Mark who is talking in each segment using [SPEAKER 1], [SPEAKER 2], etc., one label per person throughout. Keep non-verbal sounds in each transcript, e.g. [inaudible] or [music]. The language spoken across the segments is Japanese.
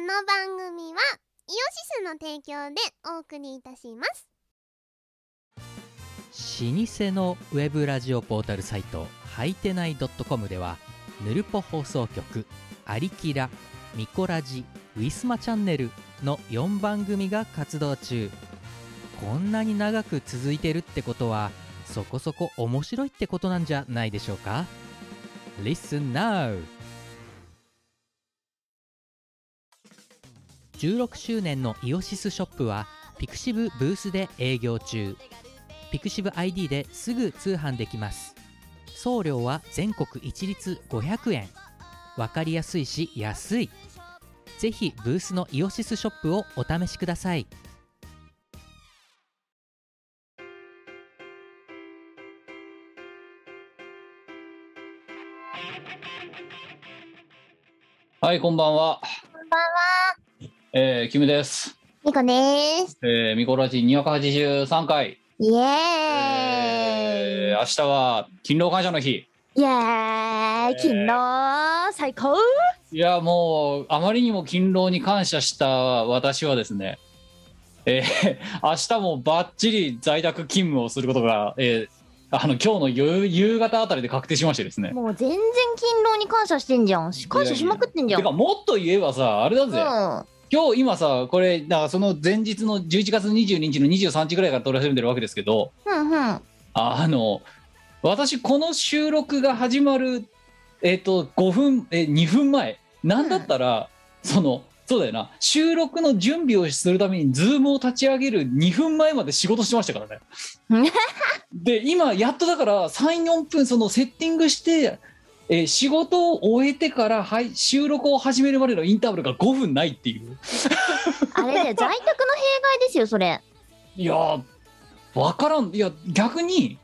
[SPEAKER 1] の番組はイオシスの提供でお送りいたします
[SPEAKER 2] 老舗のウェブラジオポータルサイトはいてない .com ではぬるぽ放送局「アリキラ」「ミコラジ」「ウィスマチャンネル」の4番組が活動中こんなに長く続いてるってことはそこそこ面白いってことなんじゃないでしょうか Listen now! 16周年のイオシスショップはピクシブブースで営業中ピクシブ ID ですぐ通販できます送料は全国一律500円わかりやすいし安いぜひブースのイオシスショップをお試しください
[SPEAKER 3] はい、こんばんは。
[SPEAKER 1] こんばんは
[SPEAKER 3] えー、キムです。
[SPEAKER 1] みこです
[SPEAKER 3] えー、ミコラジ283回。
[SPEAKER 1] イエーイ、
[SPEAKER 3] えー、明日は勤労感謝の日。
[SPEAKER 1] イエーイ勤労最高
[SPEAKER 3] いや、もう、あまりにも勤労に感謝した私はですね、えー明日もばっちり在宅勤務をすることが、えーあの、今日の夕夕方あたりで確定しましてですね。
[SPEAKER 1] もう全然勤労に感謝してんじゃんし感謝しまくってんじゃ
[SPEAKER 3] て
[SPEAKER 1] ん
[SPEAKER 3] か、もっと言えばさ、あれだぜ。今日今さ、これ、だからその前日の11月22日の23時ぐらいから撮り始めてるわけですけど、
[SPEAKER 1] うんうんうん
[SPEAKER 3] あの私この収録が始まるえっ、と5分え2分前なんだったら、そのそうだよな収録の準備をするためにズームを立ち上げる2分前まで仕事してましたからねで今やっとだから34分そのセッティングして、えー仕事を終えてから、はい、収録を始めるまでのインターバルが5分ないっていう
[SPEAKER 1] あれだよ在宅の弊害ですよそれ
[SPEAKER 3] いやーわからんいや逆に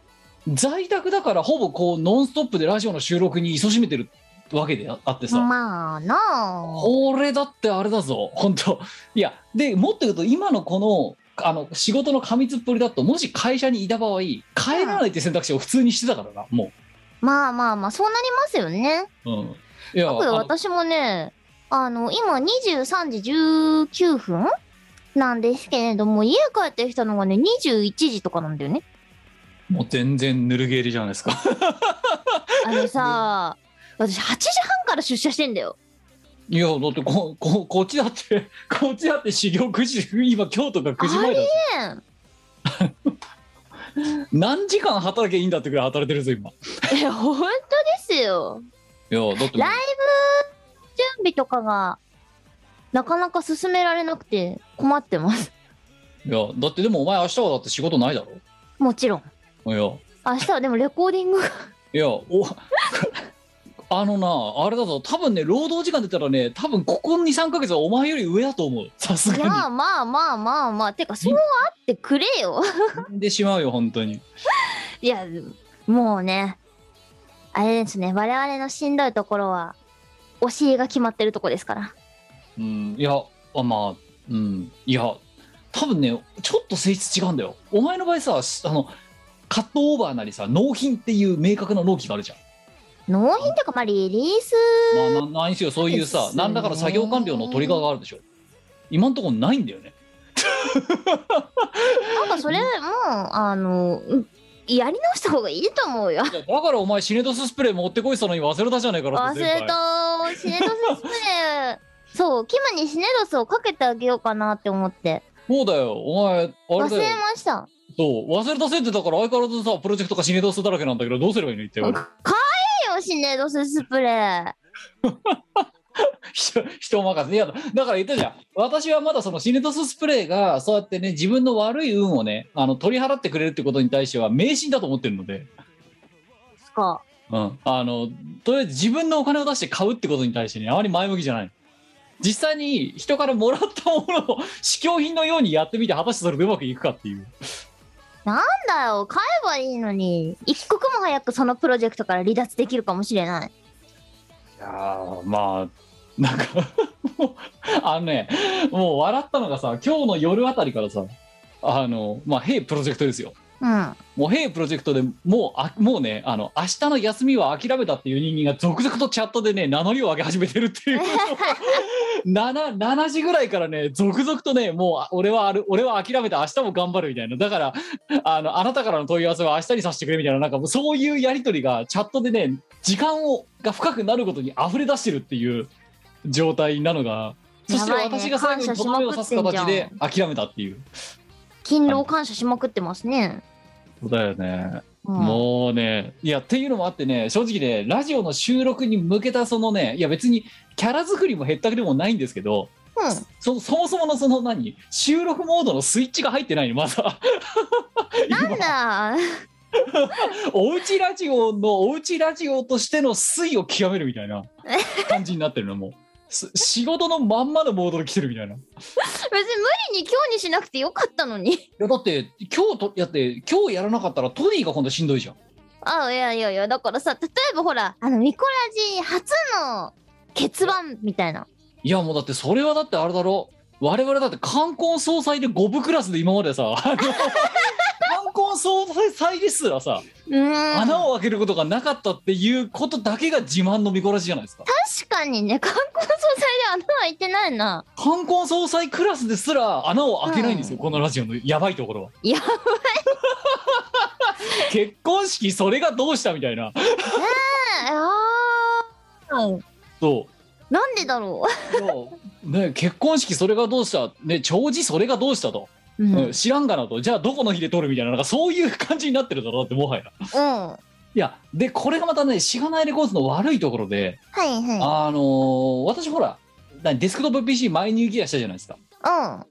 [SPEAKER 3] 在宅だからほぼこうノンストップでラジオの収録に勤しめてるわけでああってさ、
[SPEAKER 1] まあなあ
[SPEAKER 3] これだってあれだぞ本当いやでもっと言うと今のこのあの仕事の過密っぷりだともし会社にいた場合帰らないって選択肢を普通にしてたからなも
[SPEAKER 1] まあまあまあそうなりますよね
[SPEAKER 3] う、うん、いや
[SPEAKER 1] 僕
[SPEAKER 3] あの
[SPEAKER 1] 私もねあの今23時19分なんですけれども家帰ってきたのがね21時とかなんだよね
[SPEAKER 3] もう全然ぬるゲーリじゃないですか [laughs]
[SPEAKER 1] あのさ私8時半から出社してんだよ
[SPEAKER 3] いやだってこここっちだって [laughs] こっちだって始業9時今京都が9時前だぞ
[SPEAKER 1] あれ
[SPEAKER 3] 何時間働けばいいんだってぐらい働いてるぞ今 [laughs]
[SPEAKER 1] え本当ですよ
[SPEAKER 3] いやだって
[SPEAKER 1] ライブ準備とかがなかなか進められなくて困ってます
[SPEAKER 3] いやだってでもお前明日はだって仕事ないだろ
[SPEAKER 1] もちろん
[SPEAKER 3] いや
[SPEAKER 1] 明日はでもレコーディングが
[SPEAKER 3] いやお [laughs] あのなあれだぞ多分ね労働時間出たらね多分ここ23か月はお前より上だと思うさす
[SPEAKER 1] いや
[SPEAKER 3] が
[SPEAKER 1] まあまあまあまあてかそうあってくれよ
[SPEAKER 3] に死んでしまうよ本当に
[SPEAKER 1] いや、もうね、あれですね、我々のしんどいところは、教えが決まってるとこですから。
[SPEAKER 3] うんいやあまあうんいや多分ねちょっと性質違うんだよお前の場合さあのカットオーバーなりさ納品っていう明確な納期があるじゃん
[SPEAKER 1] 納品っていうか、まあ、リリース、
[SPEAKER 3] まあ、な何せよそういう
[SPEAKER 1] そう
[SPEAKER 3] さ
[SPEAKER 1] ですね
[SPEAKER 3] 何らかの作業完了のトリガーがあるでしょ今んところないんだよね
[SPEAKER 1] なんかそれ、もう、あの、うんやり直した方がいいと思うよ。
[SPEAKER 3] いやだからお前シネドススプレー持ってこいしたのに忘れたじゃないから
[SPEAKER 1] 忘
[SPEAKER 3] って
[SPEAKER 1] れ
[SPEAKER 3] 前回
[SPEAKER 1] た、シネドススプ
[SPEAKER 3] [laughs]
[SPEAKER 1] レー。そう、キムにシネドスをかけてあげようかなって思って。
[SPEAKER 3] そうだよお前あれ
[SPEAKER 1] 忘
[SPEAKER 3] だよ
[SPEAKER 1] れました。
[SPEAKER 3] そう忘れたせいってだから相変わらずさプロジェクトがシネドスだらけなんだけどどうすればいい
[SPEAKER 1] [laughs]
[SPEAKER 3] のって言われて
[SPEAKER 1] いいよ、シネドススプレー。
[SPEAKER 3] 人人任せいやだから言ったじゃん私はまだそのシネドススプレーがそうやってね自分の悪い運をねあの取り払ってくれるってことに対しては迷信だと思ってるので、
[SPEAKER 1] ですか。
[SPEAKER 3] うん、あのとりあえず自分のお金を出して買うってことに対してねあまり前向きじゃない実際に人からもらったものを試供品のようにやってみて果たしてそれでうまくいくかっていう
[SPEAKER 1] なんだよ、買えばいいのに、一刻も早くそのプロジェクトから離脱できるかもしれない。
[SPEAKER 3] いやーまあなんか [laughs] もうあのねもう笑ったのがさ今日の夜あたりからさあのまあ「ヘイプロジェクト」ですよ
[SPEAKER 1] うん。
[SPEAKER 3] もうヘイプロジェクトでもうあもうねあの明日の休みは諦めたっていう人間が続々とチャットでね名乗りを上げ始めてるっ
[SPEAKER 1] [laughs]
[SPEAKER 3] ていう 7, 7時ぐらいからね続々とねもうあ俺はある俺は諦めた明日も頑張るみたいなだから [laughs] あのあなたからの問い合わせは明日にさせてくれみたいななんかもうそういうやり取りがチャットでね時間をが深くなることに溢れ出してるっていう状態なのがそして
[SPEAKER 1] やばいね
[SPEAKER 3] 私が最後にとどめを刺す形で諦めたっていう
[SPEAKER 1] [laughs] 勤労感謝しまくってますね。
[SPEAKER 3] ことだよね。
[SPEAKER 1] うん、
[SPEAKER 3] もうね、いや、っていうのもあってね、正直ね、ラジオの収録に向けた、そのね、いや、別にキャラ作りもへったくでもないんですけど、
[SPEAKER 1] うん。
[SPEAKER 3] そそもそものその何、収録モードのスイッチが入ってないの、まだ。 [laughs]
[SPEAKER 1] なんだ。
[SPEAKER 3] おうちラジオの、おうちラジオとしての推を極める
[SPEAKER 1] [laughs]
[SPEAKER 3] みたいな感じになってるの、もう。す仕事のまんまのモードで来てるみたいな。い
[SPEAKER 1] 別に無理に今日にしなくてよかったのに。
[SPEAKER 3] や、だって、今日と、やって、今日やらなかったらトディが今度しんどいじゃん。
[SPEAKER 1] あいやいやいや、だからさ、例えばほら、あの、ミコラジ初の欠番みたいな。
[SPEAKER 3] いやもうだってそれはだってあれだろ我々だって冠婚葬祭で5部クラスで今まで
[SPEAKER 1] [laughs]
[SPEAKER 3] さあの冠婚葬祭ですらさ、
[SPEAKER 1] うーん。
[SPEAKER 3] 穴を開けることがなかったっていうことだけが自慢の見こらしじゃないですか
[SPEAKER 1] 確かにね、観光総裁で穴開いてないな。
[SPEAKER 3] 冠婚葬祭クラスですら穴を開けないんですよ、このラジオのやばいところは
[SPEAKER 1] やば
[SPEAKER 3] い [laughs] 結婚式それがどうしたみたいな
[SPEAKER 1] ああ。
[SPEAKER 3] そう
[SPEAKER 1] なんでだろ
[SPEAKER 3] いやね、結婚式それがどうした、ね、弔辞それがどうしたと、
[SPEAKER 1] う。うん。
[SPEAKER 3] う
[SPEAKER 1] うんん。
[SPEAKER 3] 知らんがなとじゃあどこの日で撮るみたいななんかそういう感じになってるだろだってもはや
[SPEAKER 1] はい
[SPEAKER 3] やでこれがまたねしがないレコーズの悪いところで、
[SPEAKER 1] いは
[SPEAKER 3] あのー私ほら何デスクトップ PC 前にギアしたじゃないですか
[SPEAKER 1] い。うん。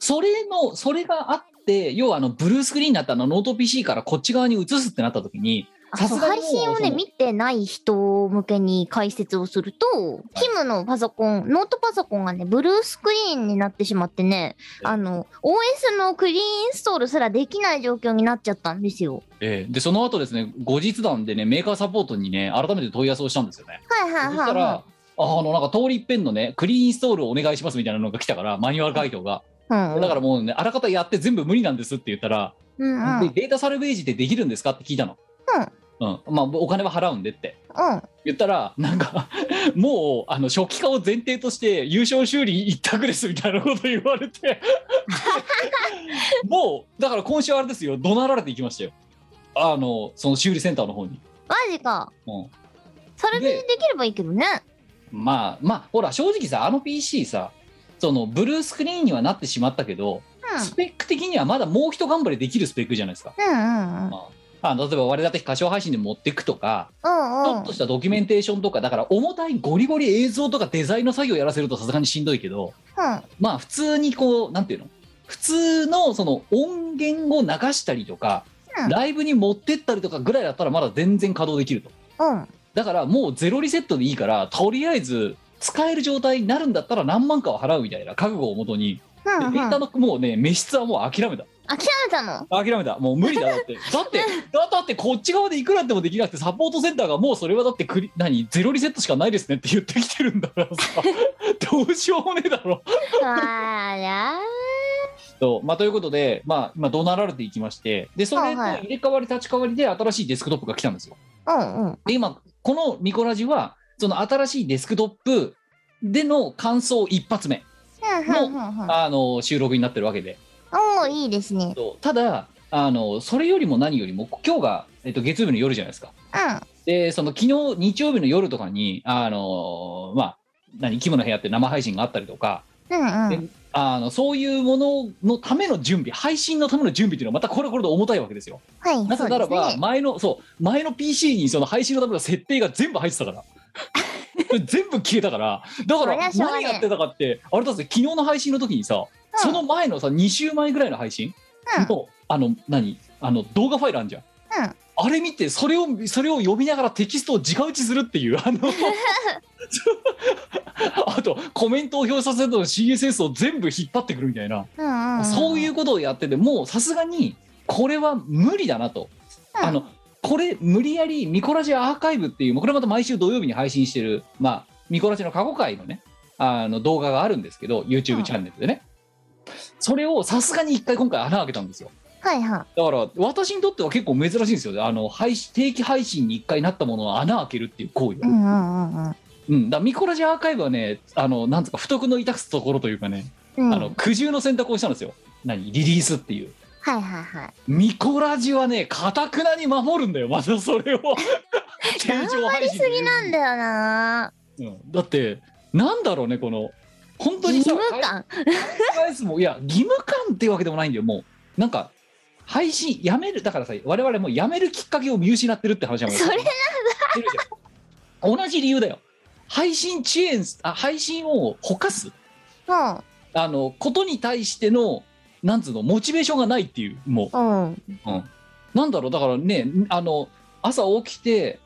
[SPEAKER 3] それのそれがあって要はあのブルースクリーンになったあのノート PC からこっち側に移すってなった時に
[SPEAKER 1] あ
[SPEAKER 3] さ
[SPEAKER 1] そ
[SPEAKER 3] す
[SPEAKER 1] う
[SPEAKER 3] がに
[SPEAKER 1] 配信を
[SPEAKER 3] もうそ
[SPEAKER 1] ね
[SPEAKER 3] の
[SPEAKER 1] 見てない人向けに解説をすると、ヒムのパソコンノートパソコンがねブルースクリーンになってしまってねあの OS のクリーンインストールすらできない状況になっちゃったんですよ
[SPEAKER 3] ええでその後ですね後日談でねメーカーサポートにね改めて問い合わせをしたんですよね
[SPEAKER 1] はいは
[SPEAKER 3] そ
[SPEAKER 1] い
[SPEAKER 3] し
[SPEAKER 1] は
[SPEAKER 3] た
[SPEAKER 1] いは
[SPEAKER 3] らあのなんか通り一遍のねクリーンインストールをお願いしますみたいなのが来たからマニュアル回答が、
[SPEAKER 1] いうん
[SPEAKER 3] だからもうねあらかたやって全部無理なんですって言ったら
[SPEAKER 1] うんうんう
[SPEAKER 3] で
[SPEAKER 1] ん
[SPEAKER 3] データサルベージってできるんですかって聞いたの、うんまあ、お金は払うんでって言ったらなんかもうあの初期化を前提として優勝修理一択ですみたいなこと言われてでもうだから今週あれですよ怒鳴られていきましたよあのその修理センターの方に、
[SPEAKER 1] マジか
[SPEAKER 3] うん、
[SPEAKER 1] それでできればいいけどね
[SPEAKER 3] まあまあほら正直さあの PC さそのブルースクリーンにはなってしまったけど、スペック的にはまだもう一頑張りできるスペックじゃないですか、
[SPEAKER 1] うんうんうん
[SPEAKER 3] あの例えば我々的歌唱配信で持っていくとか、
[SPEAKER 1] うん
[SPEAKER 3] ち
[SPEAKER 1] う
[SPEAKER 3] ょ
[SPEAKER 1] ん
[SPEAKER 3] っとしたドキュメンテーションとかだから重たいゴリゴリ映像とかデザインの作業やらせるとさすがにしんどいけど
[SPEAKER 1] うん
[SPEAKER 3] まあ普通にこうなんていうの普通のその音源を流したりとか、
[SPEAKER 1] うん
[SPEAKER 3] ライブに持ってったりとかぐらいだったらまだ全然稼働できると
[SPEAKER 1] うん
[SPEAKER 3] だからもうゼロリセットでいいからとりあえず使える状態になるんだったら何万かは払うみたいな覚悟をもとに、
[SPEAKER 1] うん
[SPEAKER 3] で
[SPEAKER 1] うん
[SPEAKER 3] データのもうね滅失はもう諦めた
[SPEAKER 1] 諦めた
[SPEAKER 3] [laughs]
[SPEAKER 1] の
[SPEAKER 3] 諦めたもう無理だ [laughs] だってだってだだってこっち側でいくらでもできなくてサポートセンターがもうそれはだってクリ何ゼロリセットしかないですねって言ってきてるんだから
[SPEAKER 1] [laughs]
[SPEAKER 3] さどうしようもねえだろ
[SPEAKER 1] あら
[SPEAKER 3] と,、まあ、ということで、まあ、今怒鳴られていきましてでそれの入れ替わり立ち替わりで新しいデスクトップが来たんですよ
[SPEAKER 1] うんうん
[SPEAKER 3] で今このミコラジはその新しいデスクトップでの感想一発目、
[SPEAKER 1] うんうんうんうん
[SPEAKER 3] あの収録になってるわけで
[SPEAKER 1] おーいいですね
[SPEAKER 3] とただあのそれよりも何よりも今日が、えっと、月曜日の夜じゃないですか
[SPEAKER 1] う
[SPEAKER 3] でその昨日日曜日の夜とかにあのまあ何キムの部屋って生配信があったりとか
[SPEAKER 1] んうんうん
[SPEAKER 3] であのそういうもののための準備配信のための準備っていうのはまたこれはこれで重たいわけですよ
[SPEAKER 1] はい、
[SPEAKER 3] なぜな
[SPEAKER 1] そ
[SPEAKER 3] ら
[SPEAKER 1] うで
[SPEAKER 3] ば
[SPEAKER 1] すね
[SPEAKER 3] 前のそう,、前の PC にその配信のための設定が全部入ってたから
[SPEAKER 1] [laughs]
[SPEAKER 3] 全部消えたからだか
[SPEAKER 1] そり
[SPEAKER 3] ら
[SPEAKER 1] ゃしょうがね
[SPEAKER 3] 何
[SPEAKER 1] え
[SPEAKER 3] やってたかってあれだぜ昨日の配信の時にさ、その前のさ2週前ぐらいの配信
[SPEAKER 1] うん
[SPEAKER 3] の、あの何あの動画ファイルあんじゃん、
[SPEAKER 1] ん
[SPEAKER 3] あれ見てそれをそれを読みながらテキストを直打ちするっていうあ
[SPEAKER 1] [laughs]
[SPEAKER 3] のあとコメントを表示させると CSS を全部引っ張ってくるみたいな、
[SPEAKER 1] うんうんうん、
[SPEAKER 3] そういうことをやっててもうさすがにこれは無理だなと、
[SPEAKER 1] うん
[SPEAKER 3] あのこれ無理やりミコラジアーカイブっていうこれまた毎週土曜日に配信してる、まあ、ミコラジの過去回のねあの動画があるんですけど YouTube チャンネルでね、それをさすがに一回今回穴開けたんですよ
[SPEAKER 1] はいは
[SPEAKER 3] だから私にとっては結構珍しいんですよあの配信定期配信に1回なったものを穴開けるっていう行為
[SPEAKER 1] い。う
[SPEAKER 3] を、
[SPEAKER 1] んう
[SPEAKER 3] うん
[SPEAKER 1] んうんうん。
[SPEAKER 3] だからミコラジアーカイブはねあのなんつうか不徳の致すところというかね、
[SPEAKER 1] うん、
[SPEAKER 3] あの苦渋の選択をしたんですよ何リリースっていう
[SPEAKER 1] はいはいはい。
[SPEAKER 3] ミコラジはねかたくなに守るんだよまた
[SPEAKER 1] [laughs]
[SPEAKER 3] それを
[SPEAKER 1] 頑張りすぎなんだよな。
[SPEAKER 3] うんだってなんだろうねこの本当に
[SPEAKER 1] 義
[SPEAKER 3] さ
[SPEAKER 1] 務感。
[SPEAKER 3] 返すもいや義務感っていうわけでもないんだよもうなんか配信やめるだからさ我々もうやめるきっかけを見失ってるって話はもう
[SPEAKER 1] それなんだ
[SPEAKER 3] 知ってるじゃん同じ理由だよ配信遅延すあ配信をほかす
[SPEAKER 1] も
[SPEAKER 3] あのことに対してのなんつうのモチベーションがないっていうもう
[SPEAKER 1] うん。うん。
[SPEAKER 3] なんだろうだからねあの朝起きて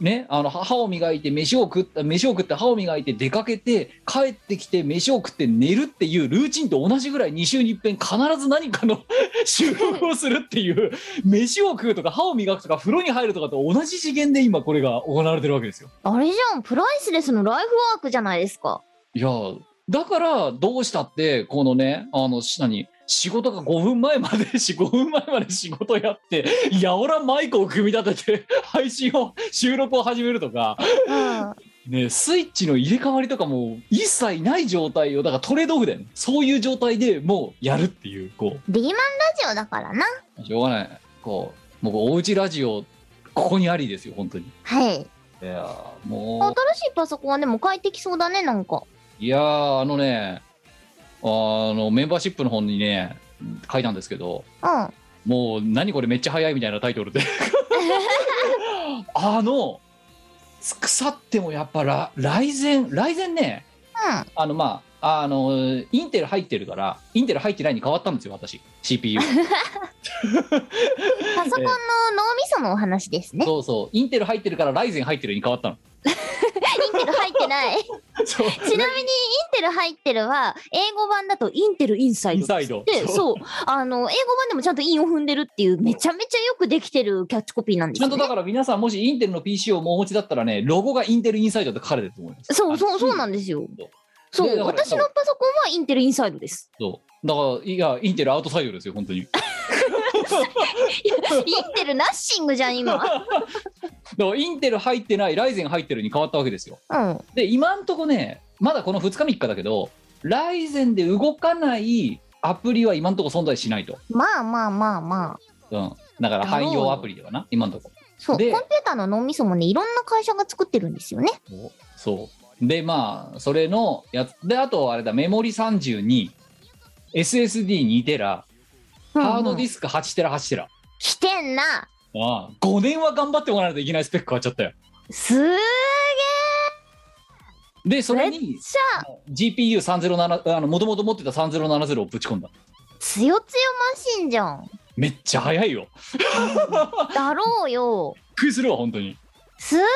[SPEAKER 3] ねあの歯を磨いて飯を食った飯を食って歯を磨いて出かけて帰ってきて飯を食って寝るっていうルーチンと同じぐらい2週に一遍必ず何かの [laughs] 収録をするっていう飯を食うとか歯を磨くとか風呂に入るとかと同じ次元で今これが行われてるわけですよ。
[SPEAKER 1] あれじゃん、プライスレスのライフワークじゃないですか。
[SPEAKER 3] いやだからどうしたってこのねあのし何仕事が5分前まで [laughs] し5分前まで仕事やってやおらマイクを組み立てて配信を収録を始めるとか、
[SPEAKER 1] うん。
[SPEAKER 3] ね、スイッチの入れ替わりとかも一切ない状態をだからトレードオフだよねそういう状態でもうやるっていうこ
[SPEAKER 1] リーマンラジオだからな。
[SPEAKER 3] うしょうがないこうもうおうちラジオここにありですよ本当に
[SPEAKER 1] はい。
[SPEAKER 3] いやーもう
[SPEAKER 1] 新しいパソコンはでも変えてきそうだね、なんか。
[SPEAKER 3] いやーあのねあのメンバーシップの本にね書いたんですけど [laughs]
[SPEAKER 1] うん。
[SPEAKER 3] もう何これめっちゃ早いみたいなタイトルで [laughs] あの腐ってもやっぱら来前来前ねあのまああのインテル入ってるからインテル入ってないに変わったんですよ私 CPU
[SPEAKER 1] パソコンの脳みそのお話ですね。
[SPEAKER 3] そうそうインテル入ってるからライゼン入ってるに変わったの
[SPEAKER 1] インテル入ってない。
[SPEAKER 3] そう
[SPEAKER 1] ちなみにインテル入ってるは英語版だとインテルインサ
[SPEAKER 3] イ
[SPEAKER 1] イ
[SPEAKER 3] ン
[SPEAKER 1] ド。
[SPEAKER 3] サイド
[SPEAKER 1] で、そう。あの、英語版でもちゃんとインを踏んでるっていう、めちゃめちゃよくできてるキャッチコピーなんです
[SPEAKER 3] ちゃ
[SPEAKER 1] よ、
[SPEAKER 3] んとだ
[SPEAKER 1] ね。
[SPEAKER 3] から皆さんもしインテルの PC をお持ちだったらねロゴがインテルインサイドって書かれてると思います
[SPEAKER 1] そうそう、そうなんんですよ
[SPEAKER 3] そう。
[SPEAKER 1] そ
[SPEAKER 3] で
[SPEAKER 1] う、
[SPEAKER 3] だから
[SPEAKER 1] 私のパソコンはインテルインサイド
[SPEAKER 3] [laughs]
[SPEAKER 1] です。
[SPEAKER 3] そうだからいやインテルアウトサイドですよ本当に
[SPEAKER 1] いやインテルナッシングじゃん、今。
[SPEAKER 3] だからインテル入ってないライゼン入ってるに変わったわけですよ
[SPEAKER 1] うん。
[SPEAKER 3] で今んとこねまだこの2日3日だけどライゼンで動かないアプリは今んとこ存在しないと、
[SPEAKER 1] まあまあまあまあ。
[SPEAKER 3] うん、だから汎用アプリではな今んとこ
[SPEAKER 1] そう、コンピ
[SPEAKER 3] で
[SPEAKER 1] ューターの脳みそもね、いろんな会社が作ってるんですよね。
[SPEAKER 3] そうでまあそれのやつであとあれだメモリ 32SSD2 テラハードディ
[SPEAKER 1] ス
[SPEAKER 3] スク8テラ8テラ、
[SPEAKER 1] 来てんな。
[SPEAKER 3] ああ5年は頑張ってもらわないといけないスペック変わっちゃったよ
[SPEAKER 1] すーげえ。
[SPEAKER 3] でそ
[SPEAKER 1] め
[SPEAKER 3] れ
[SPEAKER 1] っ
[SPEAKER 3] に
[SPEAKER 1] ちゃ
[SPEAKER 3] GPU307 あの元々持ってた3070をぶち込んだ
[SPEAKER 1] つよつよマシンじゃん。
[SPEAKER 3] めっちゃ早いよ
[SPEAKER 1] だろうよ。
[SPEAKER 3] びっくりするわ本当に
[SPEAKER 1] すーげえ。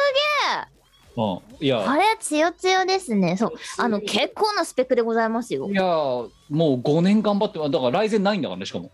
[SPEAKER 3] うんいや
[SPEAKER 1] あれ、つよつよですね。そう。あの、結構なスペックでございますよ
[SPEAKER 3] い。やーもう5年頑張ってだからライゼンないんだからねしかも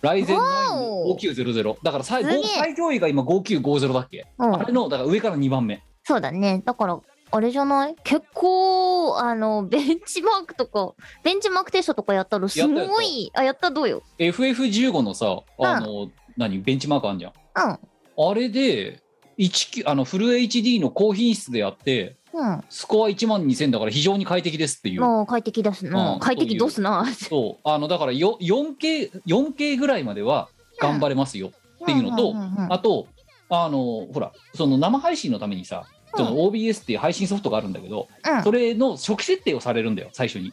[SPEAKER 3] ライゼン
[SPEAKER 1] おー
[SPEAKER 3] 5900だから最
[SPEAKER 1] すげえ
[SPEAKER 3] 最上位が今5950だっけ、
[SPEAKER 1] うん
[SPEAKER 3] あ。れのだから上から2番目
[SPEAKER 1] そうだね。だから、あれじゃない結構、あの、ベンチマークとか、ベンチマークテストとかやったら、すごい、あ、やったどうよ。
[SPEAKER 3] FF15 のさあの、何ベンチマークあんじゃん
[SPEAKER 1] うん。
[SPEAKER 3] あれで19あのフル HD の高品質でやって
[SPEAKER 1] う
[SPEAKER 3] スコア1万2000だから非常に快適ですってい
[SPEAKER 1] ん。
[SPEAKER 3] う、
[SPEAKER 1] もう快適だす
[SPEAKER 3] う
[SPEAKER 1] な。
[SPEAKER 3] ん
[SPEAKER 1] 快適どすな。
[SPEAKER 3] そうあのだからよ 4K, 4K ぐらいまでは頑張れますよ、っていうのと
[SPEAKER 1] んんんうん
[SPEAKER 3] あと、あのほら、その生配信のためにさ、その OBS っていう配信ソフトがあるんだけど、
[SPEAKER 1] うん
[SPEAKER 3] それの初期設定をされるんだよ、最初
[SPEAKER 1] う
[SPEAKER 3] に。
[SPEAKER 1] ん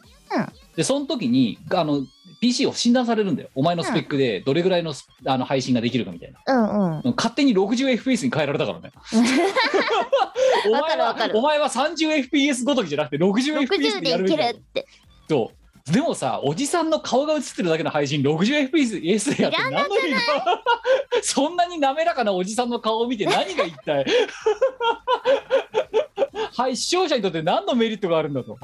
[SPEAKER 3] で、その時にあの PC を診断されるんだよ、お前のスペックでどれぐらいのスあの配信ができるかみたいな。
[SPEAKER 1] うんうん。
[SPEAKER 3] 勝手に 60fps に変えられ
[SPEAKER 1] [laughs]
[SPEAKER 3] たからね。お
[SPEAKER 1] わ
[SPEAKER 3] 前
[SPEAKER 1] かるわ
[SPEAKER 3] は
[SPEAKER 1] かる
[SPEAKER 3] お前は 30fps ごときじゃなくて 60fps
[SPEAKER 1] 60
[SPEAKER 3] でや
[SPEAKER 1] で
[SPEAKER 3] る
[SPEAKER 1] いけ
[SPEAKER 3] べきだ
[SPEAKER 1] る
[SPEAKER 3] と
[SPEAKER 1] って。
[SPEAKER 3] そうでもさおじさんの顔が映ってるだけの配信 60fps でやって
[SPEAKER 1] いらな
[SPEAKER 3] 何
[SPEAKER 1] く
[SPEAKER 3] の意 [laughs] 味がそんなに滑らかなおじさんの顔を見て何が一体 [laughs] はい視聴者にとって何のメリットがあるんだと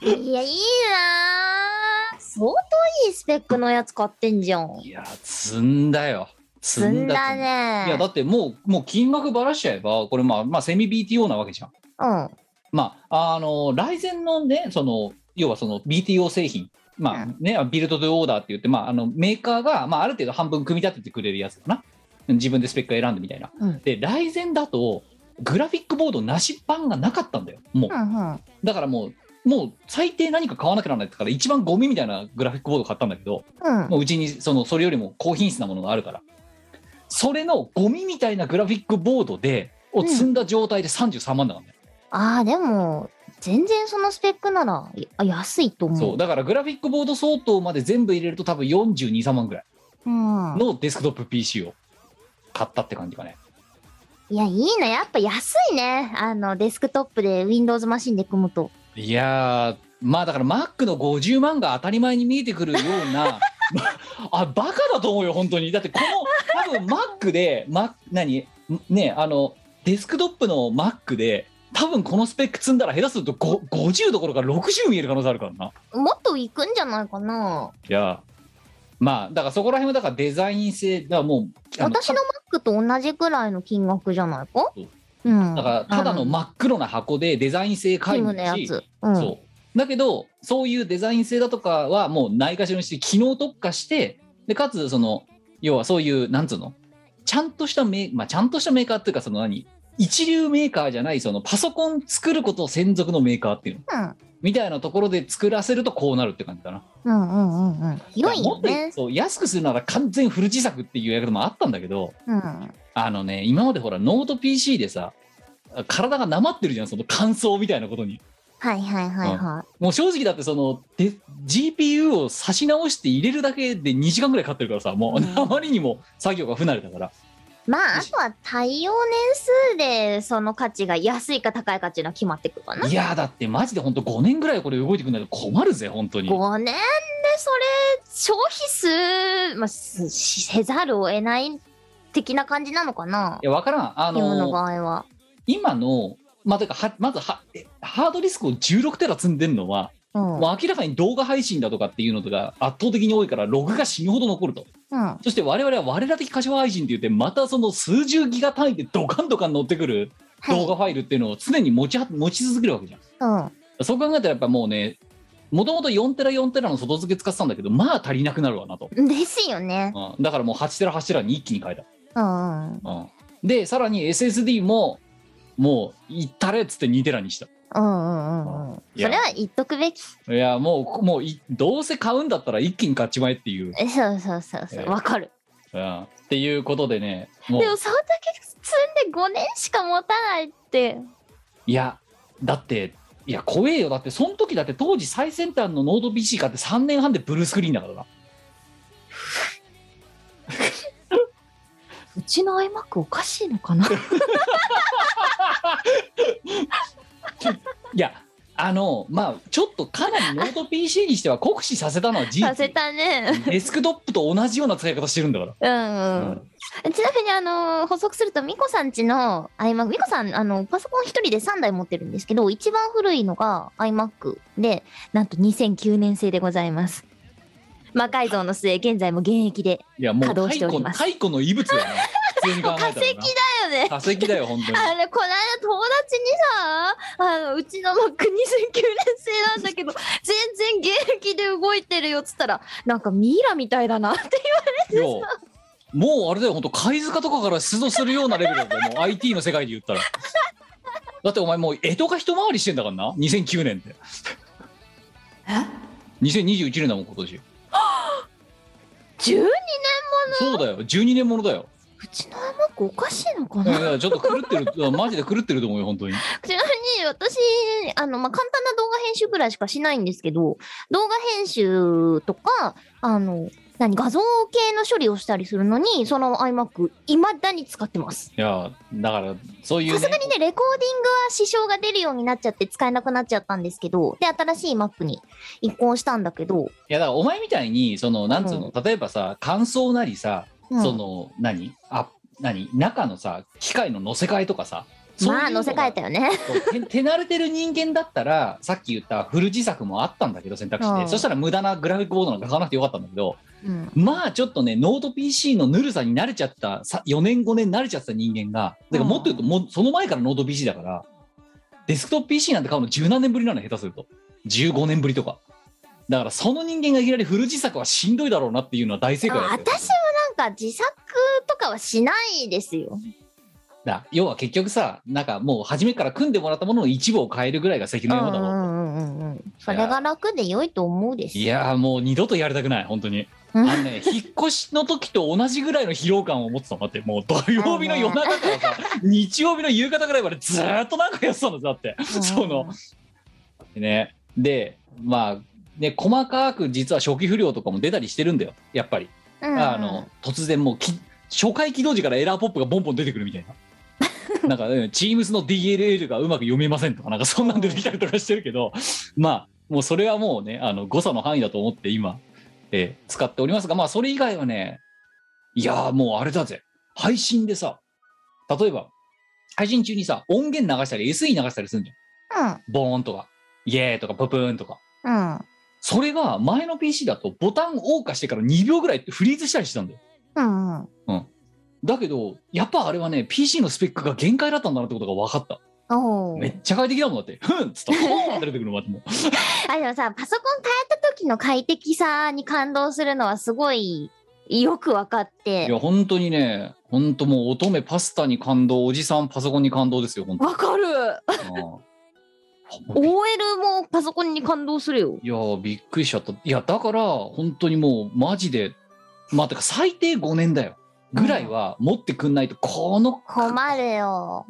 [SPEAKER 1] いや、いいなー相当いいスペックのやつ買ってんじゃん。
[SPEAKER 3] いや積んだよ積
[SPEAKER 1] 積んだ
[SPEAKER 3] いやだ
[SPEAKER 1] ね
[SPEAKER 3] ってもうもう金額ばらしちゃえばこれまあまあセミ BTO なわけじゃん
[SPEAKER 1] うん。
[SPEAKER 3] まああのライゼンのねその要はその BTO 製品、まあねビルド・ド・オーダーって言って、まあ、あのメーカーが、まあ、ある程度半分組み立ててくれるやつだな自分でスペック選んでみたいな、
[SPEAKER 1] うん
[SPEAKER 3] でライゼンだとグラフィックボードなし版がなかったんだよもう、
[SPEAKER 1] うんうん
[SPEAKER 3] だからもうもう最低何か買わなきゃならないってから一番ゴミみたいなグラフィックボード買ったんだけど、
[SPEAKER 1] うん
[SPEAKER 3] もううちにそのそれよりも高品質なものがあるからそれのゴミみたいなグラフィックボードでを積んだ状態で33万だからね、
[SPEAKER 1] ああでも全然そのスペックならや安いと思う
[SPEAKER 3] そうだからグラフィックボード相当まで全部入れると多分423万ぐらい
[SPEAKER 1] うん、
[SPEAKER 3] のデスクトップ PC を買ったって感じかね
[SPEAKER 1] いやいいなやっぱ安いねあのデスクトップで Windows マシンで組むと
[SPEAKER 3] いやーまあだから Mac の50万が当たり前に見えてくるよ
[SPEAKER 1] [laughs]
[SPEAKER 3] うなまあバカだと思うよ本当にだってこの多分 Mac で、ま、何ねあのデスクトップの Mac で多分このスペック積んだら下手するとご50どころか60見える可能性あるからな
[SPEAKER 1] もっといくんじゃないかない
[SPEAKER 3] やーまあだからそこら辺はだからデザイン性だからもうあ
[SPEAKER 1] 私の Mac と同じくらいの金額じゃないか
[SPEAKER 3] そう
[SPEAKER 1] うん
[SPEAKER 3] だからただの真っ黒な箱でデザイン性
[SPEAKER 1] あの
[SPEAKER 3] 皆
[SPEAKER 1] キム
[SPEAKER 3] 無
[SPEAKER 1] のや
[SPEAKER 3] だし、
[SPEAKER 1] つ、うん、
[SPEAKER 3] そうだけどそういうデザイン性だとかはもうないがしろにして機能特化してでかつその要はそういうなんつうのちゃんとしたメー、まあ、ちゃんとしたメーカーっていうかその何一流メーカーじゃないそのパソコン作ること専属のメーカーっていうの
[SPEAKER 1] うん
[SPEAKER 3] みたいなところで作らせるとこうなるって感じだな。
[SPEAKER 1] うんうんうんうん良い
[SPEAKER 3] だからも
[SPEAKER 1] よ
[SPEAKER 3] っと言う
[SPEAKER 1] ね
[SPEAKER 3] そう安くするなら完全フル自作っていうやり方もあったんだけど、
[SPEAKER 1] うん
[SPEAKER 3] あのね、今までほら、ノート PC でさ、体がなまってるじゃん、その感想みたいなことに。
[SPEAKER 1] はいはいはいは
[SPEAKER 3] もう正直だって、その、で GPU を差し直して入れるだけで2時間ぐらいかかってるからさ、もう、あまりにも作業が不慣れたから。
[SPEAKER 1] い。まあ、あとは対応年数でその価値が安いか高いかっていうのは決まってくるかな。
[SPEAKER 3] いやー、だってマジで本当5年ぐらいこれ動いてくんないと困るぜ、本当に。
[SPEAKER 1] 5年でそれ消費数、まあ、すしせざるを得ない的な感じなのかない
[SPEAKER 3] や、わからん。あ
[SPEAKER 1] キムの
[SPEAKER 3] のー
[SPEAKER 1] 場合は。
[SPEAKER 3] 今の、まあ、てかはまずは、えハードディスクを16テラ積んでるのは、
[SPEAKER 1] うん。
[SPEAKER 3] もう明らかに動画配信だとかっていうのとか圧倒的に多いから、ログが死ぬほど残ると。
[SPEAKER 1] うん
[SPEAKER 3] そして我々は我ら的柏配信って言ってまたその数十ギガ単位でドカンドカン乗ってくる動画ファイルっていうのを常に持ちは持ち続けるわけじゃん。
[SPEAKER 1] はい。
[SPEAKER 3] そう考えたらやっぱもうねもともと4テラ4テラの外付け使ってたんだけどまあ足りなくなるわなと、
[SPEAKER 1] うん。ですよね。
[SPEAKER 3] うん、だからもう8テラ8テラに一気に変えた、
[SPEAKER 1] うんうん。
[SPEAKER 3] うん、でさらに SSD ももういったれっつって2テラにした
[SPEAKER 1] うんうんうんうん。
[SPEAKER 3] い
[SPEAKER 1] そ
[SPEAKER 3] や
[SPEAKER 1] れは言っとくべき。
[SPEAKER 3] いやもうもういどうせ買うんだったら一気に買っちまえっていう、
[SPEAKER 1] えそうそうそうそう。
[SPEAKER 3] ええ
[SPEAKER 1] わかる。
[SPEAKER 3] うん、っていうことでねもう
[SPEAKER 1] でもそんだけ積んで5年しか持たないって。
[SPEAKER 3] いや、だって、いや、怖えよ。だって、その時だって、当時最先端のノート PC 買って3年半でブルースクリーンだからな。
[SPEAKER 1] うちの iMac おかしいのかな
[SPEAKER 3] いや、あの、まあ、ちょっとかなりノート PC にしては酷使させたのは事実。
[SPEAKER 1] させたね。
[SPEAKER 3] デスクトップと同じような使い方してるんだから。
[SPEAKER 1] うん
[SPEAKER 3] う
[SPEAKER 1] うんん。ちなみにあのー補足するとミコさんちの iMac ミコさんあのパソコン一人で3台持ってるんですけど一番古いのが iMac でなんと2009年製でございます魔改造の末現在も現役で
[SPEAKER 3] いや、もう
[SPEAKER 1] 稼働しております
[SPEAKER 3] 太古の異物だよな。普通に考えたらな。
[SPEAKER 1] 化石だよね
[SPEAKER 3] 化石だよ、本当に。
[SPEAKER 1] あれこの間友達にさあのうちの Mac2009 年製なんだけど全然現役で動いてるよっつったらなんかミイラみたいだなって
[SPEAKER 3] いやもうあれだよ、本当貝塚とかから出土するようなレベルだよ、もう IT の世界で言ったら。だってお前、もう江戸が一回りしてんだからな、2009年って。2021年だもん、今年。
[SPEAKER 1] 12年
[SPEAKER 3] そうだよ、12年ものだよ。
[SPEAKER 1] うちの iMac おかしいのか
[SPEAKER 3] い
[SPEAKER 1] な
[SPEAKER 3] やちょっと狂ってる、 [laughs] マジで狂ってると思うよ、本当に。
[SPEAKER 1] ちなみに私、あの、まあ、簡単な動画編集くらいしかしないんですけど、動画編集とか、あの、何、画像系の処理をしたりするのに、その iMac、未だに使ってます。
[SPEAKER 3] いや、だから、そういう
[SPEAKER 1] さすが
[SPEAKER 3] ね、
[SPEAKER 1] にね、レコーディングは支障が出るようになっちゃって使えなくなっちゃったんですけど、で、新しい Mac に移行したんだけど、
[SPEAKER 3] いや、だからお前みたいに、その、なんつうの、例えばさ、感想なりさ、
[SPEAKER 1] うん
[SPEAKER 3] その、何あ、何中のさ、機械の乗せ替えとかさ、そういう
[SPEAKER 1] まあ、
[SPEAKER 3] の
[SPEAKER 1] 乗
[SPEAKER 3] が
[SPEAKER 1] せ替えたよ
[SPEAKER 3] [laughs]
[SPEAKER 1] ね。
[SPEAKER 3] そう手手慣れてる人間だったらさっき言ったフル自作もあったんだけど選択肢で、
[SPEAKER 1] うん
[SPEAKER 3] そしたら無駄なグラフィックボードなんか書かなくてよかったんだけど
[SPEAKER 1] うん。
[SPEAKER 3] まあちょっとねノート PC のぬるさに慣れちゃったさ4年5年慣れちゃった人間がだからもっと言うともうその前からノート PC だからデスクトップ PC なんて買うの十何年ぶりなの下手すると15年ぶりとかだからその人間がいきなりフル自作はしんどいだろうなっていうのは大正解
[SPEAKER 1] あ
[SPEAKER 3] だ
[SPEAKER 1] 私もなんか自作とかはしないですよ。
[SPEAKER 3] だ要は結局さなんかもう初めから組んでもらったものの一部を変えるぐらいが関の山だろうと
[SPEAKER 1] うんうんうんうん。それが楽で良いと思うです。
[SPEAKER 3] いやーもう二度とやりたくない本当に
[SPEAKER 1] う [laughs]
[SPEAKER 3] あ
[SPEAKER 1] ん
[SPEAKER 3] のね引っ越しの時と同じぐらいの疲労感を持ってたのだってもう土曜日の夜中からさ日曜日の夕方ぐらいまでずーっとなんかやってたんだぜだってそのねでまあね細かく実は初期不良とかも出たりしてるんだよやっぱり、
[SPEAKER 1] うん、うん
[SPEAKER 3] あの突然もうき初回起動時からエラーポップがボンボン出てくる
[SPEAKER 1] [laughs]
[SPEAKER 3] みたいななんか、うん、Teams の DLL がうまく読めませんとかなんかそんなん出てきたりとかしてるけどまあもうそれはもうねあの誤差の範囲だと思って今、えー使っておりますがまあそれ以外はねいやーもうあれだぜ配信でさ例えば配信中にさ音源流したり SE 流したりするんじゃんボーンとか、イエーイとか、ププーンとか。
[SPEAKER 1] うんうん
[SPEAKER 3] それが前の PC だとボタンを謳歌してから2秒ぐらいってフリーズしたりしてたんだよ。
[SPEAKER 1] うんうん。
[SPEAKER 3] だけど、やっぱあれはね、PC のスペックが限界だったんだなってことが分かった。
[SPEAKER 1] おお
[SPEAKER 3] め。っちゃ快適だもんだって。ふん
[SPEAKER 1] [laughs]
[SPEAKER 3] っつったら、ポーンって出てくるの待ってもう。
[SPEAKER 1] あでもさパソコン変えた時の快適さに感動するのはすごいよく分かって
[SPEAKER 3] いや、本当にね、本当もう乙女パスタに感動、おじさんパソコンに感動ですよ、本当
[SPEAKER 1] わかる
[SPEAKER 3] うん
[SPEAKER 1] OL もパソコンに感動するよ
[SPEAKER 3] いやー、びっくりしちゃった。いや、だから、本当にもう、マジで、まあ、てか、最低5年だよ。ぐらいは持ってくんないと、この
[SPEAKER 1] 困るよ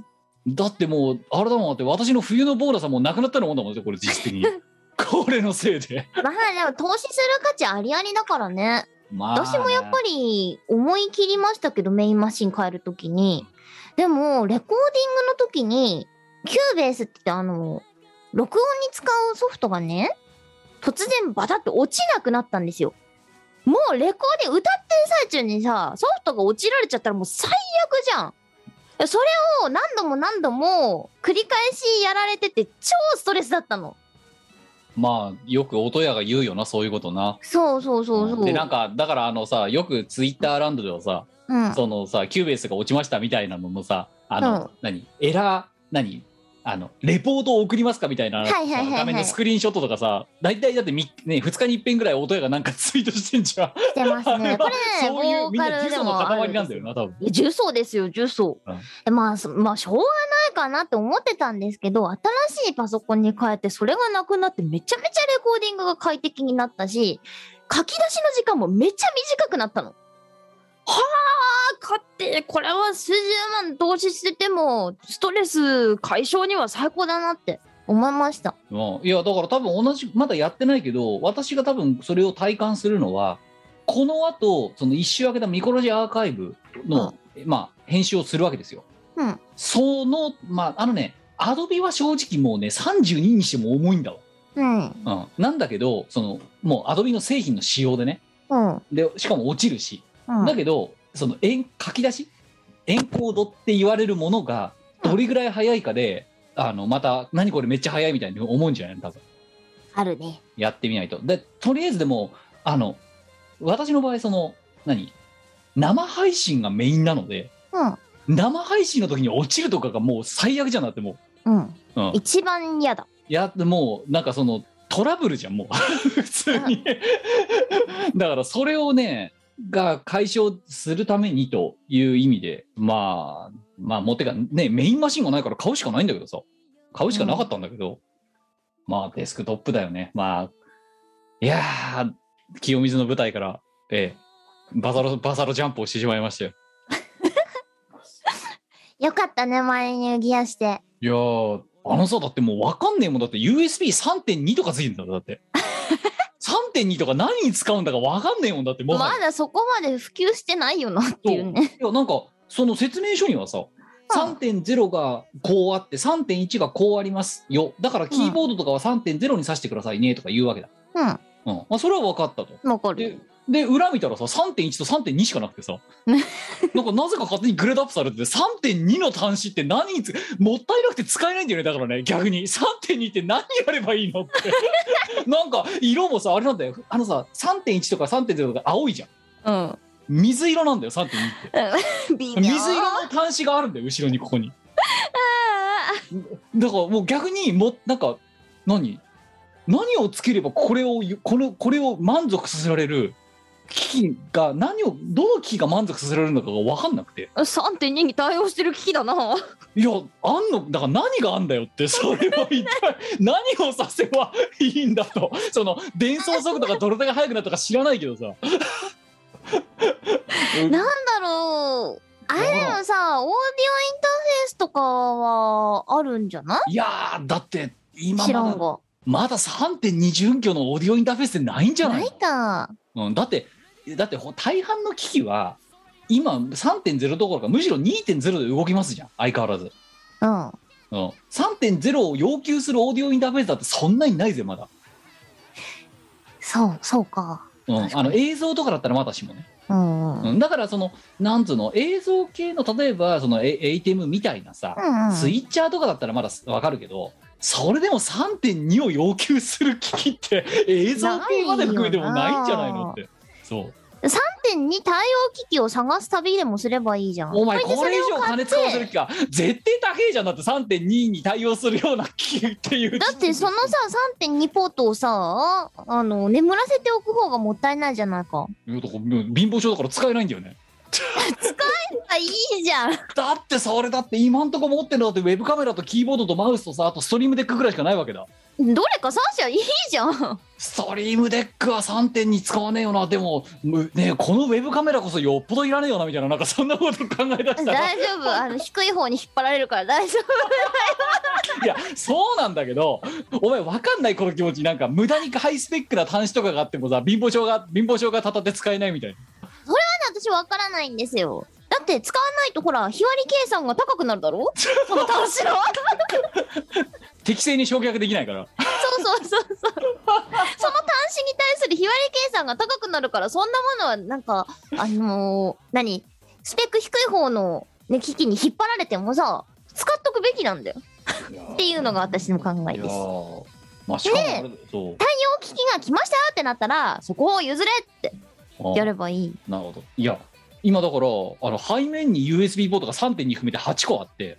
[SPEAKER 3] だってもうあれだもんだって私の冬のボーナスはもうなくなったのもんだもんねこれ実質
[SPEAKER 1] [laughs]
[SPEAKER 3] 的にこれのせいで
[SPEAKER 1] まあでも投資する価値ありありだからね
[SPEAKER 3] まあね、
[SPEAKER 1] 私もやっぱり思い切りましたけどメインマシン変える時にでもレコーディングの時にキューベースってあの録音に使うソフトがね突然バタッと落ちなくなったんですよもうレコーディング歌ってる最中にさソフトが落ちられちゃったらもう最悪じゃんそれを何度も何度も繰り返しやられてて超ストレスだったの
[SPEAKER 3] まあよく音屋が言うよなそういうことな
[SPEAKER 1] そうそうそうそう
[SPEAKER 3] でなんかだからあのさよくツイッターランドではさ、
[SPEAKER 1] うん
[SPEAKER 3] そのさキューベースが落ちましたみたいなののさあの、
[SPEAKER 1] うん
[SPEAKER 3] 何エラー何あのレポートを送りますかみたいな
[SPEAKER 1] はいはいはいはい
[SPEAKER 3] 画面のスクリーンショットとかさ大体だってみ、ね、2日に一遍ぐらい音屋がなんかツイートしてんじゃん
[SPEAKER 1] してます
[SPEAKER 3] あれ [laughs]
[SPEAKER 1] ね
[SPEAKER 3] は
[SPEAKER 1] これね
[SPEAKER 3] そういう
[SPEAKER 1] ボー
[SPEAKER 3] みん
[SPEAKER 1] カ
[SPEAKER 3] な
[SPEAKER 1] ルで
[SPEAKER 3] 基礎の
[SPEAKER 1] もある
[SPEAKER 3] 塊
[SPEAKER 1] ん
[SPEAKER 3] なん
[SPEAKER 1] です
[SPEAKER 3] だよな多分
[SPEAKER 1] いや重曹ですよ重曹、
[SPEAKER 3] うん
[SPEAKER 1] えまあそまあしょうがないかなって思ってたんですけど新しいパソコンに変えてそれがなくなってめちゃめちゃレコーディングが快適になったし書き出しの時間もめちゃ短くなったの。はあ買ってこれは数十万投資しててもストレス解消には最高だなって思いました。
[SPEAKER 3] うん、いやだから多分同じまだやってないけど私が多分それを体感するのはこのあとその一周明けたミコロジーアーカイブの、まあ、編集をするわけですよ。
[SPEAKER 1] うん
[SPEAKER 3] そのまああのねアドビは正直もうね32にしても重いんだ
[SPEAKER 1] うん
[SPEAKER 3] わ、うん、なんだけどそのもうアドビの製品の仕様でね
[SPEAKER 1] うん
[SPEAKER 3] でしかも落ちるし、
[SPEAKER 1] うん
[SPEAKER 3] だけどそのエン書き出しエンコードって言われるものがどれぐらい早いかで、あのまた何これめっちゃ早いみたいに思うんじゃないの多分
[SPEAKER 1] あるね。
[SPEAKER 3] やってみないと。で、とりあえずでも、あの、私の場合、その、何生配信がメインなので、
[SPEAKER 1] うん
[SPEAKER 3] 生配信の時に落ちるとかがもう最悪じゃんだっても
[SPEAKER 1] うん
[SPEAKER 3] う。うん、い
[SPEAKER 1] 一番嫌だ。
[SPEAKER 3] や、もう、なんかその、トラブルじゃん、もう。普通 [laughs] に。だから、それをね、が解消するためにという意味で、まあ、まあ、もうてか、ね、メインマシンがないから買うしかないんだけどさ。買うしかなかったんだけど、まあデスクトップだよね。まあ、いやー、清水の舞台から、ええ、バサロ、バサロジャンプをしてしまいましたよ。
[SPEAKER 1] よかったね前にギアして。
[SPEAKER 3] いやー、あのさ、だってもうわかんねえもんだって、USB3.2 とかついてんだろ、だって。3.2とか何に使うんだかわかんねえもんだって、もは
[SPEAKER 1] ま
[SPEAKER 3] や。
[SPEAKER 1] だそこまで普及してないよなっていうね。
[SPEAKER 3] いや、なんか、その説明書にはさ、3.0がこうあって、3.1がこうありますよ。だからキーボードとかは3.0に挿してくださいね、とか言うわけだ。
[SPEAKER 1] うん、
[SPEAKER 3] うん。まあ、それは分かったと。
[SPEAKER 1] わか
[SPEAKER 3] で
[SPEAKER 1] る。
[SPEAKER 3] で裏見たらさ3.1と3.2しかなくてさなんかなぜか勝手にグレードアップされてて3.2の端子って何につもったいなくて使えないんだよねだからね逆に3.2って何やればいいのってなんか色もさあれなんだよあのさ3.1とか3.0とか青いじゃん
[SPEAKER 1] うん。
[SPEAKER 3] 水色なんだよ3.2って
[SPEAKER 1] 微妙
[SPEAKER 3] 水色の端子があるんだよ後ろにここにだからもう逆にもなんか何何をつければこれをこのこれを満足させられる機器が何をどの機器が満足させられるのかが分かんなくて
[SPEAKER 1] 3.2に対応してる機器だな。
[SPEAKER 3] いやあんのだから何があんだよってそれは一体 [laughs] 何をさせばいいんだとその伝送速度がどれだけ速くなったか知らないけどさ
[SPEAKER 1] なんだろう。あれでもさ、オーディオインターフェースとかはあるんじゃない
[SPEAKER 3] いやーだって今
[SPEAKER 1] 知ら
[SPEAKER 3] ま
[SPEAKER 1] ん
[SPEAKER 3] だ
[SPEAKER 1] が。
[SPEAKER 3] まだ3.2準拠のオーディオインターフェースってないんじゃない
[SPEAKER 1] ないか。
[SPEAKER 3] うん、だってだってほ大半の機器は今3.0どころかむしろ2.0で動きますじゃん相変わらず、
[SPEAKER 1] うん。
[SPEAKER 3] うん、3.0を要求するオーディオインターフェースだってそんなにないぜまだ、
[SPEAKER 1] そう、そうか。
[SPEAKER 3] うん、
[SPEAKER 1] 確
[SPEAKER 3] あの映像とかだったらまだしもね、
[SPEAKER 1] うん。うんう。
[SPEAKER 3] うんん、だからそのなんつうの映像系の例えばその ATEM みたいなさ、スイッチャーとかだったらまだわかるけどそれでも3.2を要求する機器って映像系まで含めてもないんじゃないのってそう
[SPEAKER 1] 3.2対応機器を探す旅でもすればいいじゃん。
[SPEAKER 3] お前
[SPEAKER 1] そ
[SPEAKER 3] これ以
[SPEAKER 1] でそを
[SPEAKER 3] 上
[SPEAKER 1] 買
[SPEAKER 3] 金
[SPEAKER 1] って
[SPEAKER 3] 使わせる気か絶対高えじゃんだって3.2に対応するような機器っていう
[SPEAKER 1] だってそのさ3.2ポートをさあの眠らせておく方がもったいないじゃないか。
[SPEAKER 3] いやだからもう貧乏症だから使えないんだよね
[SPEAKER 1] あいいじゃん。
[SPEAKER 3] だってそれだって今んとこ持ってるのだってウェブカメラとキーボードとマウスとさあとストリームデックぐらいしかないわけだ
[SPEAKER 1] どれかサーシャいいじゃん。
[SPEAKER 3] ストリームデックは3.2使わねえよなでもむねえこのウェブカメラこそよっぽどいらねえよなみたいななんかそんなこと考え出したら
[SPEAKER 1] [laughs] 大丈夫。 [laughs] あの低い方に引っ張られるから大丈
[SPEAKER 3] いやそうなんだけどお前わかんないこの気持ちなんか無駄にハイスペックな端子とかがあってもさ貧乏症が貧乏症がたたって使えないみたいな
[SPEAKER 1] 夫。私わからないんですよ。だって使わないとほら日割り計算が高くなるだろ。その端子の。
[SPEAKER 3] 適正に焼却できないから
[SPEAKER 1] そうそうそうそう。その端子に対する日割り計算が高くなるからそんなものはなんかあのー何スペック低い方の、ね、機器に引っ張られてもさ使っとくべきなんだよ。っていうのが私の考え
[SPEAKER 3] い
[SPEAKER 1] で
[SPEAKER 3] や
[SPEAKER 1] す。こ
[SPEAKER 3] ーまあしかもあれだそ
[SPEAKER 1] の機器が来ましたってなったらそこを譲れって
[SPEAKER 3] う
[SPEAKER 1] やればいい。
[SPEAKER 3] あなるほどいや今だからあの背面に USB ポートが3.2含めて8個あって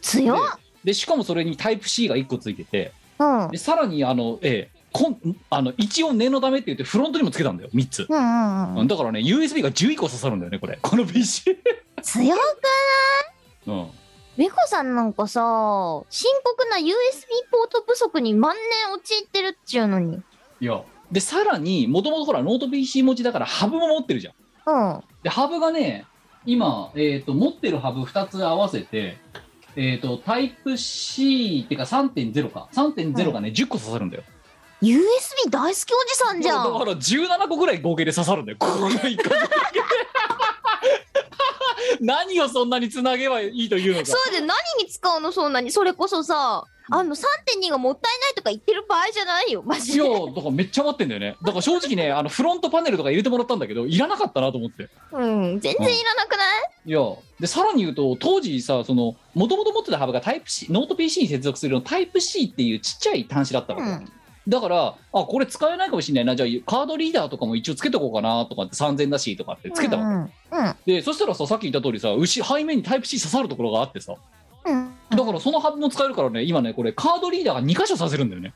[SPEAKER 1] 強っ
[SPEAKER 3] でしかもそれにタイプ C が1個ついてて
[SPEAKER 1] うん。うん
[SPEAKER 3] でさらにあの、ええこんあの一応念のためって言ってフロントにもつけたんだよ3つ、
[SPEAKER 1] うんうん。
[SPEAKER 3] だからね USB が11個刺さるんだよねこれこの PC、
[SPEAKER 1] 強く
[SPEAKER 3] うん、
[SPEAKER 1] 美子さんなんかさ深刻な USB ポート不足に万年陥ってるっちゅうのに。
[SPEAKER 3] いやでさらにもともとほらノート PC 持ちだからハブも持ってるじゃん
[SPEAKER 1] うん。
[SPEAKER 3] で、ハブがね、今、えー、と持ってるハブ2つ合わせて、えー、とタイプ C っていうか3.0か3.0がね、10個刺さるんだよ
[SPEAKER 1] USB 大好きおじさんじゃ
[SPEAKER 3] だか
[SPEAKER 1] ん。
[SPEAKER 3] ら17個ぐらい合計で刺さるんだよこの1個だけ何をそんなにつなげばいいというのか
[SPEAKER 1] そうで何に使うのそんなにそれこそさあの3.2がもったいないとか言ってる場合じゃないよマ
[SPEAKER 3] い
[SPEAKER 1] ジ
[SPEAKER 3] や
[SPEAKER 1] で。
[SPEAKER 3] だからめっちゃ待ってんだよねだから正直ねあのフロントパネルとか入れてもらったんだけどいらなかったなと思って
[SPEAKER 1] うん全然いらなくない？
[SPEAKER 3] いやでさらに言うと当時さそのもともと持ってたハブがタイプ C ノート PC に接続するのタイプ C っていうちっちゃい端子だったわけ、
[SPEAKER 1] うん
[SPEAKER 3] だからあこれ使えないかもしれないなじゃあカードリーダーとかも一応つけとこうかなとかって3000だしとかってつけたわけ、
[SPEAKER 1] うんうん
[SPEAKER 3] でそしたらささっき言った通りさ牛背面にタイプ C 刺さるところがあってさ
[SPEAKER 1] うん。
[SPEAKER 3] だからそのハブも使えるからね今ねこれカードリーダーが2箇所させるんだ
[SPEAKER 1] [laughs]
[SPEAKER 3] よね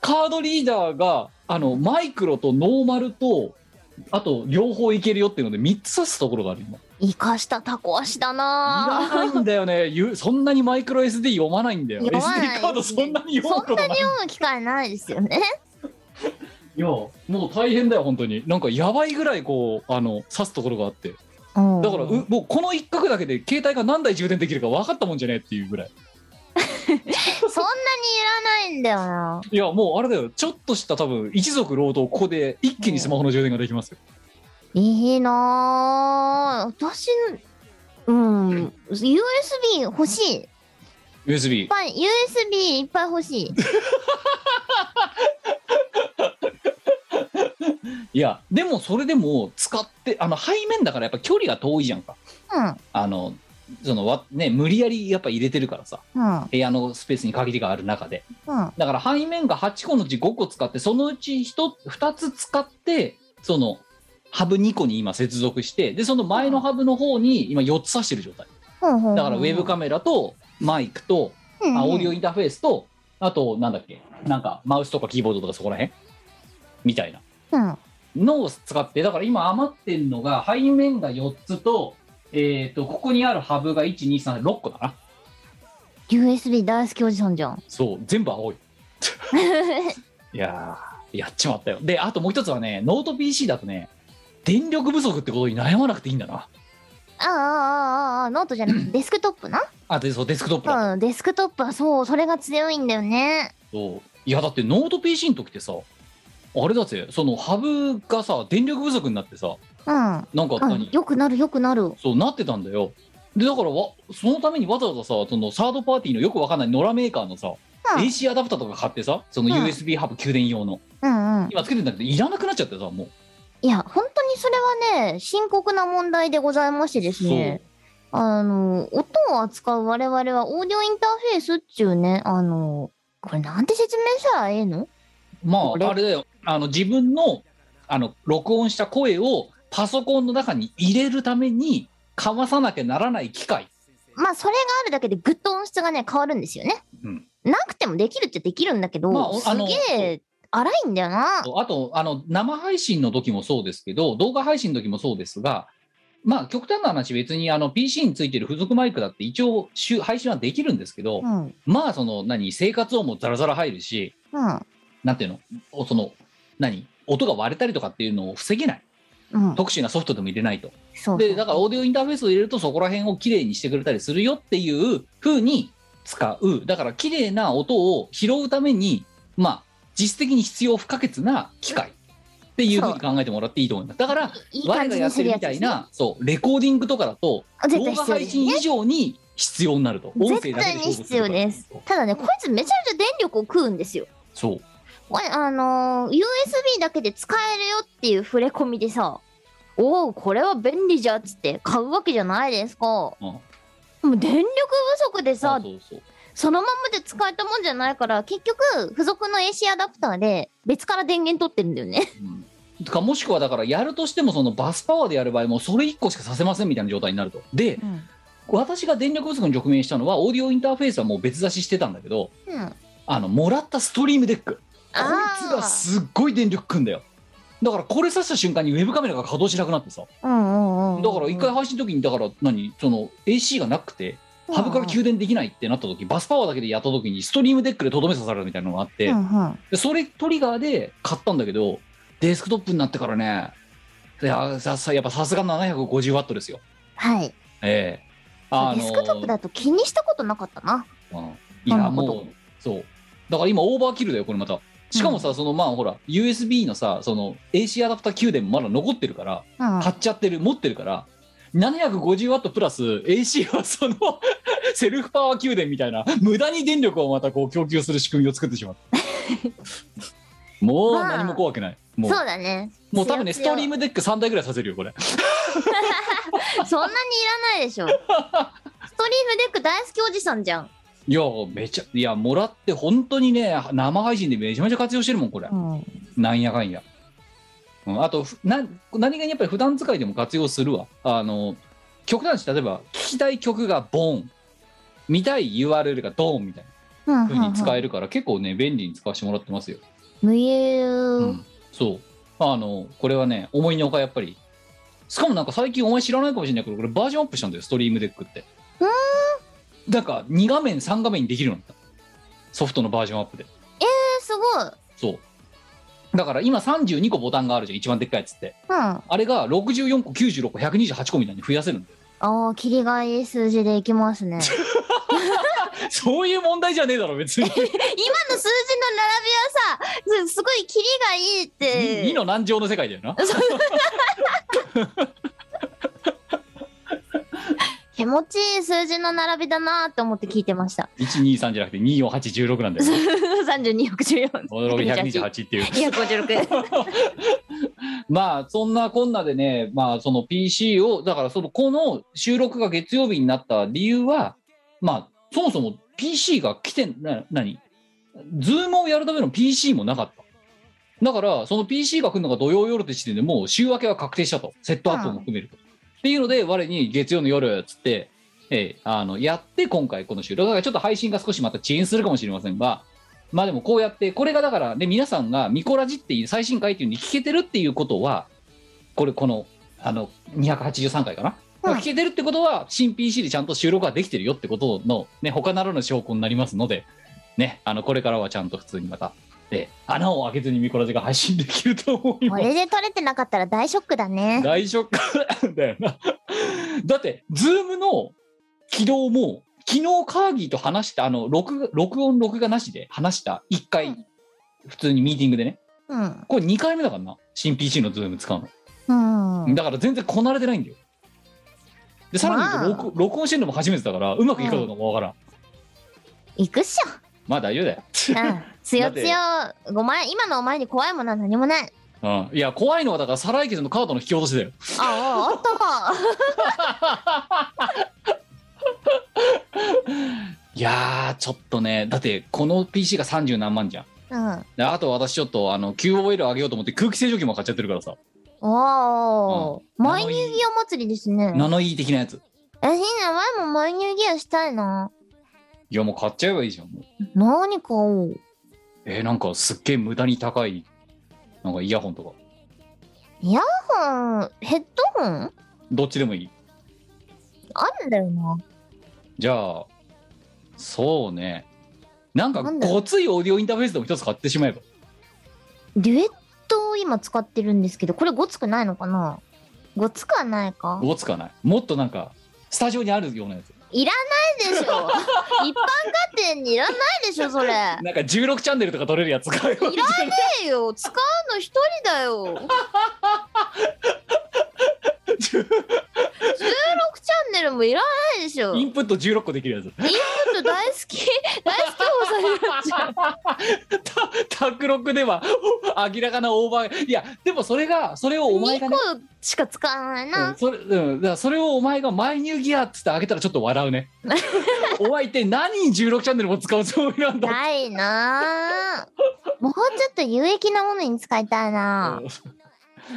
[SPEAKER 3] カードリーダーがあのマイクロとノーマルとあと両方いけるよっていうので3つ刺すところがある今
[SPEAKER 1] 生かしたタコ足だ
[SPEAKER 3] いら
[SPEAKER 1] な。
[SPEAKER 3] ないんだよねゆそんなにマイクロ SD 読まないんだよ
[SPEAKER 1] 読まない
[SPEAKER 3] SD カードそんなに読む
[SPEAKER 1] そ
[SPEAKER 3] こ
[SPEAKER 1] んな
[SPEAKER 3] と
[SPEAKER 1] に
[SPEAKER 3] ない
[SPEAKER 1] 読む機会ないですよね。
[SPEAKER 3] いやもう大変だよ本当になんかやばいぐらいこうあの刺すところがあって
[SPEAKER 1] だ
[SPEAKER 3] だからうもうこの一角だけで携帯が何台充電できるか分かったもんじゃねえっていうぐらい
[SPEAKER 1] そんなにいらないんだよな。
[SPEAKER 3] いやもうあれだよちょっとした多分一族労働ここで一気にスマホの充電ができますよ
[SPEAKER 1] いいなあ。私うん、USB 欲しい。いっ
[SPEAKER 3] USB
[SPEAKER 1] ぱい USB いっぱい欲しい。
[SPEAKER 3] いやでもそれでも使ってあの背面だからやっぱ距離が遠いじゃんか
[SPEAKER 1] うん
[SPEAKER 3] あのそのわね無理やりやっぱ入れてるからさ
[SPEAKER 1] うん
[SPEAKER 3] 部屋のスペースに限りがある中で
[SPEAKER 1] うん
[SPEAKER 3] だから背面が8個のうち5個使ってそのうち1 2つ使ってそのハブ2個に今接続してでその前のハブの方に今4つ挿してる状態
[SPEAKER 1] だ
[SPEAKER 3] だからウェブカメラとマイクと
[SPEAKER 1] うんうん
[SPEAKER 3] あオーディオインターフェースとあとなんだっけなんかマウスとかキーボードとかそこら辺みたいな
[SPEAKER 1] うん
[SPEAKER 3] のを使ってだから今余ってるのが背面が4つと,、えー、とここにあるハブが1236個だな
[SPEAKER 1] USB 大好きおじさんじゃん [laughs]
[SPEAKER 3] そう全部青いいやーやっちまったよであともう一つはねノート PC だとね電力不足ってことに悩まなくていいんだな
[SPEAKER 1] ああああああノートじゃなく
[SPEAKER 3] [laughs]
[SPEAKER 1] てデスクトップな
[SPEAKER 3] あでそうデスクトップだと
[SPEAKER 1] うんデスクトップはそうそれが強いんだよね
[SPEAKER 3] そういやだってノート PC の時ってさあれだぜそのハブがさ電力不足になってさ
[SPEAKER 1] うんう
[SPEAKER 3] なんか何、
[SPEAKER 1] んよくなるよくなる
[SPEAKER 3] そうなってたんだよでだからわそのためにわざわざさそのサードパーティーのよくわかんない野良メーカーのさ、
[SPEAKER 1] うん
[SPEAKER 3] AC アダプターとか買ってさその
[SPEAKER 1] うん
[SPEAKER 3] USB ハブ給電用の、
[SPEAKER 1] うんうん
[SPEAKER 3] 今つけてんだけどいらなくなっちゃってさもう
[SPEAKER 1] いや、本当にそれはね、深刻な問題でございましてですね、あの、音を扱う我々はオーディオインターフェースっていうね、あの、これなんて説明したらええの
[SPEAKER 3] ま
[SPEAKER 1] これ
[SPEAKER 3] ああれだよあの自分のあの録音した声をパソコンの中に入れるためにかわさなきゃならない機械
[SPEAKER 1] まあ、それがあるだけでぐっと音質がね、変わるんですよね。
[SPEAKER 3] うん
[SPEAKER 1] なくてもできるっちゃできるんだけど、
[SPEAKER 3] まあお
[SPEAKER 1] す
[SPEAKER 3] あの
[SPEAKER 1] げえ荒いんだよな。
[SPEAKER 3] あとあの生配信の時もそうですけど動画配信の時もそうですがまあ極端な話別にあの PC についてる付属マイクだって一応しゅ配信はできるんですけど、
[SPEAKER 1] うん。うん。
[SPEAKER 3] まあその何生活音もザラザラ入るしなんていうのおその何音が割れたりとかっていうのを防げない
[SPEAKER 1] うん。
[SPEAKER 3] 特殊なソフトでも入れないと
[SPEAKER 1] そう。
[SPEAKER 3] でだからオーディオインターフェースを入れるとそこら辺をきれいにしてくれたりするよっていう風に使うだからきれいな音を拾うためにまあ実質的に必要不可欠な機械っていう風に考えてもらっていいと思いますだから
[SPEAKER 1] いい
[SPEAKER 3] 我
[SPEAKER 1] 感
[SPEAKER 3] が
[SPEAKER 1] じに
[SPEAKER 3] やって
[SPEAKER 1] す
[SPEAKER 3] る
[SPEAKER 1] る
[SPEAKER 3] み
[SPEAKER 1] やつ
[SPEAKER 3] た
[SPEAKER 1] で
[SPEAKER 3] い
[SPEAKER 1] すね。
[SPEAKER 3] なそうレコーディングとかだと
[SPEAKER 1] 絶
[SPEAKER 3] 動
[SPEAKER 1] 対
[SPEAKER 3] 画
[SPEAKER 1] 必要で
[SPEAKER 3] 配
[SPEAKER 1] す
[SPEAKER 3] 信
[SPEAKER 1] ね。
[SPEAKER 3] 以上に必要になると音声
[SPEAKER 1] 絶
[SPEAKER 3] だけ
[SPEAKER 1] 対
[SPEAKER 3] で
[SPEAKER 1] に
[SPEAKER 3] 勝負
[SPEAKER 1] 必要
[SPEAKER 3] るから
[SPEAKER 1] です。ただね、こいつめちゃめちゃ電力を食うんですよ。
[SPEAKER 3] そう
[SPEAKER 1] これあのー USB だけで使えるよっていう触れ込みでさおおこれは便利じゃっつって買うわけじゃないですかも
[SPEAKER 3] うん
[SPEAKER 1] う電力不足で
[SPEAKER 3] そ
[SPEAKER 1] さ
[SPEAKER 3] うそう
[SPEAKER 1] そのままで使えたもんじゃないから結局付属の AC アダプターで別から電源取ってるんだよね
[SPEAKER 3] うんとかもしくはだからやるとしてもそのバスパワーでやる場合もそれ1個しかさせませんみたいな状態になるとで、
[SPEAKER 1] うん、
[SPEAKER 3] 私が電力不足に直面したのはオーディオインターフェースはもう別出ししてたんだけど
[SPEAKER 1] あ
[SPEAKER 3] あのもらったストリームデックこいつが
[SPEAKER 1] あ
[SPEAKER 3] すっごい電力食うんだよだからこれ挿した瞬間にウェブカメラが稼働しなくなってさ
[SPEAKER 1] ーうんうんうん
[SPEAKER 3] だから一回配信の時にだから何その AC がなくてハブから給電できないってなった時バスパワーだけでやった時にストリームデックでとどめ刺されるみたいなのがあって、
[SPEAKER 1] うんうん
[SPEAKER 3] でそれトリガーで買ったんだけどデスクトップになってからねいやささやっぱさすが750ワットですよ
[SPEAKER 1] はい
[SPEAKER 3] ええ
[SPEAKER 1] デスクトップだと気にしたことなかったな
[SPEAKER 3] うんい
[SPEAKER 1] な
[SPEAKER 3] や
[SPEAKER 1] るほど
[SPEAKER 3] もうそうだから今オーバーキルだよこれまたしかもさ、そのまあほら USB のさその AC アダプター給電もまだ残ってるから
[SPEAKER 1] うん
[SPEAKER 3] 買っちゃってる持ってるから750ワットプラス AC はその [laughs] セルフパワー給電みたいな無駄に電力をまたこう供給する仕組みを作ってしまった
[SPEAKER 1] [laughs]
[SPEAKER 3] もう
[SPEAKER 1] まあ
[SPEAKER 3] 何も怖くない、もう
[SPEAKER 1] そうだね
[SPEAKER 3] もう多分ねス
[SPEAKER 1] 強強
[SPEAKER 3] トリームデック3台ぐらいさせるよこれ
[SPEAKER 1] そんなにいらないで
[SPEAKER 3] [laughs]
[SPEAKER 1] しょストリームデック大好きおじさんじゃん
[SPEAKER 3] いやめちゃいやもらって本当にね生配信でめちゃめちゃ活用してるもんこれ、
[SPEAKER 1] うん
[SPEAKER 3] なんやかんや。うん、あとふな、何気にやっぱり普段使いでも活用するわ。あの、極端に例えば、聞きたい曲がボン、見たい URL がドーンみたい
[SPEAKER 1] うん
[SPEAKER 3] な
[SPEAKER 1] う
[SPEAKER 3] 風に使
[SPEAKER 1] ん
[SPEAKER 3] えるから、結構ね、便利に使わせてもらってますよ。
[SPEAKER 1] 無友
[SPEAKER 3] そう。あの、これはね、思いのほかやっぱり。しかもなんか最近お前知らないかもしれないけど、これバージョンアップしたんだよ、ストリームデックって。なんか2画面、3画面にできるようになった。ソフトのバージョンアップで。
[SPEAKER 1] えすごい
[SPEAKER 3] そう。だから今32個ボタンがあるじゃん、一番でっかいやつって。
[SPEAKER 1] うんあ
[SPEAKER 3] あれが64個、96個、128個みたいに増やせるんだよ。
[SPEAKER 1] あ切りがいい数字でいきます [laughs] ね
[SPEAKER 3] [laughs] そういう問題じゃねえだろ、別に。
[SPEAKER 1] 今の数字の並びはさすすごい切りがいいって
[SPEAKER 3] 2の難情の世界だよな。
[SPEAKER 1] 気持ちいい数字の並びだなーって思って聞いてま [laughs] した
[SPEAKER 3] 123じゃなくて24816なんだよ。
[SPEAKER 1] 32億14
[SPEAKER 3] 128っていう。
[SPEAKER 1] 256
[SPEAKER 3] まあ、そんなこんなでね、まあ、その PC を、だから、その、この収録が月曜日になった理由は、まあ、そもそも PC が来て、な、何ズームをやるための PC もなかった。だから、その PC が来るのが土曜夜って時点でもう週明けは確定したと。セットアップも含めると。っていうので、我に月曜の夜、つって、ええあのやって今回この収録だからちょっと配信が少しまた遅延するかもしれませんがまあでもこうやってこれがだからで皆さんがミコラジっていう最新回っていうのに聞けてるっていうことはこれこのあの283回かな、
[SPEAKER 1] うん
[SPEAKER 3] 聞けてるってことは新 PC でちゃんと収録ができてるよってことのね他ならぬ証拠になりますのでねあのこれからはちゃんと普通にまた、ええ穴を開けずにミコラジが配信できると思い
[SPEAKER 1] こ
[SPEAKER 3] ます
[SPEAKER 1] れで取れてなかったら大ショックだね。
[SPEAKER 3] 大ショックだよな。だって、ズームの起動も、昨日カーギーと話した、あの、録録音、録画なしで話した1回、
[SPEAKER 1] うん
[SPEAKER 3] 普通にミーティングでね、
[SPEAKER 1] うん。
[SPEAKER 3] これ2回目だからな、新 PC のズーム使う
[SPEAKER 1] うん。
[SPEAKER 3] の。だから全然こなれてないんだよ。で、さらに言うと
[SPEAKER 1] まあ
[SPEAKER 3] 録、録音してるのも初めてだから、うまくいくかどうかもわからん。
[SPEAKER 1] 行くっしょ。
[SPEAKER 3] まあ大丈夫だよ。
[SPEAKER 1] うん。つよつよ。ごま今のお前に怖いものは何もない。
[SPEAKER 3] うん、いや、怖いのはだから、サライケさんのカードの引き落としだよ。
[SPEAKER 1] ああ、あったか。
[SPEAKER 3] いやー、ちょっとね、だって、この PC が30何万じゃん。
[SPEAKER 1] うん。
[SPEAKER 3] であと私ちょっとあの QOL 上げようと思って空気清浄機も買っちゃってるからさ、
[SPEAKER 1] おー。
[SPEAKER 3] うん
[SPEAKER 1] マイニューギア祭りですね。
[SPEAKER 3] ナノイー的なやつ
[SPEAKER 1] え、いいな、前もマイニューギアしたいな。
[SPEAKER 3] いやもう買っちゃえばいいじゃんもう
[SPEAKER 1] 何買おう。
[SPEAKER 3] えー、なんかすっげえ無駄に高いなんかイヤホンとか
[SPEAKER 1] うん、ヘッドホン
[SPEAKER 3] どっちでもいい
[SPEAKER 1] あるんだよな。
[SPEAKER 3] じゃあそうねなんか
[SPEAKER 1] なんだ
[SPEAKER 3] ごついオーディオインターフェースでも一つ買ってしまえば
[SPEAKER 1] デュエットを今使ってるんですけど、これごつくないのかなごつくはないか
[SPEAKER 3] ごつかないもっとなんかスタジオにあるようなやつ
[SPEAKER 1] いらないで
[SPEAKER 3] [laughs]
[SPEAKER 1] しょ一般家庭にいらないでしょそれ。ね
[SPEAKER 3] なんか16チャンネルとか撮れるやつ買えばいいじゃん
[SPEAKER 1] えよ使うの一人だよ。16チャンネルもいらないでしょ
[SPEAKER 3] インプット16個できるやつ
[SPEAKER 1] インプット大好
[SPEAKER 3] [laughs]
[SPEAKER 1] き大好き放されるじゃん。
[SPEAKER 3] タクロクでは明らかなオーバーいやでもそれがそれをお前が
[SPEAKER 1] 2
[SPEAKER 3] ね
[SPEAKER 1] 個しか使わないな。
[SPEAKER 3] うんそれうん、だからそれをお前が「マイニューギア」っつってあげたらちょっと笑うねお前一体何に16チャンネルも使うつもりなんだ
[SPEAKER 1] ないなぁ。もうちょっと有益なものに使いたいなぁ。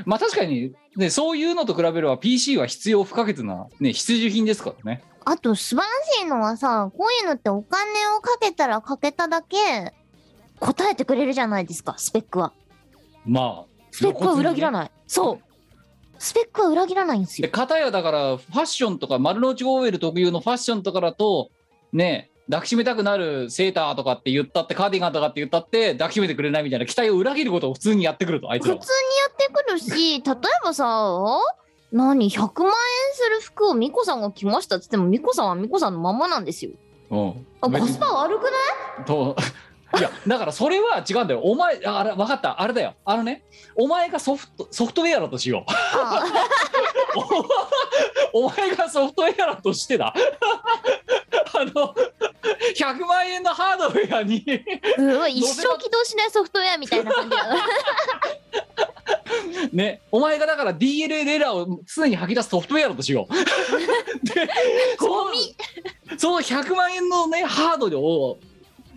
[SPEAKER 3] まあ確かに、ね、そういうのと比べれば PC は必要不可欠な、ね、必需品ですからね
[SPEAKER 1] あと素晴らしいのはさ、こういうのってお金をかけたらかけただけ答えてくれるじゃないですか、スペックは。
[SPEAKER 3] まあ
[SPEAKER 1] スペックは裏切ら
[SPEAKER 3] い
[SPEAKER 1] ない。そう。スペックは裏切らないんです
[SPEAKER 3] で
[SPEAKER 1] よ。
[SPEAKER 3] 片やだからファッションとか丸の内オーウェル特有のファッションとかだとね抱きしめたくなるセーターとかって言ったってカーディガンとかって言ったって抱きしめてくれないみたいな期待を裏切ることを普通にやってくるとあいつ
[SPEAKER 1] 普通
[SPEAKER 3] ら
[SPEAKER 1] [laughs] にや
[SPEAKER 3] は
[SPEAKER 1] ってくるし、例えばさ、何、100万円する服をミコさんが着ましたっつっても、ミコさんはミコさんのままなんですよ。
[SPEAKER 3] う
[SPEAKER 1] あ
[SPEAKER 3] ん別
[SPEAKER 1] コ
[SPEAKER 3] に
[SPEAKER 1] スパ悪
[SPEAKER 3] [laughs]
[SPEAKER 1] くない
[SPEAKER 3] といやだからそれは違うんだよお前ああれ分かったあれだよあのねお前がソフトソフトウェアだとしよう [laughs]
[SPEAKER 1] あ
[SPEAKER 3] お前がソフトウェアだとしてだ [laughs] あの100万円のハードウェアに
[SPEAKER 1] うわ一生起動しないソフトウェアみたいな感じ
[SPEAKER 3] [laughs]
[SPEAKER 1] だな。
[SPEAKER 3] ねお前がだから DLL エラーを常に吐き出すソフトウェアだとしよ
[SPEAKER 1] [laughs]
[SPEAKER 3] うでその
[SPEAKER 1] ゴミ
[SPEAKER 3] その100万円のねハードを、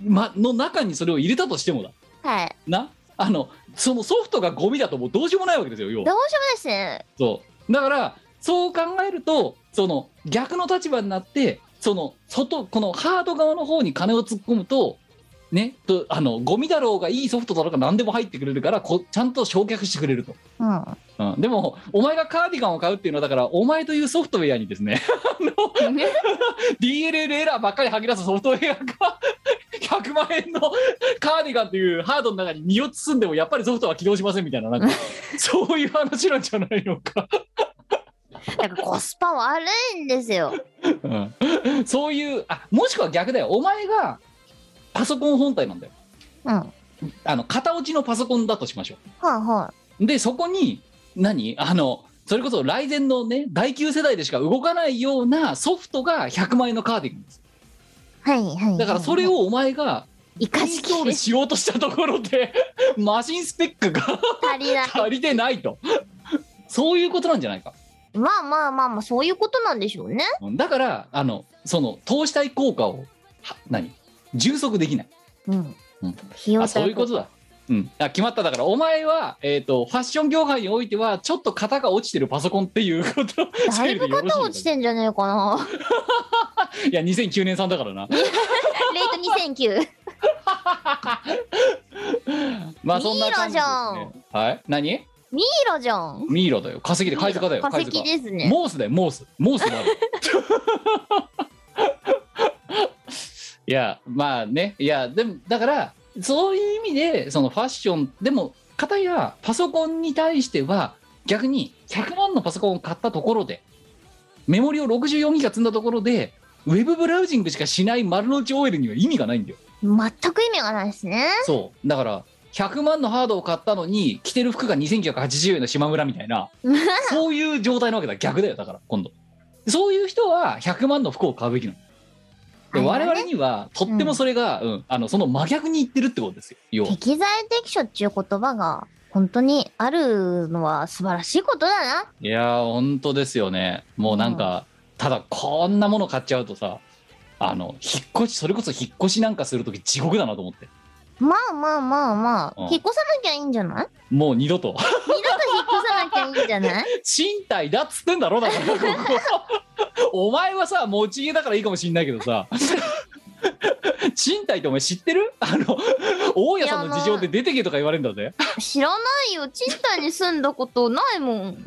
[SPEAKER 3] ま、の中にそれを入れたとしてもだ
[SPEAKER 1] はい。
[SPEAKER 3] なあのそのソフトがゴミだともうどうしようもないわけですよ要は
[SPEAKER 1] どうしようもないですね。
[SPEAKER 3] そうだからそう考えるとその逆の立場になってその外このハード側の方に金を突っ込むとねとあのゴミだろうがいいソフトだろうが何でも入ってくれるからこちゃんと焼却してくれると、
[SPEAKER 1] うん。 [laughs]
[SPEAKER 3] うん、でもお前がカーディガンを買うっていうのはだからお前というソフトウェアにですね [laughs] DLL エラーばっかり吐き出すソフトウェアが [laughs] 100万円のカーディガンというハードの中に身を包んでもやっぱりソフトは起動しませんみたいななん [laughs] かそういう話なんじゃないのか
[SPEAKER 1] なんかコスパ悪いんですよ。
[SPEAKER 3] うんそういうあもしくは逆だよお前がパソコン本体なんだよ
[SPEAKER 1] うん。は
[SPEAKER 3] あの型落ちのパソコンだとしましょ
[SPEAKER 1] あは
[SPEAKER 3] うでそこに何あのそれこそライゼンのね第9世代でしか動かないようなソフトが100万円のカーディガンです
[SPEAKER 1] あ。はいはいはい。
[SPEAKER 3] だからそれを。お前が
[SPEAKER 1] 生
[SPEAKER 3] イ
[SPEAKER 1] か
[SPEAKER 3] ン
[SPEAKER 1] し
[SPEAKER 3] ス
[SPEAKER 1] き
[SPEAKER 3] トール
[SPEAKER 1] れ
[SPEAKER 3] しようとしたところで [laughs] マシンスペックが
[SPEAKER 1] 足り
[SPEAKER 3] [laughs]
[SPEAKER 1] ない。
[SPEAKER 3] 足りてないとそういうことなんじゃないか
[SPEAKER 1] まあまあまあまあ、そういうことなんでしょうね。
[SPEAKER 3] だからあのその投資対効果をは何充足できない
[SPEAKER 1] うん
[SPEAKER 3] うん。
[SPEAKER 1] 費用
[SPEAKER 3] あそういうこと
[SPEAKER 1] だ。
[SPEAKER 3] だうん、あ決まっただからお前は、えー、とファッション業界においてはちょっと型が落ちてるパソコンっていうこと
[SPEAKER 1] [laughs] だいぶ肩落ちてんじゃねえかな。
[SPEAKER 3] いや2009年産だからな
[SPEAKER 1] レート2009。
[SPEAKER 3] まあそんな感じ
[SPEAKER 1] ミイロじ
[SPEAKER 3] です、ね、
[SPEAKER 1] ゃん
[SPEAKER 3] はい何
[SPEAKER 1] ミイロじゃん。
[SPEAKER 3] ミイロだよ化石で貝塚だよ
[SPEAKER 1] 化
[SPEAKER 3] 貝
[SPEAKER 1] 石
[SPEAKER 3] 塚
[SPEAKER 1] ですね。
[SPEAKER 3] モースだよモースモースだろいやまあねいやでもだからそういう意味でそのファッションでも片やパソコンに対しては逆に100万のパソコンを買ったところでメモリを64ギガ積んだところでウェブブラウジングしかしない丸の内 OL には意味がないんだよ
[SPEAKER 1] 全く意味がないですね。
[SPEAKER 3] そうだから100万のハードを買ったのに着てる服が2980円の島村みたいなそういう状態なわけだ逆だよだから今度そういう人は100万の服を買うべきなので
[SPEAKER 1] あ
[SPEAKER 3] 我
[SPEAKER 1] れはね
[SPEAKER 3] 々にはとってもそれが、うんあのその真逆に言ってるってことですよ要は
[SPEAKER 1] 適材適所っていう言葉が本当にあるのは素晴らしいことだな。
[SPEAKER 3] いやー本当ですよねもうなんか、ただこんなもの買っちゃうとさあの引っ越しそれこそ引っ越しなんかする時地獄だなと思って
[SPEAKER 1] まあまあまあまあ、
[SPEAKER 3] うん
[SPEAKER 1] 引っ越さなきゃいいんじゃない
[SPEAKER 3] もう二度
[SPEAKER 1] 二
[SPEAKER 3] と
[SPEAKER 1] 度と引っ越さなきゃいいんじゃない
[SPEAKER 3] 賃貸だっつってんだろだからここお前はさ持ち家だからいいかもしんないけどさ賃貸ってお前知ってるあの大家さんの事情で出てけとか言われるんだぜ
[SPEAKER 1] 知らないよ。賃貸に住んだことないもん。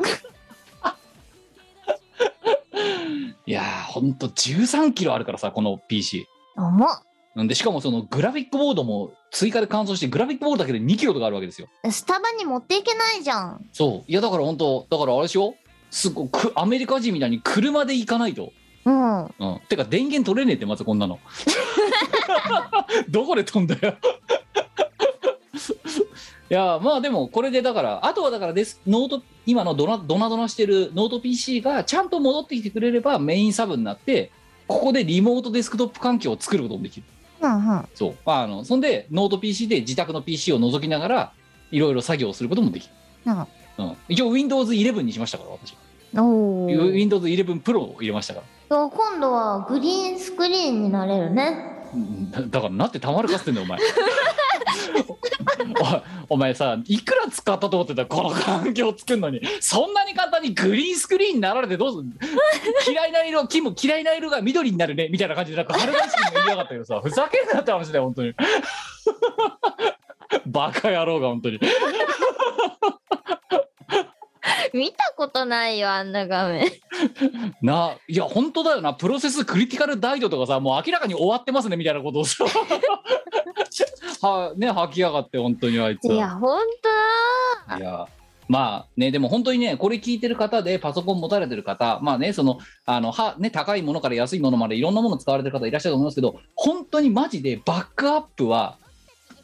[SPEAKER 3] いやーほんと13キロあるからさこの PC
[SPEAKER 1] 重
[SPEAKER 3] なんでしかもそのグラフィックボードも追加で乾燥してグラフィックボードだけで2キロとかあるわけですよ
[SPEAKER 1] っ。スタバに持っていけないじゃん。
[SPEAKER 3] そういやだから本当だからあれでしょすごくアメリカ人みたいに車で行かないと、
[SPEAKER 1] うん。
[SPEAKER 3] うん、てか電源取れねえってまずこんなのどこで飛んだよいやまあでもこれでだからあとはだからですノート今のドナドナドナしてるノート PC がちゃんと戻ってきてくれればメインサブになってここでリモートデスクトップ環境を作ることもできる
[SPEAKER 1] うんうん。
[SPEAKER 3] そうまああのそんでノート PC で自宅の PC を覗きながらいろいろ作業をすることもできる、
[SPEAKER 1] うん
[SPEAKER 3] うん、一応 Windows11 にしましたから私
[SPEAKER 1] おお。い
[SPEAKER 3] Windows 11 Pro を入れましたから
[SPEAKER 1] や今度はグリーンスクリーンになれるね。
[SPEAKER 3] うんだだからなってたまるかっつってんだよお前おお [laughs] 前さいくら使ったと思ってたこの環境作るのにそんなに簡単にグリーンスクリーンになられてどうすん嫌いな色キム嫌いな色が緑になるねみたいな感じでなんか春らしく言いやがったけどさふざけんなって話だよ本当に [laughs] バカ野郎が本当に
[SPEAKER 1] 見たことないよ、あんな画面。
[SPEAKER 3] ないや本当だよなプロセスクリティカルダイドとかさもう明らかに終わってますねみたいなことをさ [laughs] はね吐きやがって本当にあいつ
[SPEAKER 1] い
[SPEAKER 3] は
[SPEAKER 1] や、ほんとだ
[SPEAKER 3] いや [laughs] まあねでも本当にねこれ聞いてる方でパソコン持たれてる方まあねそのあのはね高いものから安いものまでいろんなもの使われてる方いらっしゃると思いますけど本当にマジでバックアップは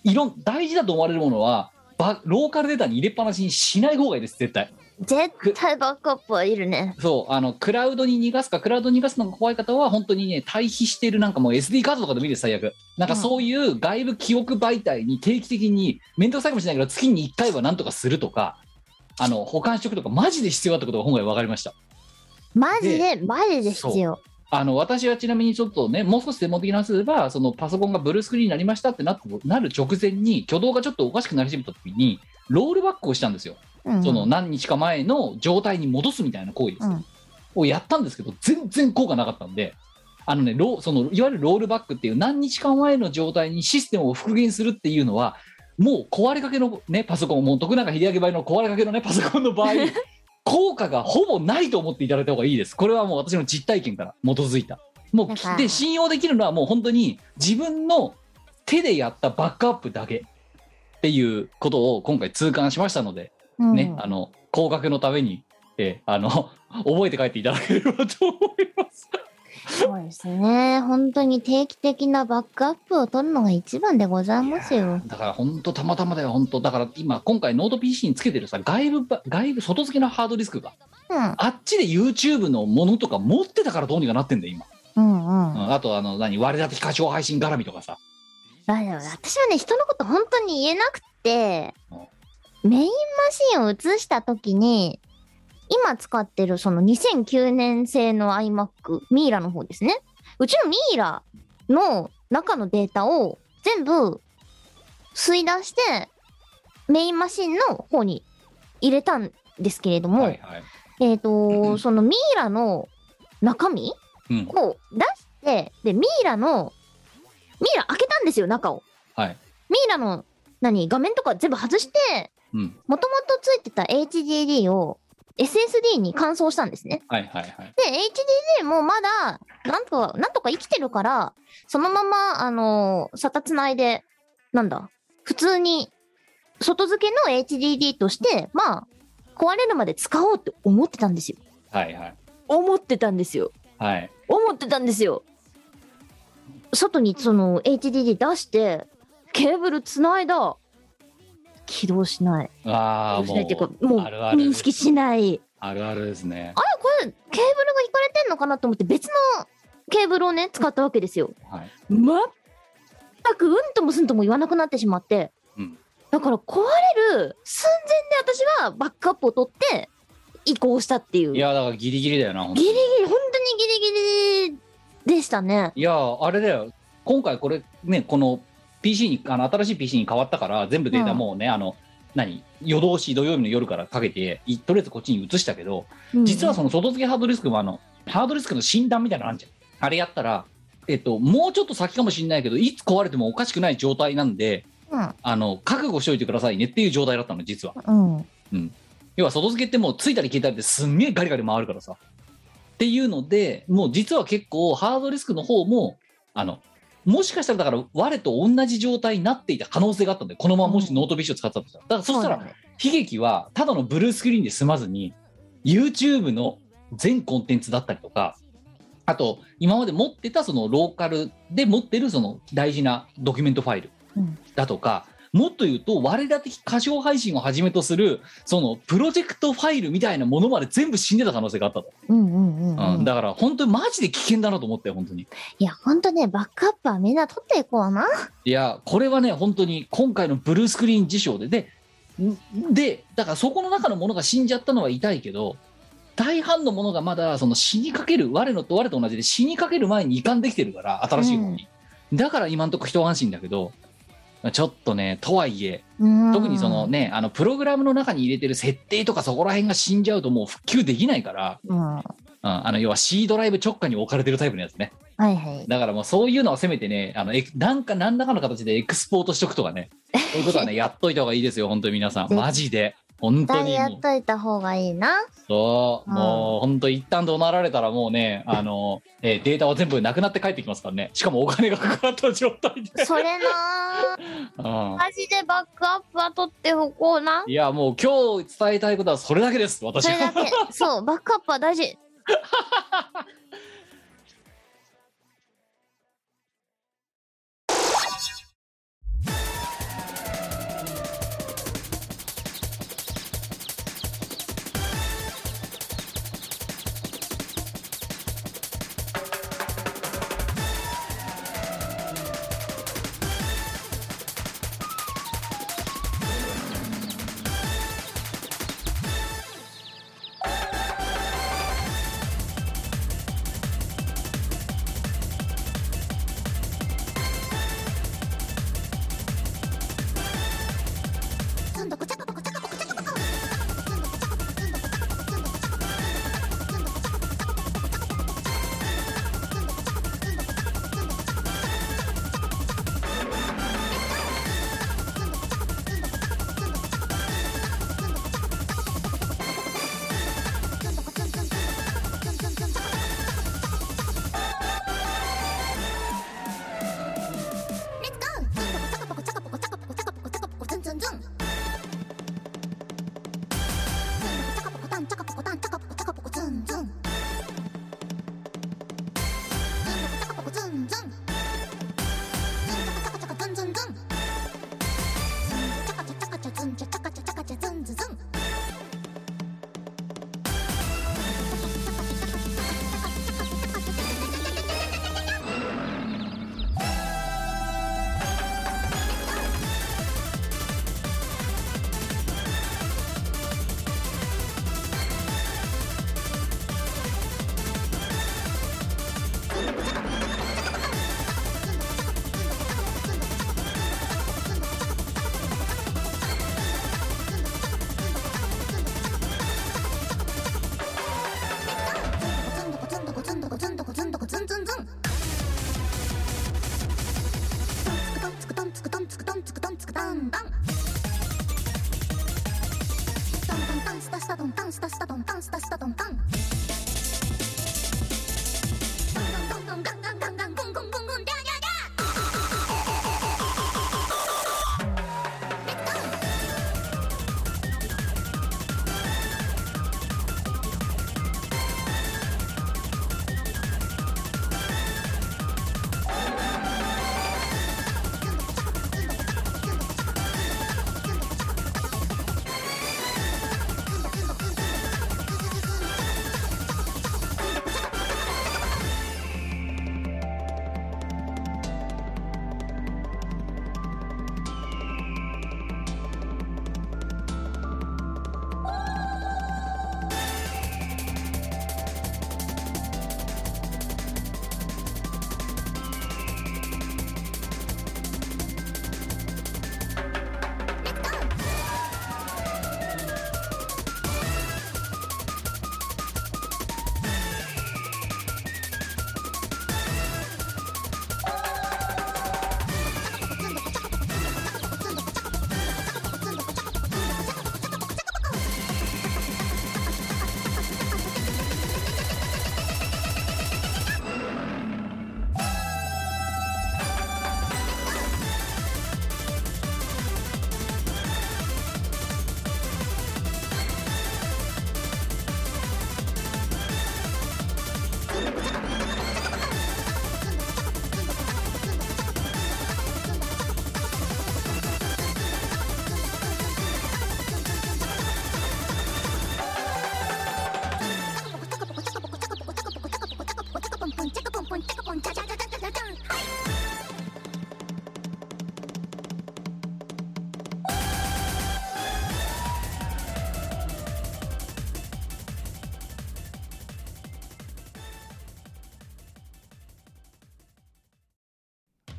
[SPEAKER 3] いろん大事だと思われるものはバローカルデータに入れっぱなしにしない方がいいです絶対
[SPEAKER 1] 絶対バックアップはいるね。
[SPEAKER 3] そうあのクラウドに逃がすかクラウドに逃がすのが怖い方は本当にね対比しているなんかもう SD カードとかでもいいです最悪なんかそういう外部記憶媒体に定期的に面倒くさいかもしれないけど月に1回はなんとかするとかあの保管しておくとかマジで必要だってことが今回分かりました
[SPEAKER 1] マジで、マジで必要。
[SPEAKER 3] あの私はちなみにちょっとねもう少し専門的な話すればそのパソコンがブルースクリーンになりましたってなってなる直前に挙動がちょっとおかしくなり始めた時にロールバックをしたんですよ
[SPEAKER 1] うん
[SPEAKER 3] その何日か前の状態に戻すみたいな行為です、
[SPEAKER 1] うん
[SPEAKER 3] をやったんですけど全然効果なかったんであのねローそのいわゆるロールバックっていう何日か前の状態にシステムを復元するっていうのはもう壊れかけのねパソコンもう徳永秀明ばりの壊れかけのねパソコンの場合効果がほぼないと思っていただいた方がいいですこれはもう私の実体験から基づいたも
[SPEAKER 1] だから
[SPEAKER 3] うで信用できるのはもう本当に自分の手でやったバックアップだけっていうことを今回痛感しましたので
[SPEAKER 1] うん
[SPEAKER 3] ね、あの、高額のために、えーあの、覚えて帰っていただければと思います。
[SPEAKER 1] そうですね。本当に定期的なバックアップを取るのが一番でございますよ。
[SPEAKER 3] だから、本当たまたまだよ、本当だから、今、今回、ノート PC につけてるさ、外部ば、外部、外付けのハードディスクが、
[SPEAKER 1] うん。
[SPEAKER 3] あっちで YouTube のものとか持ってたからどうにかなってんだよ、今。
[SPEAKER 1] うん
[SPEAKER 3] う
[SPEAKER 1] うん。
[SPEAKER 3] ん、あと、あの、何、割れ立て歌唱配信絡みとかさ。
[SPEAKER 1] まあでも私はね、人のこと本当に言えなくて、メインマシンを移した時に、今使ってるその2009年製の iMac、ミイラの方ですね。うちのミイラの中のデータを全部吸い出して、メインマシンの方に入れたんですけれども、
[SPEAKER 3] はいはい
[SPEAKER 1] えっ、
[SPEAKER 3] んう
[SPEAKER 1] と、
[SPEAKER 3] ん
[SPEAKER 1] そのミイラの中身
[SPEAKER 3] うん
[SPEAKER 1] を出して、で、ミイラの、ミイラ開けたんですよ、中を。
[SPEAKER 3] はい
[SPEAKER 1] ミイラの、何、画面とか全部外して、
[SPEAKER 3] うん
[SPEAKER 1] もともとついてた HDD を SSD に換装したんですね。
[SPEAKER 3] はいはいはい
[SPEAKER 1] で、HDD もまだ、なんとか、なんとか生きてるから、そのまま、あのー、SATA つないで、なんだ、普通に、外付けの HDD として、まあ、壊れるまで使おうって思ってたんですよ。
[SPEAKER 3] はいはい
[SPEAKER 1] 思ってたんですよ。
[SPEAKER 3] はい
[SPEAKER 1] 思ってたんですよ。外にその HDD 出して、ケーブルつないだ。起動しない。
[SPEAKER 3] ああ
[SPEAKER 1] 起動しない
[SPEAKER 3] も
[SPEAKER 1] っていうか、
[SPEAKER 3] う
[SPEAKER 1] もう
[SPEAKER 3] あるある
[SPEAKER 1] 認識しない。
[SPEAKER 3] あるあるですね
[SPEAKER 1] あれこれケーブルが引かれてんのかなと思って別のケーブルをね使ったわけですよ
[SPEAKER 3] はい
[SPEAKER 1] 全くうんともすんとも言わなくなってしまって、
[SPEAKER 3] うん
[SPEAKER 1] だから壊れる寸前で私はバックアップを取って移行したっていう
[SPEAKER 3] いやだからギリギリだよな本当
[SPEAKER 1] ギ
[SPEAKER 3] に
[SPEAKER 1] リギリ本当にギリギリでしたね
[SPEAKER 3] いやあれだよ今回これねこの PC にあの新しい PC に変わったから全部データもうね、あの何夜通し土曜日の夜からかけていとりあえずこっちに移したけど実はその外付けハードディスクもあのハードディスクの診断みたいなのあるじゃんあれやったらえっともうちょっと先かもしれないけどいつ壊れてもおかしくない状態なんで
[SPEAKER 1] うん
[SPEAKER 3] あの覚悟しといてくださいねっていう状態だったの実は
[SPEAKER 1] うん、うん
[SPEAKER 3] 要は外付けってもうついたり消えたりですんげえガリガリ回るからさっていうのでもう実は結構ハードディスクの方もあのもしかしたらだから我と同じ状態になっていた可能性があったんでこのままもしノート PC を使ってたとしたらだからそしたら
[SPEAKER 1] うだね
[SPEAKER 3] 悲劇はただのブルースクリーンで済まずに YouTube の全コンテンツだったりとかあと今まで持ってたそのローカルで持ってるその大事なドキュメントファイル
[SPEAKER 1] うん
[SPEAKER 3] だとか、もっと言うと我ら的歌唱配信をはじめとするそのプロジェクトファイルみたいなものまで全部死んでた可能性があったと、
[SPEAKER 1] うんうんうんうん
[SPEAKER 3] うんだから本当にマジで危険だなと思ったよ本当に
[SPEAKER 1] いや本当ねバックアップはみんな取っていこうない
[SPEAKER 3] やこれはね本当に今回のブルースクリーン事象ででんでだからそこの中のものが死んじゃったのは痛いけど大半のものがまだその死にかける我のと我と同じで死にかける前に移管できてるから新しい方に、だから今んとこ一安心だけどちょっとねとはいえ
[SPEAKER 1] うん
[SPEAKER 3] 特にそのねあのプログラムの中に入れてる設定とかそこら辺が死んじゃうともう復旧できないから、
[SPEAKER 1] うんは
[SPEAKER 3] うんあの要は C ドライブ直下に置かれてるタイプのやつね
[SPEAKER 1] いはい
[SPEAKER 3] だからもうそういうのはせめてね、あのえなんか何らかの形でエクスポートしとくとかね、そういうこ
[SPEAKER 1] [laughs]
[SPEAKER 3] とはね、やっといた方がいいですよ、本当に皆さん、
[SPEAKER 1] ぜひ
[SPEAKER 3] マジで、
[SPEAKER 1] 絶
[SPEAKER 3] 本当
[SPEAKER 1] 対
[SPEAKER 3] に
[SPEAKER 1] や
[SPEAKER 3] もう
[SPEAKER 1] っ、といた方がいいな
[SPEAKER 3] そう、
[SPEAKER 1] うん
[SPEAKER 3] もう本当、一旦怒鳴られたら、もうね、あのえーデータは全部なくなって帰ってきますからね、しかもお金がかかった状態
[SPEAKER 1] [laughs]
[SPEAKER 3] で。
[SPEAKER 1] それなー
[SPEAKER 3] [laughs] うん
[SPEAKER 1] マジでバックアップは取っておこうない
[SPEAKER 3] やもう今日伝えたいことはそれだけです私
[SPEAKER 1] それ
[SPEAKER 3] は
[SPEAKER 1] だけそうバックアップは大事
[SPEAKER 4] スタドンタンスタスタドンタンスタスタドンタンドンドンドンドンガンガンガンガンゴンゴンゴンゴンギャーギャーギャー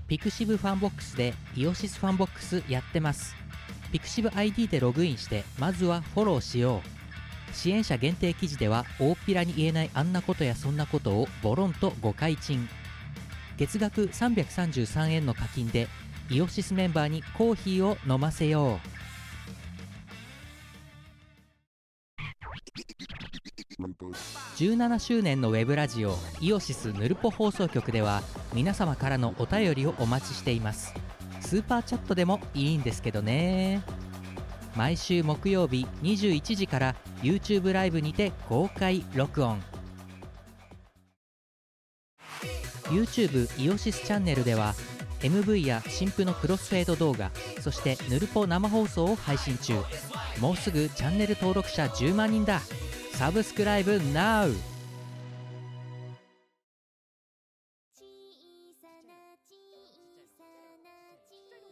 [SPEAKER 2] ピクシブファンボックスでイオシスファンボックスやってますピクシブ ID でログインしてまずはフォローしよう支援者限定記事では大っぴらに言えないあんなことやそんなことをボロンと誤解賃月額333円の課金でイオシスメンバーにコーヒーを飲ませよう
[SPEAKER 5] Rupert.
[SPEAKER 2] 17周年のウェブラジオイオシスヌルポ放送局では皆様からのお便りをお待ちしていますスーパーチャットでもいいんですけどね毎週木曜日21時から YouTube ライブにて公開録音 YouTube イオシスチャンネルでは MV や新婦のクロスフェード動画そしてヌルポ生放送を配信中もうすぐチャンネル登録者10万人だサブスクライブ NOW!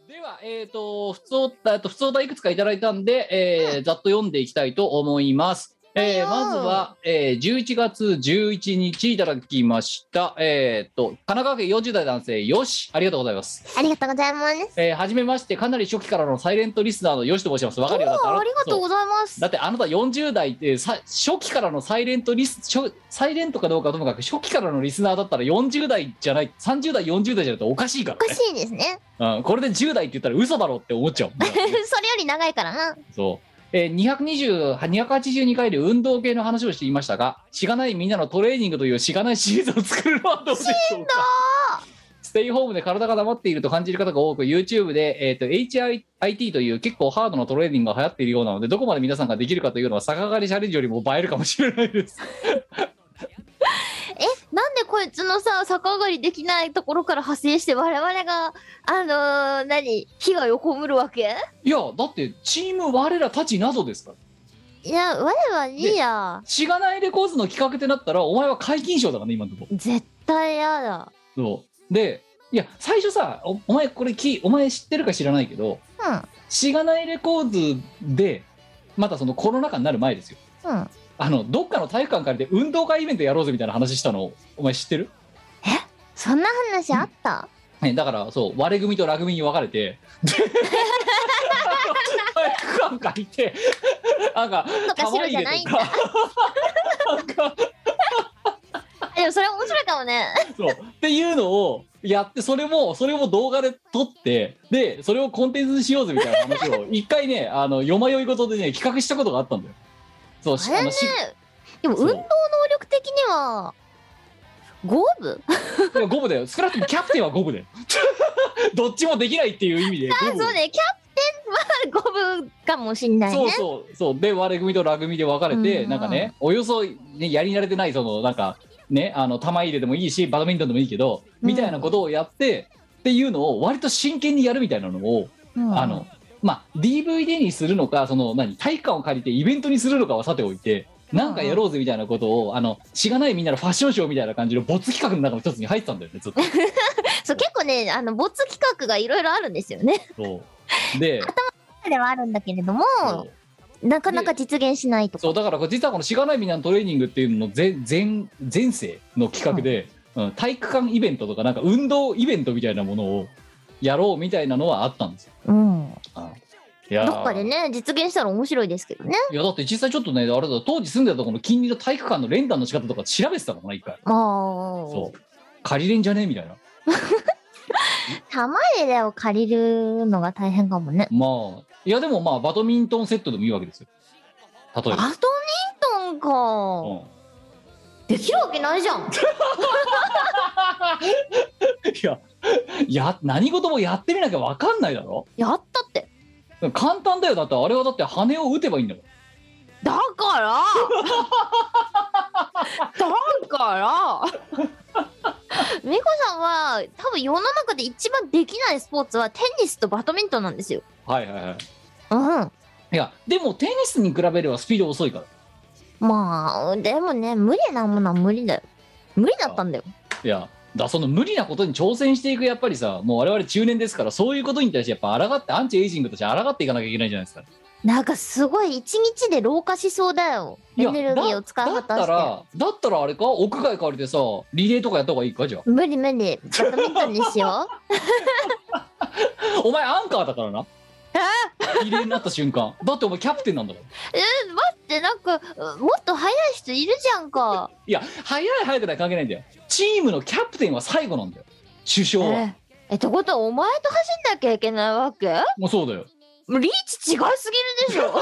[SPEAKER 3] では、えっ、と、普通おた、えっと、普通おたいくつかいただいたんで、えーざっと読んでいきたいと思います。えー
[SPEAKER 1] はいよー
[SPEAKER 3] まずは、えー、11月11日いただきました。えっ、と、神奈川県40代男性、よし、ありがとうございます。
[SPEAKER 1] ありがとうございます。
[SPEAKER 3] えー、はじめまして、かなり初期からのサイレントリスナーのよしと申します。わかるよ。だって
[SPEAKER 1] おー
[SPEAKER 3] なた
[SPEAKER 1] ありがとう
[SPEAKER 3] そ
[SPEAKER 1] ございます。
[SPEAKER 3] だってあなた40代ってさ初期からのサイレントリス初サイレントかどうかはともかく初期からのリスナーだったら40代じゃない30代40代じゃないとおかしいか
[SPEAKER 1] おか
[SPEAKER 3] らね、
[SPEAKER 1] しいですね。
[SPEAKER 3] うん、これで10代って言ったら嘘だろって思っち [laughs] ゃう
[SPEAKER 1] [laughs] それより長いからな。
[SPEAKER 3] そう。えー220 282回で運動系の話をしていましたが、しがないみんなのトレーニングというしがないシリーズを作るのはどうでしょうかステイホームで体が黙っていると感じる方が多く、YouTube で、えー、と HIT という結構ハードなトレーニングが流行っているようなので、どこまで皆さんができるかというのは逆上がりチャレンジよりも映えるかもしれないです。
[SPEAKER 1] なんでこいつのさ、逆上がりできないところから派生して我々が、あのー、何、被害を被るわけ
[SPEAKER 3] [laughs] いや、だってチーム我らたちなどですから。
[SPEAKER 1] いや、我はいいや。
[SPEAKER 3] しがないレコーズの企画ってなったら、お前は解禁賞だからね、今のところ。
[SPEAKER 1] 絶対やだ。
[SPEAKER 3] そうでいや最初さおお前これきお前知ってるか知らないけど
[SPEAKER 1] う
[SPEAKER 3] しがないレコーズでまたそのコロナ禍になる前ですよ
[SPEAKER 1] ん。うん。
[SPEAKER 3] あのどっかの体育館借りて運動会イベントやろうぜみたいな話したのお前知ってる、
[SPEAKER 1] そんな話あった、
[SPEAKER 3] ね、だからそう割れ組とラグ組に分かれて [laughs] であの体育館借りてなんか
[SPEAKER 1] とか白じゃないんだ
[SPEAKER 3] 玉入れとかなんか
[SPEAKER 1] でもそれ面白いかもね。
[SPEAKER 3] そうっていうのをやってそれもそれも動画で撮ってでそれ
[SPEAKER 1] [laughs]
[SPEAKER 3] をコンテンツにしようぜみたいな話を一回ねあのよまよいごとでね企画したことがあったんだよそう
[SPEAKER 1] あ
[SPEAKER 3] し
[SPEAKER 1] れ
[SPEAKER 3] あ
[SPEAKER 1] ね
[SPEAKER 3] のし
[SPEAKER 1] でも
[SPEAKER 3] そう
[SPEAKER 1] 運動能力的には五分
[SPEAKER 3] いや五分だよ少なくともキャプテンは五分
[SPEAKER 1] [laughs]
[SPEAKER 3] だよどっちもできないっていう意味で
[SPEAKER 1] あ
[SPEAKER 3] 五
[SPEAKER 1] そう
[SPEAKER 3] 分
[SPEAKER 1] ねキャプテンは五分かもしんない
[SPEAKER 3] そう
[SPEAKER 1] ね
[SPEAKER 3] そうそうで我組とラ組で分かれて、
[SPEAKER 1] うん
[SPEAKER 3] なんかねおよそ、ね、やり慣れてないそのなんかねあの玉入れでもいいしバドミントンでもいいけど、
[SPEAKER 1] うん
[SPEAKER 3] みたいなことをやってっていうのを割と真剣にやるみたいなのを、
[SPEAKER 1] うん
[SPEAKER 3] あのまあ DVD にするのかその何体育館を借りてイベントにするのかはさておいて。なんかやろうぜみたいなことをあのしがないみんなのファッションショーみたいな感じの没企画の中の一つに入ってたんだよねず
[SPEAKER 1] [laughs]
[SPEAKER 3] っと。
[SPEAKER 1] そう結構ねあの没企画がいろいろあるんですよね
[SPEAKER 3] そうで
[SPEAKER 1] ではあるんだけれども
[SPEAKER 3] そう
[SPEAKER 1] なかなか実現しないとか
[SPEAKER 3] そうだからこれ実はこのしがないみんなのトレーニングっていうのの前前前世の企画で、うん体育館イベントとかなんか運動イベントみたいなものをやろうみたいなのはあったんですよ。
[SPEAKER 1] うん
[SPEAKER 3] いやー
[SPEAKER 1] どっかでね実現したら面白いですけどね
[SPEAKER 3] いやだって実際ちょっとねあれだ当時住んでたところの近隣の体育館の連打の仕方とか調べてたのかな一回
[SPEAKER 1] まあ
[SPEAKER 3] そう借りれんじゃねえみたいな
[SPEAKER 1] 玉入れを借りるのが大変かもね
[SPEAKER 3] まあいやでもまあバドミントンセットでもいいわけですよ
[SPEAKER 1] バ
[SPEAKER 3] 例え
[SPEAKER 1] ド
[SPEAKER 3] ば、
[SPEAKER 1] ミントンか、
[SPEAKER 3] うん、
[SPEAKER 1] できるわけないじゃ
[SPEAKER 3] [laughs]
[SPEAKER 1] ん
[SPEAKER 3] いやや何事もやってみなきゃ分かんないだろ
[SPEAKER 1] やったって
[SPEAKER 3] 簡単だよだってあれはだって羽を打てばいいんだもん
[SPEAKER 1] だから
[SPEAKER 3] [laughs]
[SPEAKER 1] だから美子さんは多分世の中で一番できないスポーツはテニスとバドミントンなんですよ
[SPEAKER 3] はいはいはい
[SPEAKER 1] うん
[SPEAKER 3] いやでもテニスに比べればスピード遅いから
[SPEAKER 1] まあでもね無理なものは無理だよ無理だったんだよ
[SPEAKER 3] いやだその無理なことに挑戦していくやっぱりさもう我々中年ですからそういうことに対してやっぱ抗ってアンチエイジングとして抗っていかなきゃいけないじゃないですか
[SPEAKER 1] なんかすごい一日で老化しそうだよ
[SPEAKER 3] い
[SPEAKER 1] エ
[SPEAKER 3] や
[SPEAKER 1] ネルギーを使い
[SPEAKER 3] だ
[SPEAKER 1] 果
[SPEAKER 3] った
[SPEAKER 1] たして
[SPEAKER 3] らだったらあれか屋外借りてさリレーとかやった方がいいかじゃ
[SPEAKER 1] 無理無理バドミントンにしよ
[SPEAKER 3] あ [laughs] お前アンカーだからなリレーになった瞬間だってお前キャプテンなんだから
[SPEAKER 1] うえ待ってなんかうもっと速い人いるじゃんか
[SPEAKER 3] いや速い速くない関係ないんだよチームのキャプテンは最後なんだよ首相は、
[SPEAKER 1] ええってことはお前と走んなきゃいけないわけ
[SPEAKER 3] もうそうだよ
[SPEAKER 1] もうリーチ違いすぎるでしょ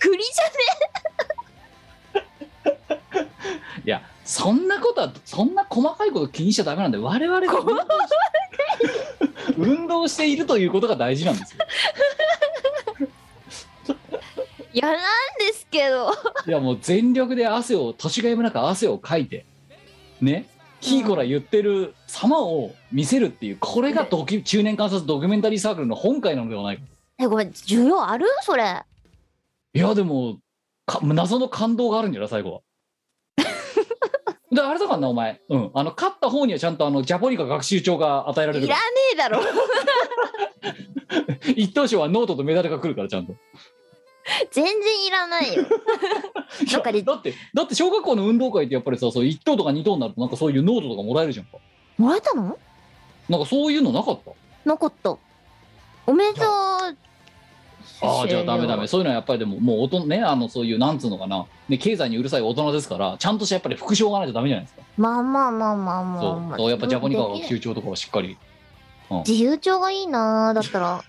[SPEAKER 1] 振りじゃね
[SPEAKER 3] いやそんなことはそんな細かいこと気にしちゃダメなんで我々が運動し運動しているということが大事なんですよ
[SPEAKER 1] [laughs] いやなんですけど
[SPEAKER 3] いやもう全力で汗を年がいもなく汗をかいてねキーコラ言ってる様を見せるっていうこれがドキュ中年観察ドキュメンタリーサークルの本会なのではないか
[SPEAKER 1] えごめん需要あるそれ
[SPEAKER 3] いやでもか謎の感動があるんじゃない最
[SPEAKER 1] [laughs]
[SPEAKER 3] 後はであれだからなお前、うん、あの勝った方にはちゃんとあのジャポニカ学習帳が与えられ
[SPEAKER 1] い
[SPEAKER 3] る
[SPEAKER 1] ら
[SPEAKER 3] か
[SPEAKER 1] ね
[SPEAKER 3] ら
[SPEAKER 1] えだろ
[SPEAKER 3] 一等賞はノートとメダルが来るからちゃんと
[SPEAKER 1] 全然いらないよ
[SPEAKER 3] いや
[SPEAKER 1] なんかで
[SPEAKER 3] だってだって小学校の運動会ってやっぱりさそう1等とか2等になるとなんかそういうノートとかもらえるじゃんか
[SPEAKER 1] もらえたの
[SPEAKER 3] なんかそういうのなかった
[SPEAKER 1] なかったおめでとう
[SPEAKER 3] ああじゃ
[SPEAKER 1] 終
[SPEAKER 3] あ
[SPEAKER 1] 了
[SPEAKER 3] ダメダメそういうのはやっぱりでももう大人ねあのそういうなんつうのかな、ね、経済にうるさい大人ですからちゃんとしたやっぱり副賞がないとダメじゃないですか、
[SPEAKER 1] まあまあまあまあまあ、
[SPEAKER 3] そ
[SPEAKER 1] まあ、
[SPEAKER 3] うそうやっぱジャポニカ
[SPEAKER 1] で
[SPEAKER 3] 学
[SPEAKER 1] きる
[SPEAKER 3] 級長とかはしっかり
[SPEAKER 1] 自由帳がいいなあだった
[SPEAKER 3] [laughs]
[SPEAKER 1] ら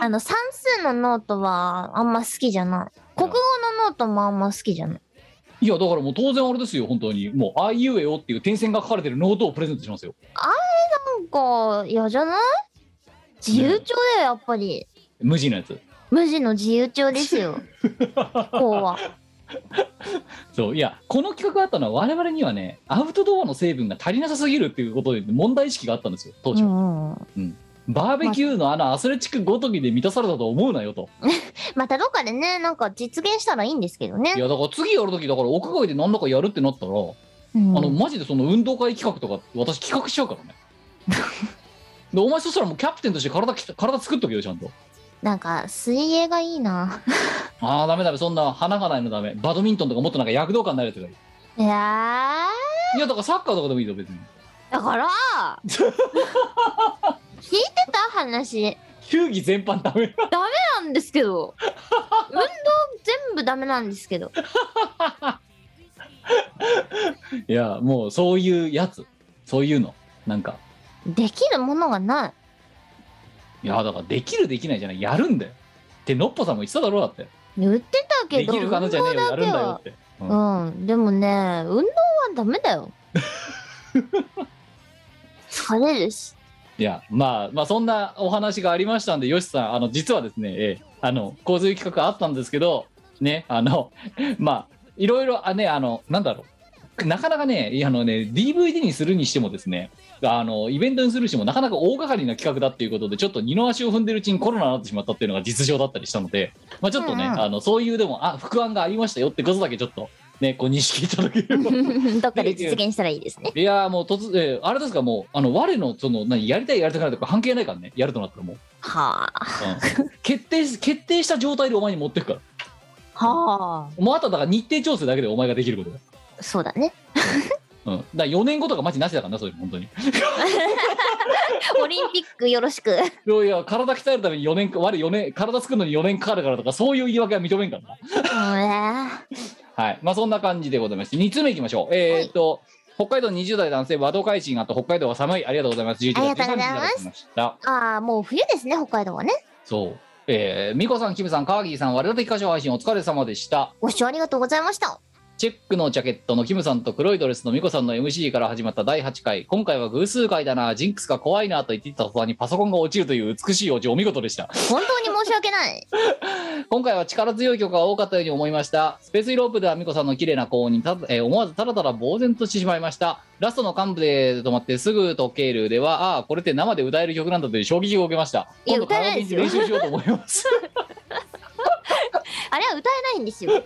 [SPEAKER 1] あの算数のノートはあんま好きじゃない国語のノートもあんま好きじゃない
[SPEAKER 3] いやだからもう当然あれですよ本当にもう「あいうえお」っていう点線が書かれてるノートをプレゼントしますよ
[SPEAKER 1] なんか嫌じゃない自由帳だよやっぱり
[SPEAKER 3] 無地のやつ
[SPEAKER 1] 無地の自由帳です
[SPEAKER 3] [laughs]
[SPEAKER 1] よこうは
[SPEAKER 3] そういやこの企画があったのは我々にはねアウトドアの成分が足りなさすぎるっていうことで問題意識があったんですよ当
[SPEAKER 1] う
[SPEAKER 3] 時は、
[SPEAKER 1] んうん
[SPEAKER 3] バーベキューのあのアスレチックごときで満たされたと思うなよと。
[SPEAKER 1] またどっかでねなんか実現したらいいんですけど
[SPEAKER 3] い
[SPEAKER 1] ね、
[SPEAKER 3] やだから次やるときだから屋外で何だかやるってなったら、
[SPEAKER 1] うん
[SPEAKER 3] あのマジでその運動会企画とか私企画しちゃうからね。でお前そしたらもうキャプテンとして体きた体作っとけよちゃんと。
[SPEAKER 1] なんか水泳がいいな
[SPEAKER 3] ああダメダメそんな花がないのダメ。バドミントンとかもっとなんか躍動感になるやつがいい。
[SPEAKER 1] いや
[SPEAKER 3] いやだからサッカーとかでもいいぞ別に。
[SPEAKER 1] ーだ
[SPEAKER 3] [laughs]
[SPEAKER 1] から聞いてた話
[SPEAKER 3] 球技全般ダメ。
[SPEAKER 1] なんですけど運動全部ダメなんですけど
[SPEAKER 3] いやもうそういうやつそういうのなんか
[SPEAKER 1] できるものがない
[SPEAKER 3] いやだからできるできないじゃないやるんだよ。ってノッポさんも言ってただろうだって
[SPEAKER 1] 言ってたけ
[SPEAKER 3] で
[SPEAKER 1] ど
[SPEAKER 3] きるかなじゃねえよやるんだよって、うん
[SPEAKER 1] うん、でもね、運動はダメだよ。疲れる
[SPEAKER 3] [laughs]
[SPEAKER 1] し。
[SPEAKER 3] いやまあまあそんなお話がありましたんでよしさんあの実はですね、えーあの洪水企画あったんですけどねあの [laughs] まあいろいろあねあのなんだろうなかなかねいやあのね DVD にするにしてもですねあのイベントにするにしてもなかなか大掛かりな企画だっていうことでちょっと二の足を踏んでるうちにコロナになってしまったっていうのが実情だったりしたので、まあ、ちょっとね、
[SPEAKER 1] うんうん
[SPEAKER 3] あのそういうでもあ副案がありましたよってことだけちょっとねこう認識いただけ
[SPEAKER 1] [laughs]
[SPEAKER 3] れば
[SPEAKER 1] どっかで実現したらいいですね。
[SPEAKER 3] いやーもう突然、えーあれですかもうあの我のその何やりたいやりたくないとか関係ないからねやるとなったらもう、
[SPEAKER 1] はあ。
[SPEAKER 3] うん決定し決定した状態でお前に持ってくから
[SPEAKER 1] は
[SPEAKER 3] もうあとはだから日程調整だけでお前ができることだ,、
[SPEAKER 1] あ。そうだね。
[SPEAKER 3] うん、だから4年後とかマジなしだからなそれ本当に
[SPEAKER 1] オリンピックよろ
[SPEAKER 3] [laughs]
[SPEAKER 1] しく。
[SPEAKER 3] いやいや体鍛えるために4年か我4年体作るのに4年かかるからとかそういう言い訳は認めんからな
[SPEAKER 1] うんね
[SPEAKER 3] はい。まあ、そんな感じでございまして、2つ目いきましょう。えーっと、北海道20代男性、和道会心、あと北海道は寒い。ありがとうございます。11月
[SPEAKER 1] ありがとうござい
[SPEAKER 3] 13日
[SPEAKER 1] ます
[SPEAKER 3] いただきました。
[SPEAKER 1] ああ、もう冬ですね、北海道はね。
[SPEAKER 3] そう。えー、美子さん、キムさん、カーギーさん、我々的歌唱配信お疲れ様でした。
[SPEAKER 1] ご視聴ありがとうございました。
[SPEAKER 3] チェックのジャケットのキムさんと黒いドレスのミコさんの MC から始まった第8回。今回は偶数回だな、ジンクスが怖いなと言っていた途端にパソコンが落ちるという美しいオチ、お見事でした。
[SPEAKER 1] 本当に申し訳 [laughs] ない。
[SPEAKER 3] 今回は力強い曲が多かったように思いました。スペースイロープではミコさんの綺麗な高音にた、えー思わずたらたら呆然としてしまいました。ラストの幹部で止まってすぐとケールでは、ああ、これって生で歌える曲なんだという衝撃を受けました。
[SPEAKER 1] いや
[SPEAKER 3] 今度
[SPEAKER 1] 歌えないですよ
[SPEAKER 3] カラオケに練習しようと思います。
[SPEAKER 1] あれは歌えないんですよ。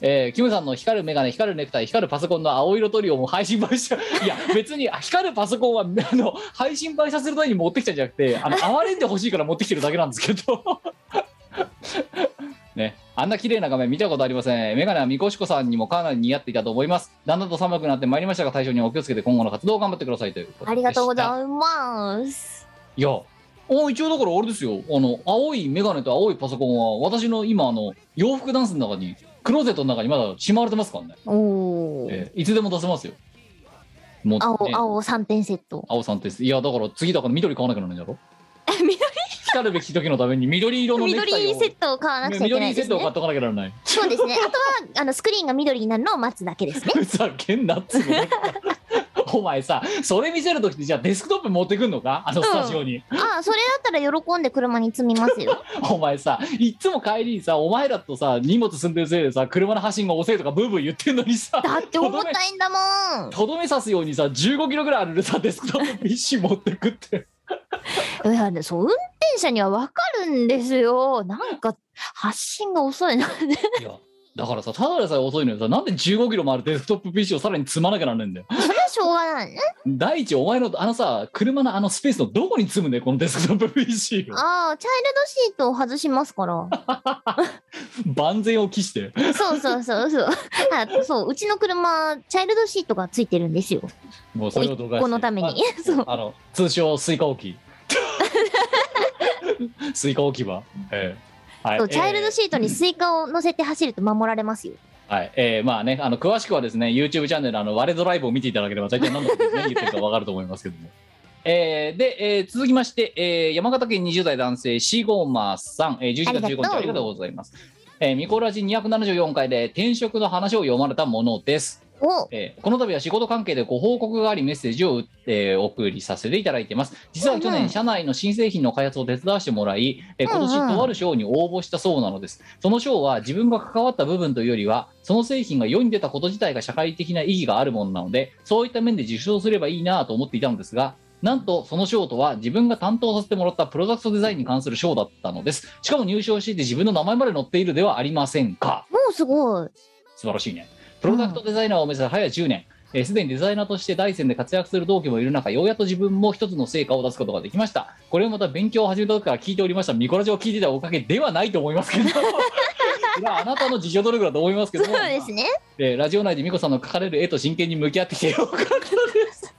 [SPEAKER 3] えーキムさんの光るメガネ、光るネクタイ、光るパソコンの青色トリオも配信映え [laughs] した。いや、別にあ光るパソコンはあの配信映えさせるために持ってきたんじゃなくて、あの哀れんでほしいから持ってきてるだけなんですけど。 [laughs] ね、あんな綺麗な画面見たことありません。メガネはみこしこさんにもかなり似合っていたと思います。だんだんと寒くなってまいりましたが、対象にお気をつけて今後の活動を頑張ってくださいということでした
[SPEAKER 1] ありがとうございます。
[SPEAKER 3] いや、お一応だからあれですよ。あの、青いメガネと青いパソコンは、私の今、あの、洋服ダンスの中に、クローゼットの中にまだしまわれてますからね。
[SPEAKER 1] おお。
[SPEAKER 3] えーいつでも出せますよ。もう、ね、
[SPEAKER 1] 青、青3点セット。
[SPEAKER 3] 青さんです。いや、だから次だから緑買わなきゃなら
[SPEAKER 1] [laughs]
[SPEAKER 3] ないんだろ
[SPEAKER 1] 緑
[SPEAKER 3] 来るべき時のために緑色のネクタイを
[SPEAKER 1] [laughs] 緑セットを買わなくちゃいけない
[SPEAKER 3] 緑
[SPEAKER 1] で
[SPEAKER 3] セ
[SPEAKER 1] す
[SPEAKER 3] ッ
[SPEAKER 1] ね
[SPEAKER 3] トを。買っとかなきゃならない。
[SPEAKER 1] そうですね。あとは、あの、スクリーンが緑になるのを待つだけです [laughs] ね。
[SPEAKER 3] ふざけんな [laughs] っつうの。お前さ、それ見せる時ってじゃあデスクトップ持ってくんのかあのスタジオに。
[SPEAKER 1] ああ、それだったら喜んで車に積みます [laughs] よ。
[SPEAKER 3] お前さ、いっつも帰りにさ、お前らとさ、荷物積んでるせいでさ、車の発進が遅いとかブーブー言ってんのにさ、
[SPEAKER 1] だって重たいんだもん。
[SPEAKER 3] とどめ刺すようにさ、15キロぐらいあるさ、デスクトップ一心持ってくって。
[SPEAKER 1] いや、ね、そう、運転者にはわかるんですよ。なんか、発信が遅い [laughs] な。
[SPEAKER 3] いや、だからさ、ただでさえ遅いのにさ、なんで15キロもあるデスクトップ PC をさらに積まなきゃなんねえんだよ。
[SPEAKER 1] それはしょうがないね。
[SPEAKER 3] 第一、お前のあのさ、車のあのスペースのどこに積むんだよ、このデスクトップ PC を。
[SPEAKER 1] ああ、チャイルドシートを外しますから。
[SPEAKER 3] 万全を期して。
[SPEAKER 1] そうそうそうそう。あそう、うちの車、チャイルドシートがついてるんですよ。
[SPEAKER 3] もうそれを動画
[SPEAKER 1] このために。そう。
[SPEAKER 3] あの通称スイ
[SPEAKER 1] [laughs]
[SPEAKER 3] カ置きスイカ置き場、ええはい
[SPEAKER 1] そうチャイルドシートにスイカを乗せて走ると守られますよ。
[SPEAKER 3] えーはいえーまあねあの詳しくはですね YouTube チャンネルあの割れドライブを見ていただければ大体何のことですね言ってるかわかると思いますけどもえーで、えー続きまして、えー山形県20代男性シゴマさん、えー、11月
[SPEAKER 1] あ
[SPEAKER 3] 15日あり
[SPEAKER 1] り
[SPEAKER 3] が
[SPEAKER 1] が
[SPEAKER 3] と
[SPEAKER 1] と
[SPEAKER 3] う
[SPEAKER 1] う
[SPEAKER 3] ございます、えー、ミコラジ274回で転職の話を読まれたものです
[SPEAKER 1] お、
[SPEAKER 3] えーこの度は仕事関係でご報告がありメッセージを、えーお送りさせていただいてます実は去
[SPEAKER 1] うんう
[SPEAKER 3] 年
[SPEAKER 1] ん
[SPEAKER 3] 社内の新製品の開発を手伝わせてもらい、えー今
[SPEAKER 1] うんう
[SPEAKER 3] 年
[SPEAKER 1] ん
[SPEAKER 3] とある賞に応募したそうなのですその賞は自分が関わった部分というよりはその製品が世に出たこと自体が社会的な意義があるものなのでそういった面で受賞すればいいなと思っていたのですがなんとその賞とは自分が担当させてもらったプロダクトデザインに関する賞だったのですしかも入賞していて自分の名前まで載っているではありませんか
[SPEAKER 1] もうすごい。
[SPEAKER 3] 素晴らしいね。プロダクトデザイナーを目指す早10年、えーすでにデザイナーとして大戦で活躍する同期もいる中、ようやっと自分も一つの成果を出すことができました。これをまた勉強を始めた時から聞いておりました、ミコラジを聞いてたおかげではないと思いますけ
[SPEAKER 1] [laughs]
[SPEAKER 3] ど。いやあなたの事情努力だと思いますけ
[SPEAKER 1] そ
[SPEAKER 3] ど
[SPEAKER 1] うですね。
[SPEAKER 3] えーラジオ内でミコさんの描かれる絵と真剣に向き合ってきてよかったです。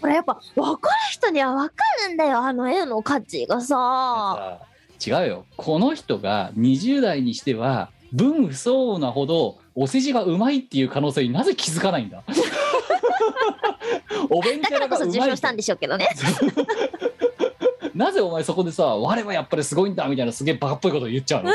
[SPEAKER 1] これやっぱ、分かる人には分かるんだよ。あの絵の価値がさ。
[SPEAKER 3] 違うよこの人が20代にしては分不相応なほどお世辞がうまいっていう可能性になぜ気づかない
[SPEAKER 1] [laughs]
[SPEAKER 3] んだお弁
[SPEAKER 1] だからこそ受賞したん
[SPEAKER 3] で
[SPEAKER 1] でしょうけどね。
[SPEAKER 3] なぜお前そこでさ我はやっぱりすごいんだみたいなすげえバカっぽいことを言っちゃうの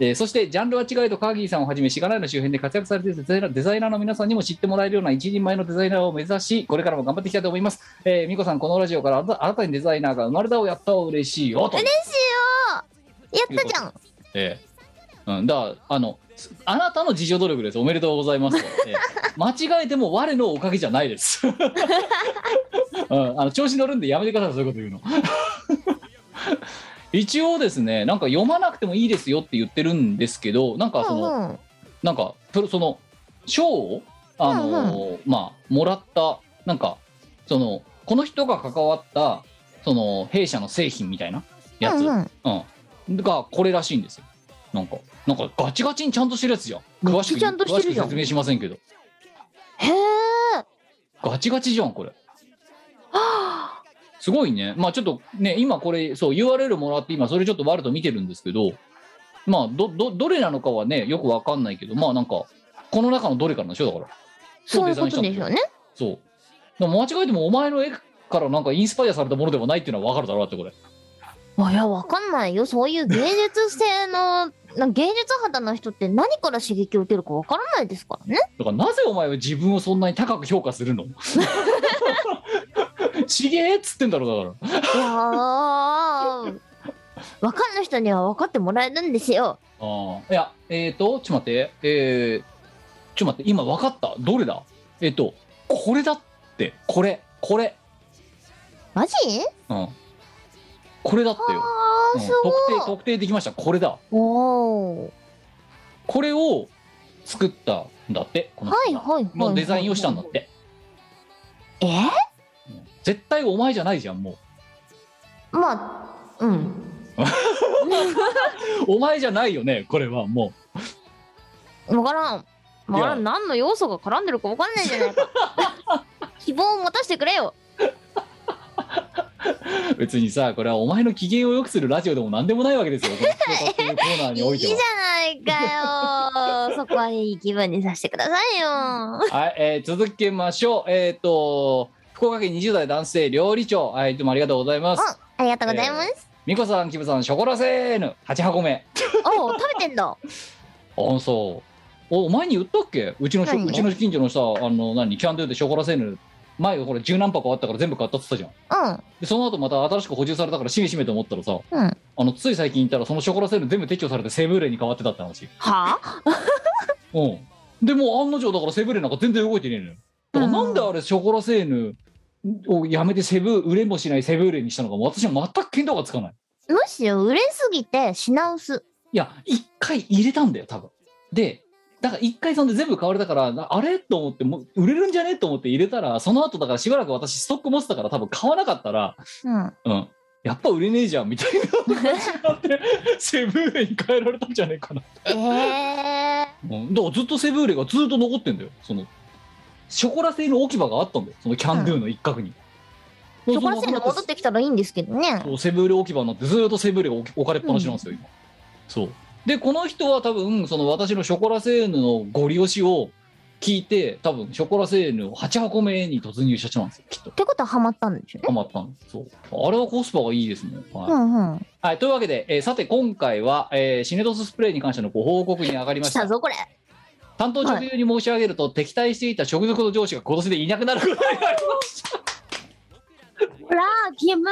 [SPEAKER 3] えーそしてジャンルは違いとカーギーさんをはじめしがないの周辺で活躍されているデザイナーデザイナーの皆さんにも知ってもらえるような一人前のデザイナーを目指しこれからも頑張っていきたいと思います、えー、美子さんこのラジオからあた新たにデザイナーが生まれたをやったを嬉しいよと
[SPEAKER 1] 嬉しいよやったじゃん
[SPEAKER 3] ええうん、だからあのすあなたの自助努力ですおめでとうございます、
[SPEAKER 1] [laughs]
[SPEAKER 3] ええ間違えても我のおかげじゃないです、 [laughs] うん、あの調子乗るんでやめてくださいそういうこと言うの [laughs] 一応ですねなんか読まなくてもいいですよって言ってるんですけどなんかその、
[SPEAKER 1] うんうん
[SPEAKER 3] なんかプロその賞をあのーまあもらったなんかそのこの人が関わったその弊社の製品みたいなやつ、
[SPEAKER 1] うんうん
[SPEAKER 3] うん、がこれらしいんですよなんかなんかガチガチにちゃんとしてるやつじゃん詳しく
[SPEAKER 1] ちゃんと
[SPEAKER 3] 詳
[SPEAKER 1] して
[SPEAKER 3] し
[SPEAKER 1] る
[SPEAKER 3] く
[SPEAKER 1] じゃん
[SPEAKER 3] 説明しませんけど
[SPEAKER 1] へえ
[SPEAKER 3] ガチガチじゃんこれ
[SPEAKER 1] はあ
[SPEAKER 3] すごいねまあちょっとね今これそう URL もらって今それちょっとワルと見てるんですけどまあどどどれなのかはねよくわかんないけどまあなんかこの中のどれかなんでしょだから
[SPEAKER 1] そういうことでしょうね
[SPEAKER 3] そう。だから間違えてもお前の絵からなんかインスパイアされたものではないっていうのは分かるだろうだってこれ。
[SPEAKER 1] あいやわかんないよそういう芸術性のな芸術肌の人って何から刺激を受けるかわからないですからね
[SPEAKER 3] だからなぜお前は自分をそんなに高く評価するのちげえっつってんだろうだか
[SPEAKER 1] いやー分かんない人には分かってもらえるんですよ
[SPEAKER 3] ら。ああいや、えっ、ー、と、ちょっと待って、えー、ちょっと待って、今分かった。どれだえっ、と、これだって、これ、これ、
[SPEAKER 1] マジ
[SPEAKER 3] うん。これだってよ。
[SPEAKER 1] あ
[SPEAKER 3] う
[SPEAKER 1] ー
[SPEAKER 3] ん
[SPEAKER 1] す
[SPEAKER 3] 特
[SPEAKER 1] ごい、
[SPEAKER 3] 定、特定できました。これだ。
[SPEAKER 1] おー
[SPEAKER 3] これを作ったんだって、この
[SPEAKER 1] は
[SPEAKER 3] 人
[SPEAKER 1] い
[SPEAKER 3] が。
[SPEAKER 1] はいはいはい
[SPEAKER 3] のデザインをしたんだって。
[SPEAKER 1] え
[SPEAKER 3] うん絶対お前じゃないじゃんもう
[SPEAKER 1] まあうん
[SPEAKER 3] お前じゃないよねこれはも
[SPEAKER 1] 分からん分からん何の要素が絡んでるか分かんないじゃない
[SPEAKER 3] [laughs]
[SPEAKER 1] か希望を持たせてくれよ
[SPEAKER 3] う [laughs] 別にさこれはお前の機嫌を良くするラジオでも何でもないわけですよこの「仕事っていうコーナー
[SPEAKER 1] いい
[SPEAKER 3] に
[SPEAKER 1] じゃ
[SPEAKER 3] おい
[SPEAKER 1] [laughs]
[SPEAKER 3] ては
[SPEAKER 1] ないか
[SPEAKER 3] [laughs]
[SPEAKER 1] よそこはいい気分にさせてくださいよ
[SPEAKER 3] はい、えー続けましょうえっ、と福岡県20代男性料理長はいどうもありがとうございます
[SPEAKER 1] ありがとうございます、
[SPEAKER 3] 美子さんキムさんショコラセーヌ8箱目
[SPEAKER 1] おお食べてんだ
[SPEAKER 3] あそうおお前に言ったっけうちのしょ
[SPEAKER 1] 何
[SPEAKER 3] うちの近所のさあの何キャンドゥでショコラセーヌ前がこれ十何箱あったから全部買ったって言ったじゃん
[SPEAKER 1] うん
[SPEAKER 3] でその後また新しく補充されたからしめしめと思ったらさ、
[SPEAKER 1] うん
[SPEAKER 3] あのつい最近行ったらそのショコラセール全部撤去されてセブーレに変わってたって話
[SPEAKER 1] は
[SPEAKER 3] うんでもう案の定だからセブーレなんか全然動いてねえのよだからなんであれショコラセーヌをやめてセブ売れもしないセブーレにしたのか私は全く見当がつかない
[SPEAKER 1] むしろ売れすぎて品薄
[SPEAKER 3] いや一回入れたんだよ多分でだから一回そんで全部買われたからなあれと思ってもう売れるんじゃねえと思って入れたらその後だからしばらく私ストック持ってたから多分買わなかったら
[SPEAKER 1] うん
[SPEAKER 3] うん、やっぱ売れねえじゃんみたいな感じになって [laughs] セブーレに変えられたんじゃねえかな、
[SPEAKER 1] ええ
[SPEAKER 3] うん、だからずっとセブーレがずっと残ってんだよそのショコラ製の置き場があったんだよそのキャンドゥの一角に、
[SPEAKER 1] ー、
[SPEAKER 3] そ
[SPEAKER 1] そうこら辺で戻ってきたらいいんですけどね
[SPEAKER 3] そうセブーレ置き場になってずっとセブーレが置き置かれっぱなしなんですよ、今そうでこの人は多分その私のショコラセーヌのゴリ押しを聞いて多分ショコラセーヌを8箱目に突入した人なんですよきっと
[SPEAKER 1] ってことはハマったんでしょうね
[SPEAKER 3] ハマったんですそうあれはコスパがいいですね、はい、
[SPEAKER 1] うんうん
[SPEAKER 3] はい、というわけで、えーさて今回は、えーシネドススプレーに関してのご報告に上がりま
[SPEAKER 1] 来
[SPEAKER 3] した
[SPEAKER 1] たぞこれ
[SPEAKER 3] 担当直入に申し上げると、敵対していた直属の上司が今年でいなくなることになりまし
[SPEAKER 1] ほらキム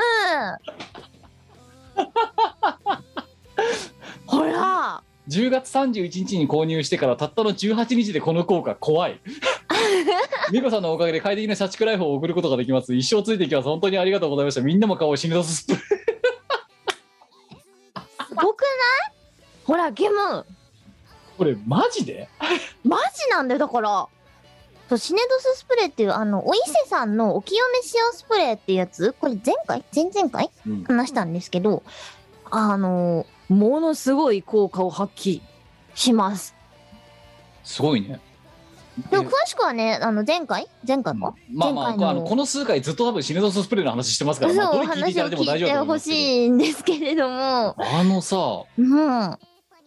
[SPEAKER 1] ほら
[SPEAKER 3] た10月31日に購入してからたったの18日でこの効果怖い美子さんのおかげで快適な社畜ライフを送ることができます一生ついていきます本当にありがとうございましたみんなも顔をシネドススプレー
[SPEAKER 1] すごくないほらキム
[SPEAKER 3] これマジで
[SPEAKER 1] マジなんだよだからそうシネドススプレーっていうあのお伊勢さんのお清め塩スプレーっていうやつこれ前回前々回
[SPEAKER 3] うん
[SPEAKER 1] 話したんですけどあのものすごい効果を発揮します
[SPEAKER 3] すごいね
[SPEAKER 1] でも詳しくはねあの前回前回か、
[SPEAKER 3] まあまあ
[SPEAKER 1] 前回の
[SPEAKER 3] あのこの数回ずっと多分シネドススプレーの話してますから、まあ、
[SPEAKER 1] そう
[SPEAKER 3] ど
[SPEAKER 1] お
[SPEAKER 3] れ聞いてい
[SPEAKER 1] 話
[SPEAKER 3] た
[SPEAKER 1] を
[SPEAKER 3] だいても
[SPEAKER 1] 聞
[SPEAKER 3] 大
[SPEAKER 1] い
[SPEAKER 3] 丈夫だ
[SPEAKER 1] て
[SPEAKER 3] と思うん
[SPEAKER 1] ほ
[SPEAKER 3] ですけど
[SPEAKER 1] しいんですけれども
[SPEAKER 3] あのさ
[SPEAKER 1] うん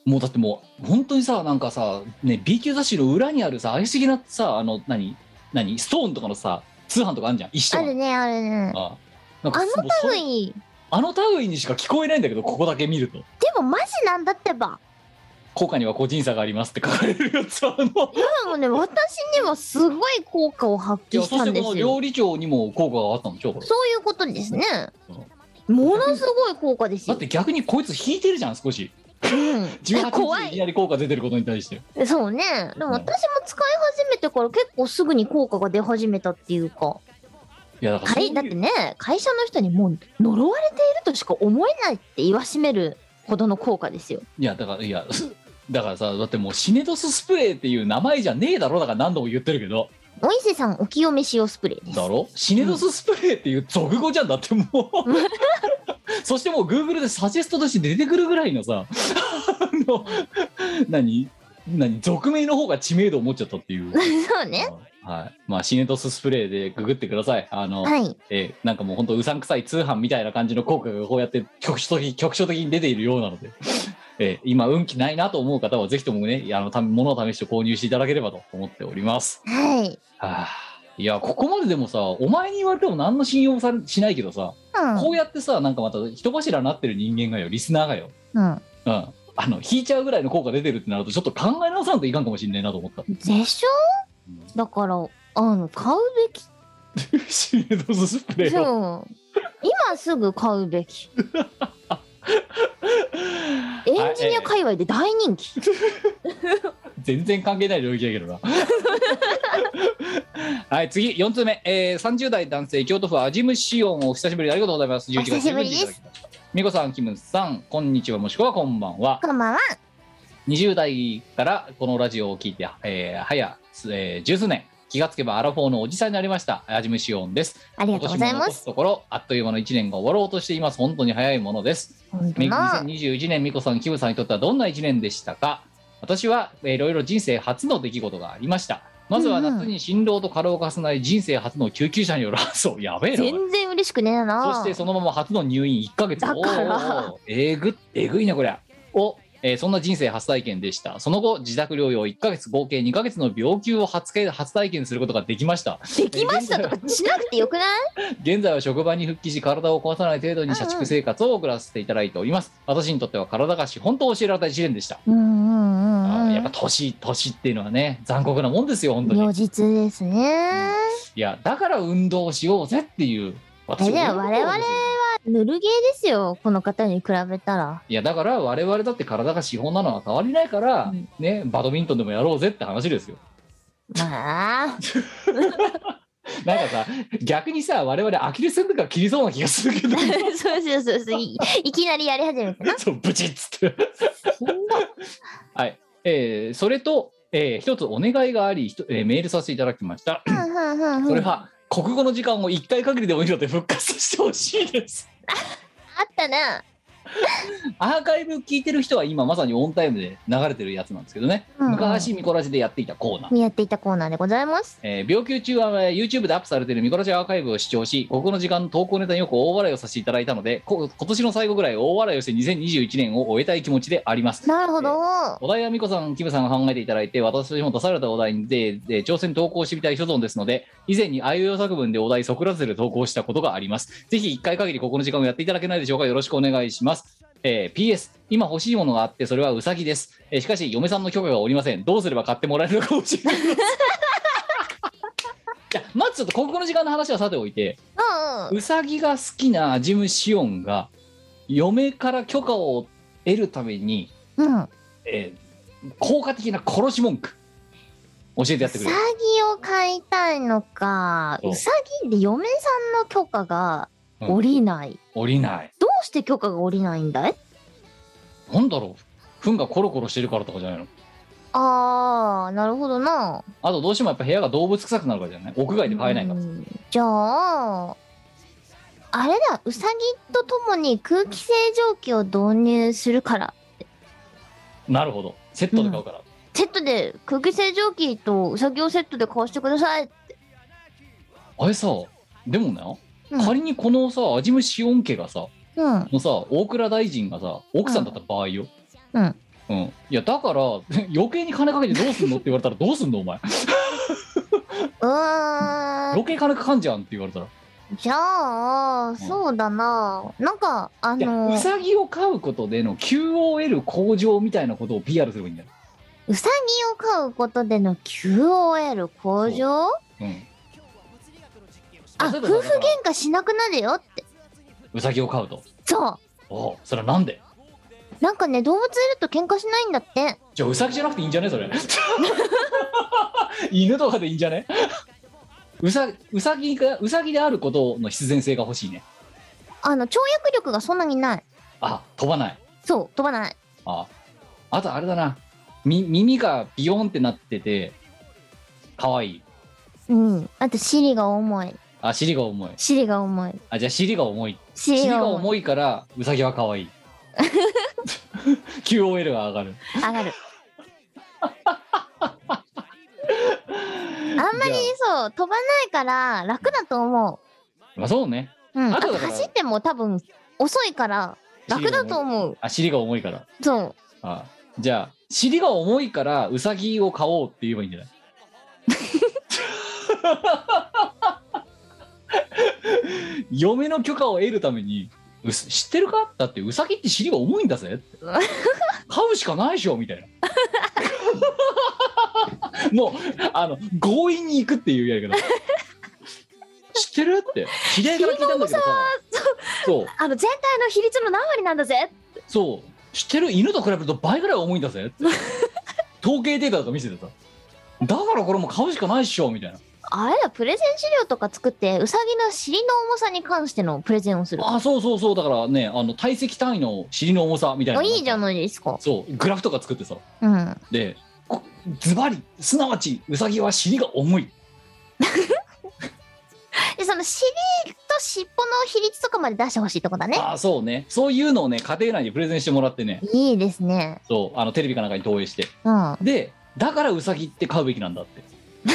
[SPEAKER 3] もうだってもう本当にさなんかさ、ね、B 級雑誌の裏にあるさあれ不思議なさあの何何ストーンとかのさ通販とかあるじゃん一緒
[SPEAKER 1] あるねあるね
[SPEAKER 3] あなんか
[SPEAKER 1] あ
[SPEAKER 3] もうそ
[SPEAKER 1] の類、
[SPEAKER 3] あの類にしか聞こえないんだけどここだけ見ると
[SPEAKER 1] でもマジなんだってば。
[SPEAKER 3] 効果には個人差がありますって書かれるや
[SPEAKER 1] [laughs]
[SPEAKER 3] つはあの
[SPEAKER 1] でもね、私にはすごい効果を発揮
[SPEAKER 3] いや
[SPEAKER 1] し
[SPEAKER 3] そ
[SPEAKER 1] た
[SPEAKER 3] し
[SPEAKER 1] ん
[SPEAKER 3] て
[SPEAKER 1] で
[SPEAKER 3] この
[SPEAKER 1] すよ。
[SPEAKER 3] 料理長にも効果があったんでしょこれ
[SPEAKER 1] そういうことですね。ものすごい効果です
[SPEAKER 3] だ
[SPEAKER 1] よ
[SPEAKER 3] っ。て逆にこいつ引いてるじゃん少し
[SPEAKER 1] うん、
[SPEAKER 3] 18
[SPEAKER 1] 怖
[SPEAKER 3] 日にいき
[SPEAKER 1] い。
[SPEAKER 3] なり効果出てることに対して
[SPEAKER 1] そうね。でも私も使い始めてから結構すぐに効果が出始めたっていうか。
[SPEAKER 3] いやだから
[SPEAKER 1] か
[SPEAKER 3] そうい
[SPEAKER 1] いうだってね、会社の人にもう呪われているとしか思えないって言わしめるほどの効果ですよ。
[SPEAKER 3] いやだからいや [laughs] だからさだってもうシネドススプレーっていう名前じゃねえだろだから何度も言ってるけど
[SPEAKER 1] お伊勢さんお清め塩スプレーです。
[SPEAKER 3] だろシネドススプレーっていう俗語じゃんだってもう
[SPEAKER 1] [laughs]
[SPEAKER 3] そしてもうグーグルでサジェストとして出てくるぐらいのさあの何何俗名の方が知名度を持っちゃったってい
[SPEAKER 1] [laughs]
[SPEAKER 3] う
[SPEAKER 1] そうね。
[SPEAKER 3] はいまあ、シネドススプレーでググってくださいあの、
[SPEAKER 1] はい。
[SPEAKER 3] えーなんかもうほんとうさんくさい通販みたいな感じの効果がこうやって局所的局所的に出ているようなので、えー今運気ないなと思う方はぜひともねあのた物を試して購入していただければと思っております
[SPEAKER 1] はい。
[SPEAKER 3] はあいやここまででもさお前に言われても何の信用もされしないけどさ、こうやってさなんかまた人柱になってる人間がよリスナーがよ、
[SPEAKER 1] うん。うん。
[SPEAKER 3] うん、あの引いちゃうぐらいの効果出てるってなるとちょっと考え直さんといかんかもしんないなと思った
[SPEAKER 1] でしょだから、あの、買うべき。
[SPEAKER 3] [laughs] シネドススプレーを
[SPEAKER 1] そう。今すぐ買うべ
[SPEAKER 3] [laughs]
[SPEAKER 1] き。エンジニア界隈で大人気。
[SPEAKER 3] 全然関係ない領域だけどな。 [laughs] はい、次、4つ目、えー、30代男性、京都府アジムシオン、お久しぶりでありがとうございます。11
[SPEAKER 1] お久しぶりです
[SPEAKER 3] いただきました。美子さん、キムさん、こんにちは、もしくはこんばんは。
[SPEAKER 1] [laughs] こんばんは。
[SPEAKER 3] 20代からこのラジオを聞いて、えー、早、えー、十数年、気がつけばアラフォーのおじさんになりました、アジムシオンです。
[SPEAKER 1] ありがとうござい
[SPEAKER 3] 今年も
[SPEAKER 1] ま
[SPEAKER 3] 残
[SPEAKER 1] す。
[SPEAKER 3] すところ、あっという間の1年が終わろうとしています。本当に早いものです。
[SPEAKER 1] 本当な。
[SPEAKER 3] 2021年、ミコさん、キムさんにとってはどんな1年でしたか私はいろいろ人生初の出来事がありました。まずは
[SPEAKER 1] うんうん
[SPEAKER 3] 夏に心労と過労を重ね人生初の救急車による搬送、やべえな。
[SPEAKER 1] 全然嬉しくねえな。
[SPEAKER 3] そしてそのまま初の入院1ヶ月
[SPEAKER 1] だから
[SPEAKER 3] おーおーえぐえぐいなこりゃを、えーそんな人生初体験でしたその後自宅療養1ヶ月合計2ヶ月の病休を初け初体験することができました
[SPEAKER 1] できましたとかしなくてよくない
[SPEAKER 3] 現在は職場に復帰し体を壊さない程度に社畜生活を送らせていただいております、私にとっては体がし本当教えられた一年でした、
[SPEAKER 1] [laughs] うんうん
[SPEAKER 3] あ
[SPEAKER 1] うんう
[SPEAKER 3] ー
[SPEAKER 1] ん。
[SPEAKER 3] やっぱ年年っていうのはね残酷なもんですよ本当に、
[SPEAKER 1] 如
[SPEAKER 3] い
[SPEAKER 1] 実ですね。
[SPEAKER 3] やだから運動しようぜっていう私
[SPEAKER 1] いや
[SPEAKER 3] 思うことですよ
[SPEAKER 1] 我々ぬるゲーですよ、この方に比べたら。
[SPEAKER 3] [laughs] いやだから我々だって体が資本なのは変わりないから、
[SPEAKER 1] うん
[SPEAKER 3] ねバドミントンでもやろうぜって話ですよ
[SPEAKER 1] まあ、 [laughs]
[SPEAKER 3] なんかさ逆にさ我々アキレス腱とか切りそうな気がするけ
[SPEAKER 1] [laughs]
[SPEAKER 3] ど
[SPEAKER 1] そうそうそうそうい、いきなりやり始めてな。
[SPEAKER 3] そうブチッつって
[SPEAKER 1] しんどい
[SPEAKER 3] [laughs] はい、えーそれと、えー一つお願いがあり、ひとえーメールさせていただきました。
[SPEAKER 1] ふんふんふんふん
[SPEAKER 3] それは国語の時間を1回限りでもいいので復活してほしいです。
[SPEAKER 1] あったな。
[SPEAKER 3] アーカイブ聞いてる人は今まさにオンタイムで流れてるやつなんですけどね、
[SPEAKER 1] うんうん
[SPEAKER 3] 昔ミコラジでやっていたコーナー。
[SPEAKER 1] やっていたコーナーでございます。
[SPEAKER 3] えー病休中はえー YouTube でアップされているミコラジアーカイブを視聴し、国語の時間の投稿ネタによく大笑いをさせていただいたので、こ今年の最後ぐらい大笑いをして2021年を終えたい気持ちであります。
[SPEAKER 1] なるほど。
[SPEAKER 3] お題は美子さん、キムさんが考えていただいて、私も出されたお題で、で挑戦投稿してみたい所存ですので、以前にあいうえお作文でお題、ソクラテスで投稿したことがあります。ぜひ一回限りここの時間をやっていただけないでしょうか。よろしくお願いします。えー PS、今欲しいものがあって、それはウサギです。えーしかし、嫁さんの許可がおりません。どうすれば買ってもらえるのか教えてください。いやまずちょっとここの時間の話はさておいて、
[SPEAKER 1] うんうん。
[SPEAKER 3] うさぎが好きなジムシオンが、嫁から許可を得るために、
[SPEAKER 1] うん。
[SPEAKER 3] えー効果的な殺し文句教えてやって
[SPEAKER 1] う
[SPEAKER 3] く
[SPEAKER 1] さ
[SPEAKER 3] れる
[SPEAKER 1] ぎを飼いたいのか、
[SPEAKER 3] そう
[SPEAKER 1] うさぎで嫁さんの許可が
[SPEAKER 3] うん
[SPEAKER 1] 下りない。ど
[SPEAKER 3] 降りないう
[SPEAKER 1] して許可が下りないんだい
[SPEAKER 3] なんだろう糞がコロコロしてるからとかじゃないの
[SPEAKER 1] あー、なるほどな。
[SPEAKER 3] あとどうしてもやっぱ部屋が動物臭くなるからじゃない屋外で飼えないから、
[SPEAKER 1] うんじゃああれだウサギとともに空気清浄機を導入するから
[SPEAKER 3] なるほどセットで買うから、
[SPEAKER 1] セットで空気清浄機とウサギをセットで買わしてください
[SPEAKER 3] あれさでもな、
[SPEAKER 1] うん
[SPEAKER 3] 仮にこのさアジムシオン家がさ
[SPEAKER 1] うん
[SPEAKER 3] のさ大倉大臣がさ奥さんだった場合よ
[SPEAKER 1] うん
[SPEAKER 3] うん、いやだから [laughs] 余計に金かけてどうすんのって言われたらどうすんのお前
[SPEAKER 1] うーん
[SPEAKER 3] 余計金かかんじゃんって言われたら
[SPEAKER 1] じゃあ、そうだな。なんか、あ
[SPEAKER 3] いや
[SPEAKER 1] の
[SPEAKER 3] う、さぎを飼うことでの QOL 向上みたいなことを PR すればいいんだよ、
[SPEAKER 1] うさぎを飼うことでの QOL 向上
[SPEAKER 3] うん、
[SPEAKER 1] あ、
[SPEAKER 3] 例えば
[SPEAKER 1] 夫婦喧嘩しなくなるよって。
[SPEAKER 3] うさぎを飼うと
[SPEAKER 1] そう。
[SPEAKER 3] おうそれはなんで
[SPEAKER 1] なんかね、動物いると喧嘩しないんだって。
[SPEAKER 3] じゃあウサギじゃなくていいんじゃね
[SPEAKER 1] [laughs]
[SPEAKER 3] それ犬とかでいいんじゃねうさうさぎがうさぎであることの必然性が欲しいね
[SPEAKER 1] あの、跳躍力がそんなにない。
[SPEAKER 3] あ飛ばない
[SPEAKER 1] そう、飛ばない。
[SPEAKER 3] ああとあれだなみ耳がビヨーンってなっててかわいい
[SPEAKER 1] うん。あと、尻が重い。
[SPEAKER 3] あ尻が重い
[SPEAKER 1] 尻が重い。
[SPEAKER 3] あじゃあ尻が重い
[SPEAKER 1] 尻
[SPEAKER 3] 尻
[SPEAKER 1] が
[SPEAKER 3] が
[SPEAKER 1] 重い。
[SPEAKER 3] 重いからウサギは
[SPEAKER 1] [laughs]
[SPEAKER 3] かわいい [laughs] QOL が上がる
[SPEAKER 1] 上がる。 [laughs] あんまり
[SPEAKER 3] じ
[SPEAKER 1] そう、飛ばないから楽だと思
[SPEAKER 3] まあそうね
[SPEAKER 1] う。うん。
[SPEAKER 3] あ
[SPEAKER 1] あ
[SPEAKER 3] と
[SPEAKER 1] と
[SPEAKER 3] だから
[SPEAKER 1] 走っても多分遅いから楽だと思う。
[SPEAKER 3] あ尻が重いから
[SPEAKER 1] そう。
[SPEAKER 3] あじゃあ尻が重いからウサギを買おうって言えばいいんじゃない嫁の許可を得るためにうす知ってるかだってウサギって尻が重いんだぜって買うしかないでしょみたいな [laughs] もうあの強引に行くっていうやり方知ってるって知り合いから聞いたんだけどさそう
[SPEAKER 1] あの、全体の比率の何割なんだぜ。
[SPEAKER 3] そう知ってる犬と比べると倍ぐらい重いんだ
[SPEAKER 1] [laughs]
[SPEAKER 3] ぜって統計データとか見せてただからこれもう買うしかないっしょみたいな
[SPEAKER 1] あれだ、プレゼン資料とか作って、うさぎの尻の重さに関してのプレゼンをする。
[SPEAKER 3] あそうそうそうだからねあの体積単位の尻の重さみたいな
[SPEAKER 1] あいいじゃ
[SPEAKER 3] い
[SPEAKER 1] ないですか。
[SPEAKER 3] そうグラフとか作ってさ
[SPEAKER 1] うん。
[SPEAKER 3] でこズバリすなわちウサギは尻が重い
[SPEAKER 1] で、その尻と尻尾の比率とかまで出してほしいとこだね。
[SPEAKER 3] ああそうねそういうのをね家庭内でプレゼンしてもらってね
[SPEAKER 1] いいですね。
[SPEAKER 3] そうあのテレビかなんかに投影して
[SPEAKER 1] うん。
[SPEAKER 3] でだからウサギって飼うべきなんだって
[SPEAKER 1] [laughs]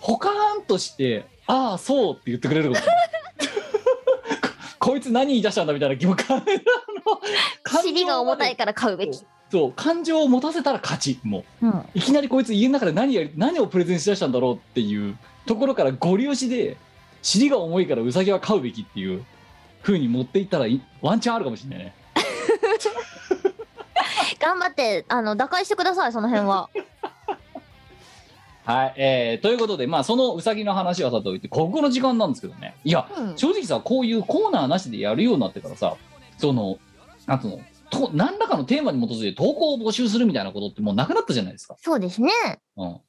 [SPEAKER 3] ほかーんとして「ああそう」って言ってくれることこ
[SPEAKER 1] [laughs]
[SPEAKER 3] こいつ何言い出したんだみたいな気も感じ
[SPEAKER 1] 尻が重たいから買うべき。
[SPEAKER 3] そう感情を持たせたら勝ちも
[SPEAKER 1] うん。
[SPEAKER 3] ういきなりこいつ家の中で何やり何をプレゼンしだしたんだろうっていうところからご利用しで尻が重いからウサギは飼うべきっていう風に持っていったらいワンチャンあるかもしれないね
[SPEAKER 1] 頑張って、あの、打開してください、その辺
[SPEAKER 3] [laughs]
[SPEAKER 1] は。
[SPEAKER 3] はい、えーということで、まあ、そのうさぎの話はさておいて、ここの時間なんですけどね。いや、
[SPEAKER 1] うん
[SPEAKER 3] 正直さ、こういうコーナーなしでやるようになってからさ、その、あとの、と何らかのテーマに基づいて投稿を募集するみたいなことってもうなくなったじゃないですか。
[SPEAKER 1] そうですね。
[SPEAKER 3] うん。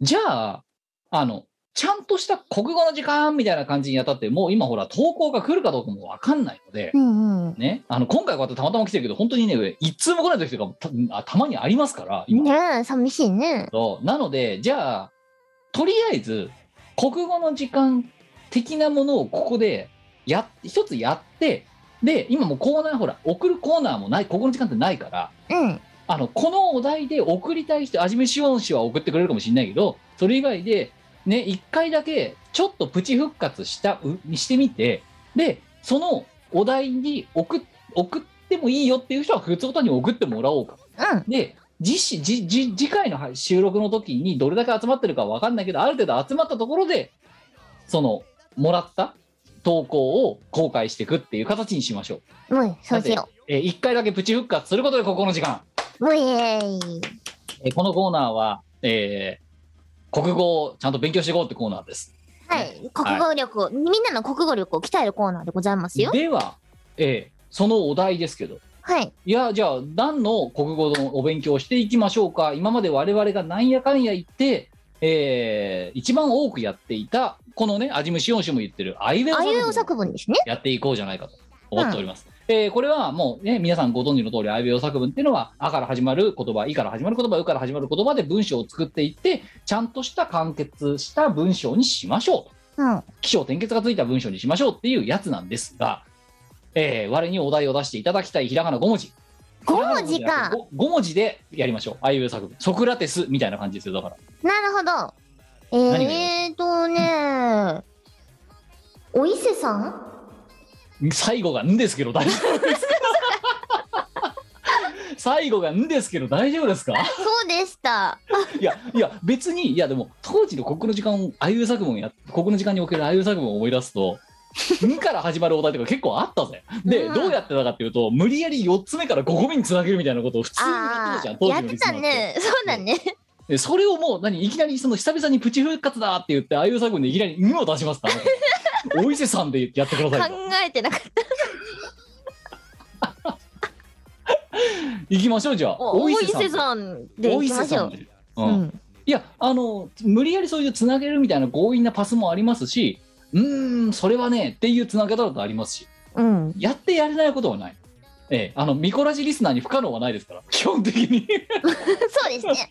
[SPEAKER 3] じゃあ、あの、ちゃんとした国語の時間みたいな感じにあたって、もう今ほら、投稿が来るかどうかもわかんないので、
[SPEAKER 1] うんうん。
[SPEAKER 3] ね、あの、今回こうやってたまたま来てるけど、本当にね、一通も来ない時とかもたあたまにありますから、今。
[SPEAKER 1] ねえ、寂しいね。
[SPEAKER 3] そうなのでじゃあとりあえず国語の時間的なものをここでや一つやってで今もうコーナーほら送るコーナーもない国語の時間ってないから
[SPEAKER 1] うん。
[SPEAKER 3] あのこのお題で送りたい人味見しおん氏は送ってくれるかもしれないけどそれ以外でね1回だけちょっとプチ復活したうにしてみてでそのお題に送っ送ってもいいよっていう人は普通ごとに送ってもらおうか
[SPEAKER 1] うん。
[SPEAKER 3] で次し次次次回の配収録の時にどれだけ集まってるかわかんないけどある程度集まったところでそのもらった投稿を公開していくっていう形にしましょう、
[SPEAKER 1] うん、そうしよ
[SPEAKER 3] え1回だけプチ復活することでここの時間、
[SPEAKER 1] う。うえい。
[SPEAKER 3] えーこのコーナーは、えー国語をちゃんと勉強していこうってコーナーです
[SPEAKER 1] はい。国語力を、みんなの国語力を鍛えるコーナーでございますよ。
[SPEAKER 3] では、えーそのお題ですけど
[SPEAKER 1] はい。
[SPEAKER 3] いやじゃあ何の国語のお勉強をしていきましょうか今まで我々がなんやかんや言って、えー一番多くやっていたこのね味虫四種も言ってるあいうえ
[SPEAKER 1] あいうえお
[SPEAKER 3] お作
[SPEAKER 1] 作文ですね。
[SPEAKER 3] 文やっていこうじゃないかと思っております、えーこれはもうね皆さんご存知の通りあいうえお作文っていうのは「あ」から始まる言葉「い」から始まる言葉「う」から始まる言葉で文章を作っていってちゃんとした完結した文章にしましょうと
[SPEAKER 1] うん。
[SPEAKER 3] 起承転結がついた文章にしましょうっていうやつなんですが、えー我にお題を出していただきたいひらがな5文字
[SPEAKER 1] 5文字か。
[SPEAKER 3] 5, 文字でやりましょう。ああいう作文。ソクラテスみたいな感じですよ。だから。
[SPEAKER 1] なるほど。
[SPEAKER 3] 何が
[SPEAKER 1] えーとね、お伊勢さん
[SPEAKER 3] 最後がんですけど大丈夫ですか最後が「ん」ですけど大丈夫ですか
[SPEAKER 1] そうでした。
[SPEAKER 3] いやいや別にいやでも当時のここの時間をあいうえお作文やここの時間におけるあいうえお作文を思い出すと「ん」から始まるお題とか結構あったぜで、
[SPEAKER 1] うん
[SPEAKER 3] どうやってたかっていうと無理やり4つ目から5個目につなげるみたいなことを普通にやっ
[SPEAKER 1] あ
[SPEAKER 3] てたじゃん
[SPEAKER 1] あ、
[SPEAKER 3] 当
[SPEAKER 1] やっ
[SPEAKER 3] 時の
[SPEAKER 1] て
[SPEAKER 3] リス
[SPEAKER 1] た
[SPEAKER 3] ナーって
[SPEAKER 1] ね。そうだね。
[SPEAKER 3] でそれをもう何いきなりその久々にプチ復活だって言ってああいうえお作文でいきなり「ん」を出しま
[SPEAKER 1] [laughs]
[SPEAKER 3] すから、お伊勢さんでやってく
[SPEAKER 1] 考
[SPEAKER 3] ださいと
[SPEAKER 1] えてなかった。
[SPEAKER 3] 行きましょうじゃあ
[SPEAKER 1] お大伊勢
[SPEAKER 3] ん
[SPEAKER 1] さんで行
[SPEAKER 3] 大伊
[SPEAKER 1] きま
[SPEAKER 3] 勢
[SPEAKER 1] し
[SPEAKER 3] さ
[SPEAKER 1] ょ
[SPEAKER 3] ん
[SPEAKER 1] う。
[SPEAKER 3] で
[SPEAKER 1] う
[SPEAKER 3] うん
[SPEAKER 1] ん。
[SPEAKER 3] いやあの無理やりそういうつなげるみたいな強引なパスもありますしうーんそれはねっていうつなげ方だとありますし [laughs]
[SPEAKER 1] うん。
[SPEAKER 3] やってやれないことはない。ええ、あのミコラジリスナーに不可能はないですから基本的に
[SPEAKER 1] そうですね。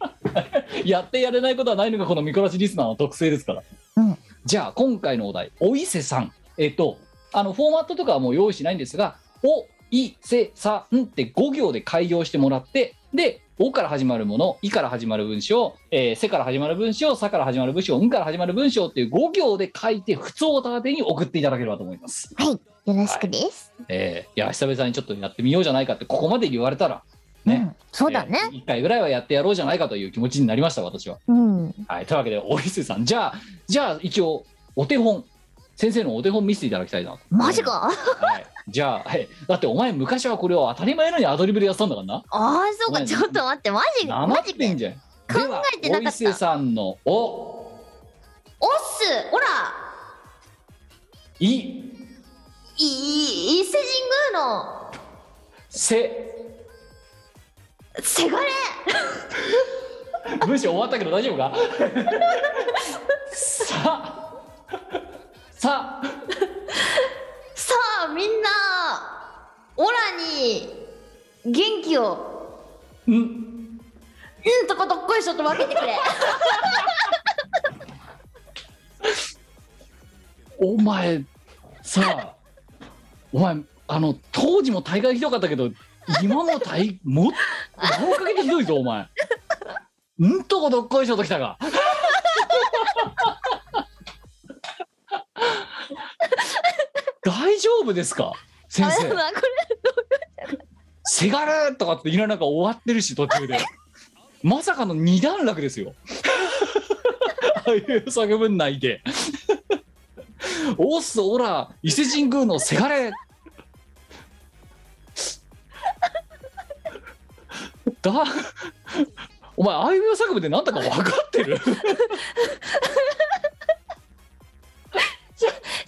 [SPEAKER 3] やってやれないことはないのがこのミコラジリスナーの特性ですから、
[SPEAKER 1] うん
[SPEAKER 3] じゃあ今回のお題「お伊勢さん」えっとあのフォーマットとかはもう用意しないんですが「お伊勢さん」って5行で開業してもらってで「お」から始まるもの「い」から始まる文章「えーせ」から始まる文章「さ」から始まる文章「ん」から始まる文章っていう5行で書いて普通を立てに送っていただければと思います。
[SPEAKER 1] よろしくです。
[SPEAKER 3] えーいや久々にちょっとやってみようじゃないかってここまで言われたら
[SPEAKER 1] う
[SPEAKER 3] ね、
[SPEAKER 1] ん。そうだね。
[SPEAKER 3] えー一回ぐらいはやってやろうじゃないかという気持ちになりました私は、
[SPEAKER 1] うん。
[SPEAKER 3] はい、というわけで大石さんじゃあじゃあ一応お手本先生のお手本見せていただきたいなと
[SPEAKER 1] マジ、か。
[SPEAKER 3] はい、じゃあ、はい、だってお前昔はこれを当たり前のようにアドリブでやってたんだからな
[SPEAKER 1] ああ、そう
[SPEAKER 3] お前
[SPEAKER 1] か。ちょっと待って。マジ
[SPEAKER 3] な
[SPEAKER 1] マ
[SPEAKER 3] っ
[SPEAKER 1] ジ
[SPEAKER 3] て
[SPEAKER 1] で
[SPEAKER 3] ん。じゃん
[SPEAKER 1] 考えてなかった
[SPEAKER 3] では大石さんの「お
[SPEAKER 1] おっす。ほら。」
[SPEAKER 3] 「い
[SPEAKER 1] い伊勢神宮の」
[SPEAKER 3] 「せ
[SPEAKER 1] せがれ。」
[SPEAKER 3] 文章終わったけど大丈夫か [laughs] ささ
[SPEAKER 1] さあみんなオラに元気を
[SPEAKER 3] ん
[SPEAKER 1] うんとかどっこいしょと分けてくれ
[SPEAKER 3] お前さあお前あの当時も大概ひどかったけど今も大もっ顔かけてひどいぞお前うんとこどっこいしょときたか大丈夫ですか先
[SPEAKER 1] あ [laughs] でも
[SPEAKER 3] 生
[SPEAKER 1] なこ
[SPEAKER 3] 「せがる!」とかっていろいろなんか終わってるし途中でまさかの二段落ですよああいう作文内で「おっすおら伊勢神宮のせがれ」だお前ああいう作文でなんだか分かってる
[SPEAKER 1] れ正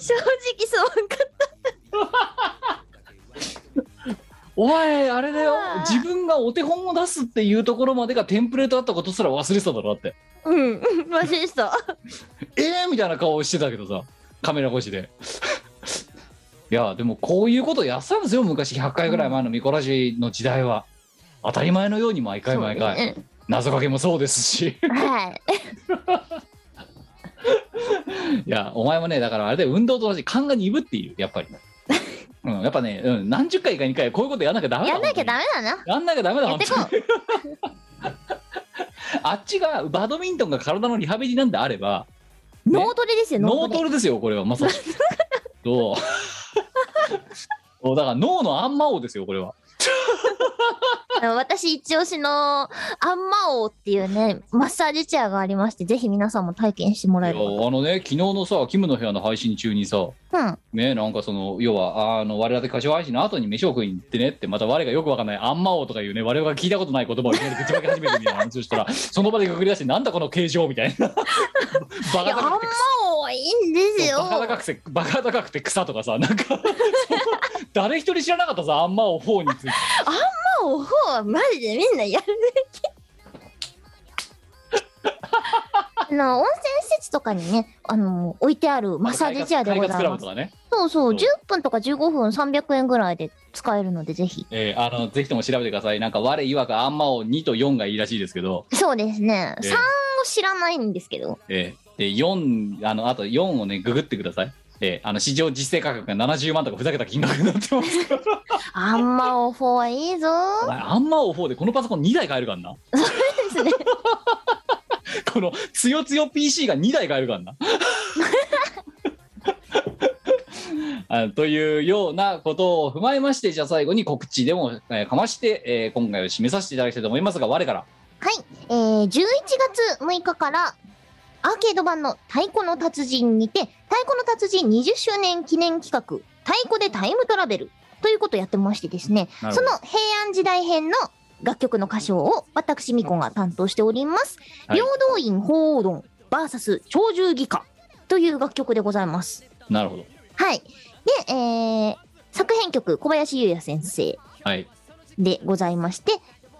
[SPEAKER 1] 直そうか
[SPEAKER 3] お前あれだよ自分がお手本を出すっていうところまでがテンプレートだったことすら忘れてただろだって
[SPEAKER 1] うんマジでした
[SPEAKER 3] えー、みたいな顔をしてたけどさカメラ越しでいやでもこういうことやってたんですよ昔100回ぐらい前のミコラジの時代は当たり前のように毎回毎回、
[SPEAKER 1] そうね
[SPEAKER 3] [laughs] 謎かけもそうですし
[SPEAKER 1] はい
[SPEAKER 3] いやお前もねだからあれで運動と同じ勘が鈍っているや
[SPEAKER 1] [laughs]
[SPEAKER 3] っぱり、うん、やっぱね、うん、何十回か2回こういうことやんなきゃダメだ
[SPEAKER 1] やんなきゃダメだな
[SPEAKER 3] やんなきゃダメだ
[SPEAKER 1] やってこ
[SPEAKER 3] 本当に [laughs] あっちがバドミントンが体のリハビリなんであればね
[SPEAKER 1] 脳トレですよ
[SPEAKER 3] 脳
[SPEAKER 1] 脳
[SPEAKER 3] ト
[SPEAKER 1] トレ
[SPEAKER 3] レですよこれはまさ
[SPEAKER 1] [laughs]
[SPEAKER 3] しくどう [laughs] そうだから脳のあんま王ですよこれは
[SPEAKER 1] あの私一押しのアンマオっていうねマッサージチェアがありましてぜひ皆さんも体験しても
[SPEAKER 3] い
[SPEAKER 1] ら
[SPEAKER 3] や
[SPEAKER 1] え
[SPEAKER 3] あ
[SPEAKER 1] ればと
[SPEAKER 3] のね昨日のさ「キムの部屋」の配信中にさ
[SPEAKER 1] うん
[SPEAKER 3] ねなんかその要はあの我々歌唱配信の後に飯を食いに行ってねってまた我がよくわかんない「あんま王」とかいうね我々が聞いたことない言葉をいきなりぶちまけ始めてみたいな話をした
[SPEAKER 1] [laughs]
[SPEAKER 3] らその場でくぐり出してなんだこの形状みたいなバ
[SPEAKER 1] いや
[SPEAKER 3] カ
[SPEAKER 1] アンマ
[SPEAKER 3] 高くて
[SPEAKER 1] オはいいんです
[SPEAKER 3] そう
[SPEAKER 1] よ
[SPEAKER 3] バカ高くてバカ高くて草とかさなんか [laughs] そう誰一人知らなかったさあんま王4について。
[SPEAKER 1] まあおほうはマジでみんなやる
[SPEAKER 3] [laughs]
[SPEAKER 1] べきあの温泉施設とかにねあの置いてあるマッサージチェアでござい
[SPEAKER 3] 快活クラ
[SPEAKER 1] ます
[SPEAKER 3] ブとかね
[SPEAKER 1] そうそう
[SPEAKER 3] そう
[SPEAKER 1] 10分とか15分300円ぐらいで使えるのでぜひ
[SPEAKER 3] えーあのぜひとも調べてください。なんか我いわくあんまを2と4がいいらしいですけど、
[SPEAKER 1] そうですね、
[SPEAKER 3] えー
[SPEAKER 1] 3を知らないんですけど
[SPEAKER 3] えーで4あのあと4をねググってください。えーあの市場実勢価格が70万とかふざけた金額になってます [laughs] から
[SPEAKER 1] あんまおほうはいいぞ
[SPEAKER 3] [laughs] お前あんまを4でこのパソコン2台買えるからな
[SPEAKER 1] ですね
[SPEAKER 3] このつよつよ PC が2台買えるからな [laughs] あというようなことを踏まえましてじゃあ最後に告知でも、えーかまして、えー今回を締めさせていただきたいと思いますが我か
[SPEAKER 1] は
[SPEAKER 3] ら
[SPEAKER 1] い、えー、11月6日からアーケード版の太鼓の達人にて、太鼓の達人20周年記念企画、太鼓でタイムトラベルということをやってましてですね、
[SPEAKER 3] なる
[SPEAKER 1] そ
[SPEAKER 3] ほど
[SPEAKER 1] の平安時代編の楽曲の歌唱を私、ミコが担当しております。
[SPEAKER 3] はい
[SPEAKER 1] 平等院鳳凰論 VS 鳥獣戯歌という楽曲でございます。
[SPEAKER 3] なるほど
[SPEAKER 1] はい。で、えー作編曲、小林優也先生
[SPEAKER 3] はい
[SPEAKER 1] でございまして、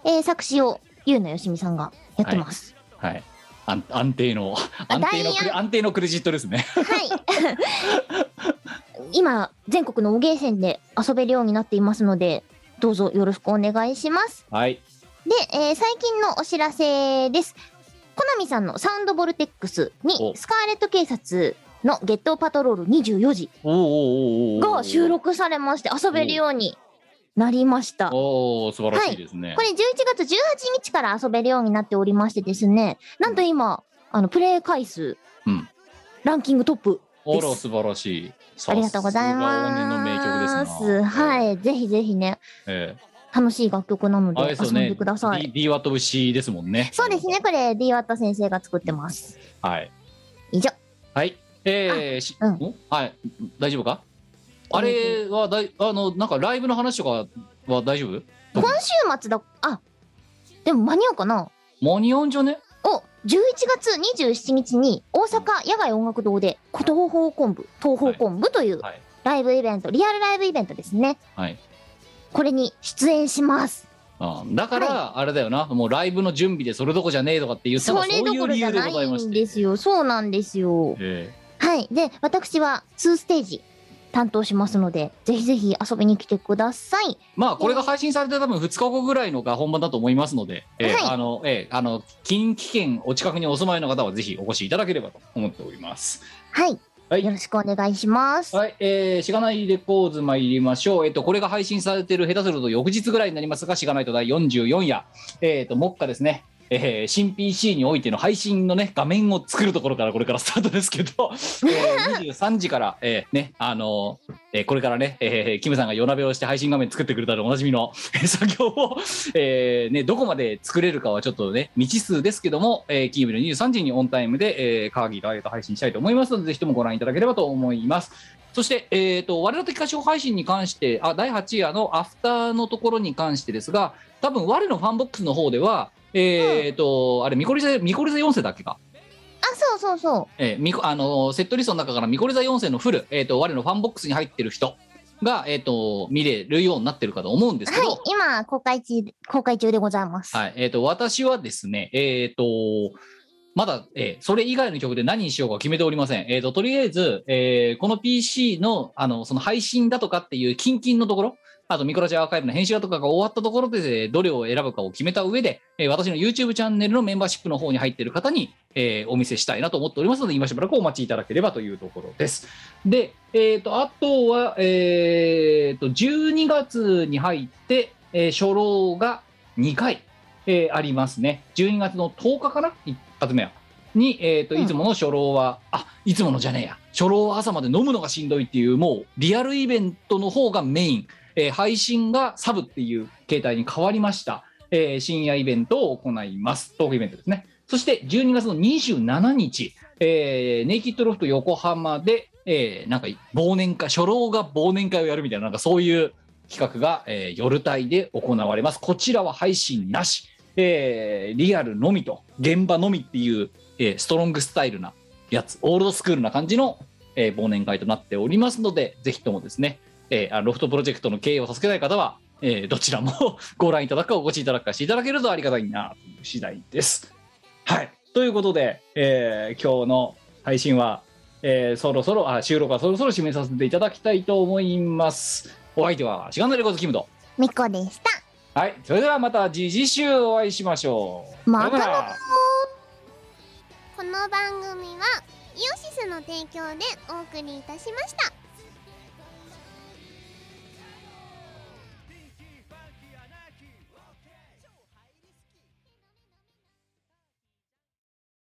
[SPEAKER 1] えー作詞を優のよしみさんがやってます。
[SPEAKER 3] はい安安定の
[SPEAKER 1] あ
[SPEAKER 3] 安定のクレ
[SPEAKER 1] ダイア
[SPEAKER 3] 安定のクレジットですね
[SPEAKER 1] はい。 [laughs] 今、全国のお芸線で遊べるようになっていますので、どうぞよろしくお願いします。
[SPEAKER 3] はい
[SPEAKER 1] で、えー最近のお知らせです。コナミさんのサウンドボルテックスに、
[SPEAKER 3] お
[SPEAKER 1] スカーレット警察のゲットパトロール24時
[SPEAKER 3] おーおーおーおー
[SPEAKER 1] が収録されまして、遊べるようになりました。
[SPEAKER 3] おお素晴らしいですね、
[SPEAKER 1] これ11月18日から遊べるようになっておりましてですね、なんと今、あの、プレイ回数、
[SPEAKER 3] うん
[SPEAKER 1] ランキングトップ。
[SPEAKER 3] あら素晴らしい
[SPEAKER 1] ありがとうございま
[SPEAKER 3] さ
[SPEAKER 1] す。
[SPEAKER 3] が鬼の名曲ですな
[SPEAKER 1] はい。ぜひぜひね、
[SPEAKER 3] ええ
[SPEAKER 1] 楽しい楽曲なの
[SPEAKER 3] あ
[SPEAKER 1] で
[SPEAKER 3] れです
[SPEAKER 1] 遊
[SPEAKER 3] よ
[SPEAKER 1] ん
[SPEAKER 3] ね
[SPEAKER 1] でください。
[SPEAKER 3] D- DWAT of C ですもんね
[SPEAKER 1] そうですね、これ D ワッタ先生が作ってます。
[SPEAKER 3] はい
[SPEAKER 1] 以上。
[SPEAKER 3] はい。えーし
[SPEAKER 1] うん
[SPEAKER 3] んはい。大丈夫かあれはだい、あの、なんかライブの話とかは大丈夫
[SPEAKER 1] 今週末だ、あ、でも間に合うかな
[SPEAKER 3] 間に合うんじゃね
[SPEAKER 1] お、11月27日に大阪野外音楽堂で、琴方法昆布、東方昆布という
[SPEAKER 3] はい。
[SPEAKER 1] ライブイベント、リアルライブイベントですね。
[SPEAKER 3] はい。
[SPEAKER 1] これに出演します。
[SPEAKER 3] あだから、あれだよな、もうライブの準備でそれどこじゃねえとかって言った
[SPEAKER 1] そ
[SPEAKER 3] のはそう
[SPEAKER 1] れど
[SPEAKER 3] い
[SPEAKER 1] こ
[SPEAKER 3] う
[SPEAKER 1] ろ
[SPEAKER 3] 理
[SPEAKER 1] じゃ
[SPEAKER 3] 由で
[SPEAKER 1] な
[SPEAKER 3] ございま
[SPEAKER 1] い
[SPEAKER 3] し
[SPEAKER 1] ん
[SPEAKER 3] て。
[SPEAKER 1] ですよ。そうなんですよ。
[SPEAKER 3] え
[SPEAKER 1] はい。で、私は2ステージ担当しますので、ぜひぜひ遊びに来てください。
[SPEAKER 3] えまあ、これが配信されて多分2日後ぐらいのが本番だと思いますので、ええ
[SPEAKER 1] はい
[SPEAKER 3] あの、ええあの、近畿圏お近くにお住まいの方はぜひお越しいただければと思っております。
[SPEAKER 1] はい。
[SPEAKER 3] はい
[SPEAKER 1] よろしくお願いします。
[SPEAKER 3] はい、えー、しがないレコーズ参りましょう。えっと、これが配信されてる下手すると翌日ぐらいになりますが、しがないと第44夜、えっと、目下ですね、えー新 PC においての配信のね、画面を作るところからこれからスタートですけど、 [laughs] えー、23時から、えーね、あのーえーこれからね、えーキムさんが夜鍋をして配信画面作ってくれたらおなじみの [laughs] 作業を、えーね、どこまで作れるかはちょっとね、未知数ですけども、えー、金曜日の23時にオンタイムで、えー、カーギーとあげと配信したいと思いますので、ぜひともご覧いただければと思います。そして、えー、と我ら的歌唱配信に関してあ第8夜のアフターのところに関してですが多分我のファンボックスの方ではえー、と、あれミコリザミコリザ4世だっけか、
[SPEAKER 1] あ、そうそうそ
[SPEAKER 3] えーミコあのーセットリストの中からミコリザ4世のフル、えー、と我のファンボックスに入ってる人が、えー、と見れるようになってるかと思うんです
[SPEAKER 1] う。
[SPEAKER 3] けど、
[SPEAKER 1] はい。今、公開中、公開中でございます。
[SPEAKER 3] はい、えっ、と、私はですね、えっ、と、まだ、えーそれ以外の曲で何にしようか決めておりません。えっ、と、とりあえず、えーこの PC の、あの、その配信だとかっていう、キンキンのところ、あと、ミコラジアーカイブの編集だとかが終わったところで、えーどれを選ぶかを決めた上で、えー私の YouTube チャンネルのメンバーシップの方に入っている方に、えーお見せしたいなと思っておりますので、今しばらくお待ちいただければというところです。で、えっ、と、あとは、えっ、と、12月に入って、えー初老が2回、えーありますね。12月の10日かな一発目は。に、えっ、と、
[SPEAKER 1] うん
[SPEAKER 3] いつもの初老は、あ、いつものじゃねえや。初老は朝まで飲むのがしんどいっていう、もうリアルイベントの方がメイン。えー配信がサブっていう形態に変わりました。えー深夜イベントを行います。トークイベントですね。そして12月の27日、えーネイキッドロフト横浜で、えーなんか忘年会、初老が忘年会をやるみたいな、なんかそういう企画が、えー夜帯で行われます。こちらは配信なし、えーリアルのみと、現場のみっていう、えーストロングスタイルなやつ、オールドスクールな感じの、えー忘年会となっておりますので、ぜひともですね、えーあロフトプロジェクトの経営を助けたい方は、えーどちらも [laughs] ご覧いただくかお越しいただくかしていただけるとありがたいなという次第です。はい。ということで、えー今日の配信は、えーそろそろ、あ、収録はそろそろ締めさせていただきたいと思います。お相手は、シガンダレコーズキムと。
[SPEAKER 1] みこでした。
[SPEAKER 3] はい。それではまた次次週お会いしましょう。
[SPEAKER 1] またな
[SPEAKER 3] さよなら
[SPEAKER 4] この番組はイオシスの提供でお送りいたしました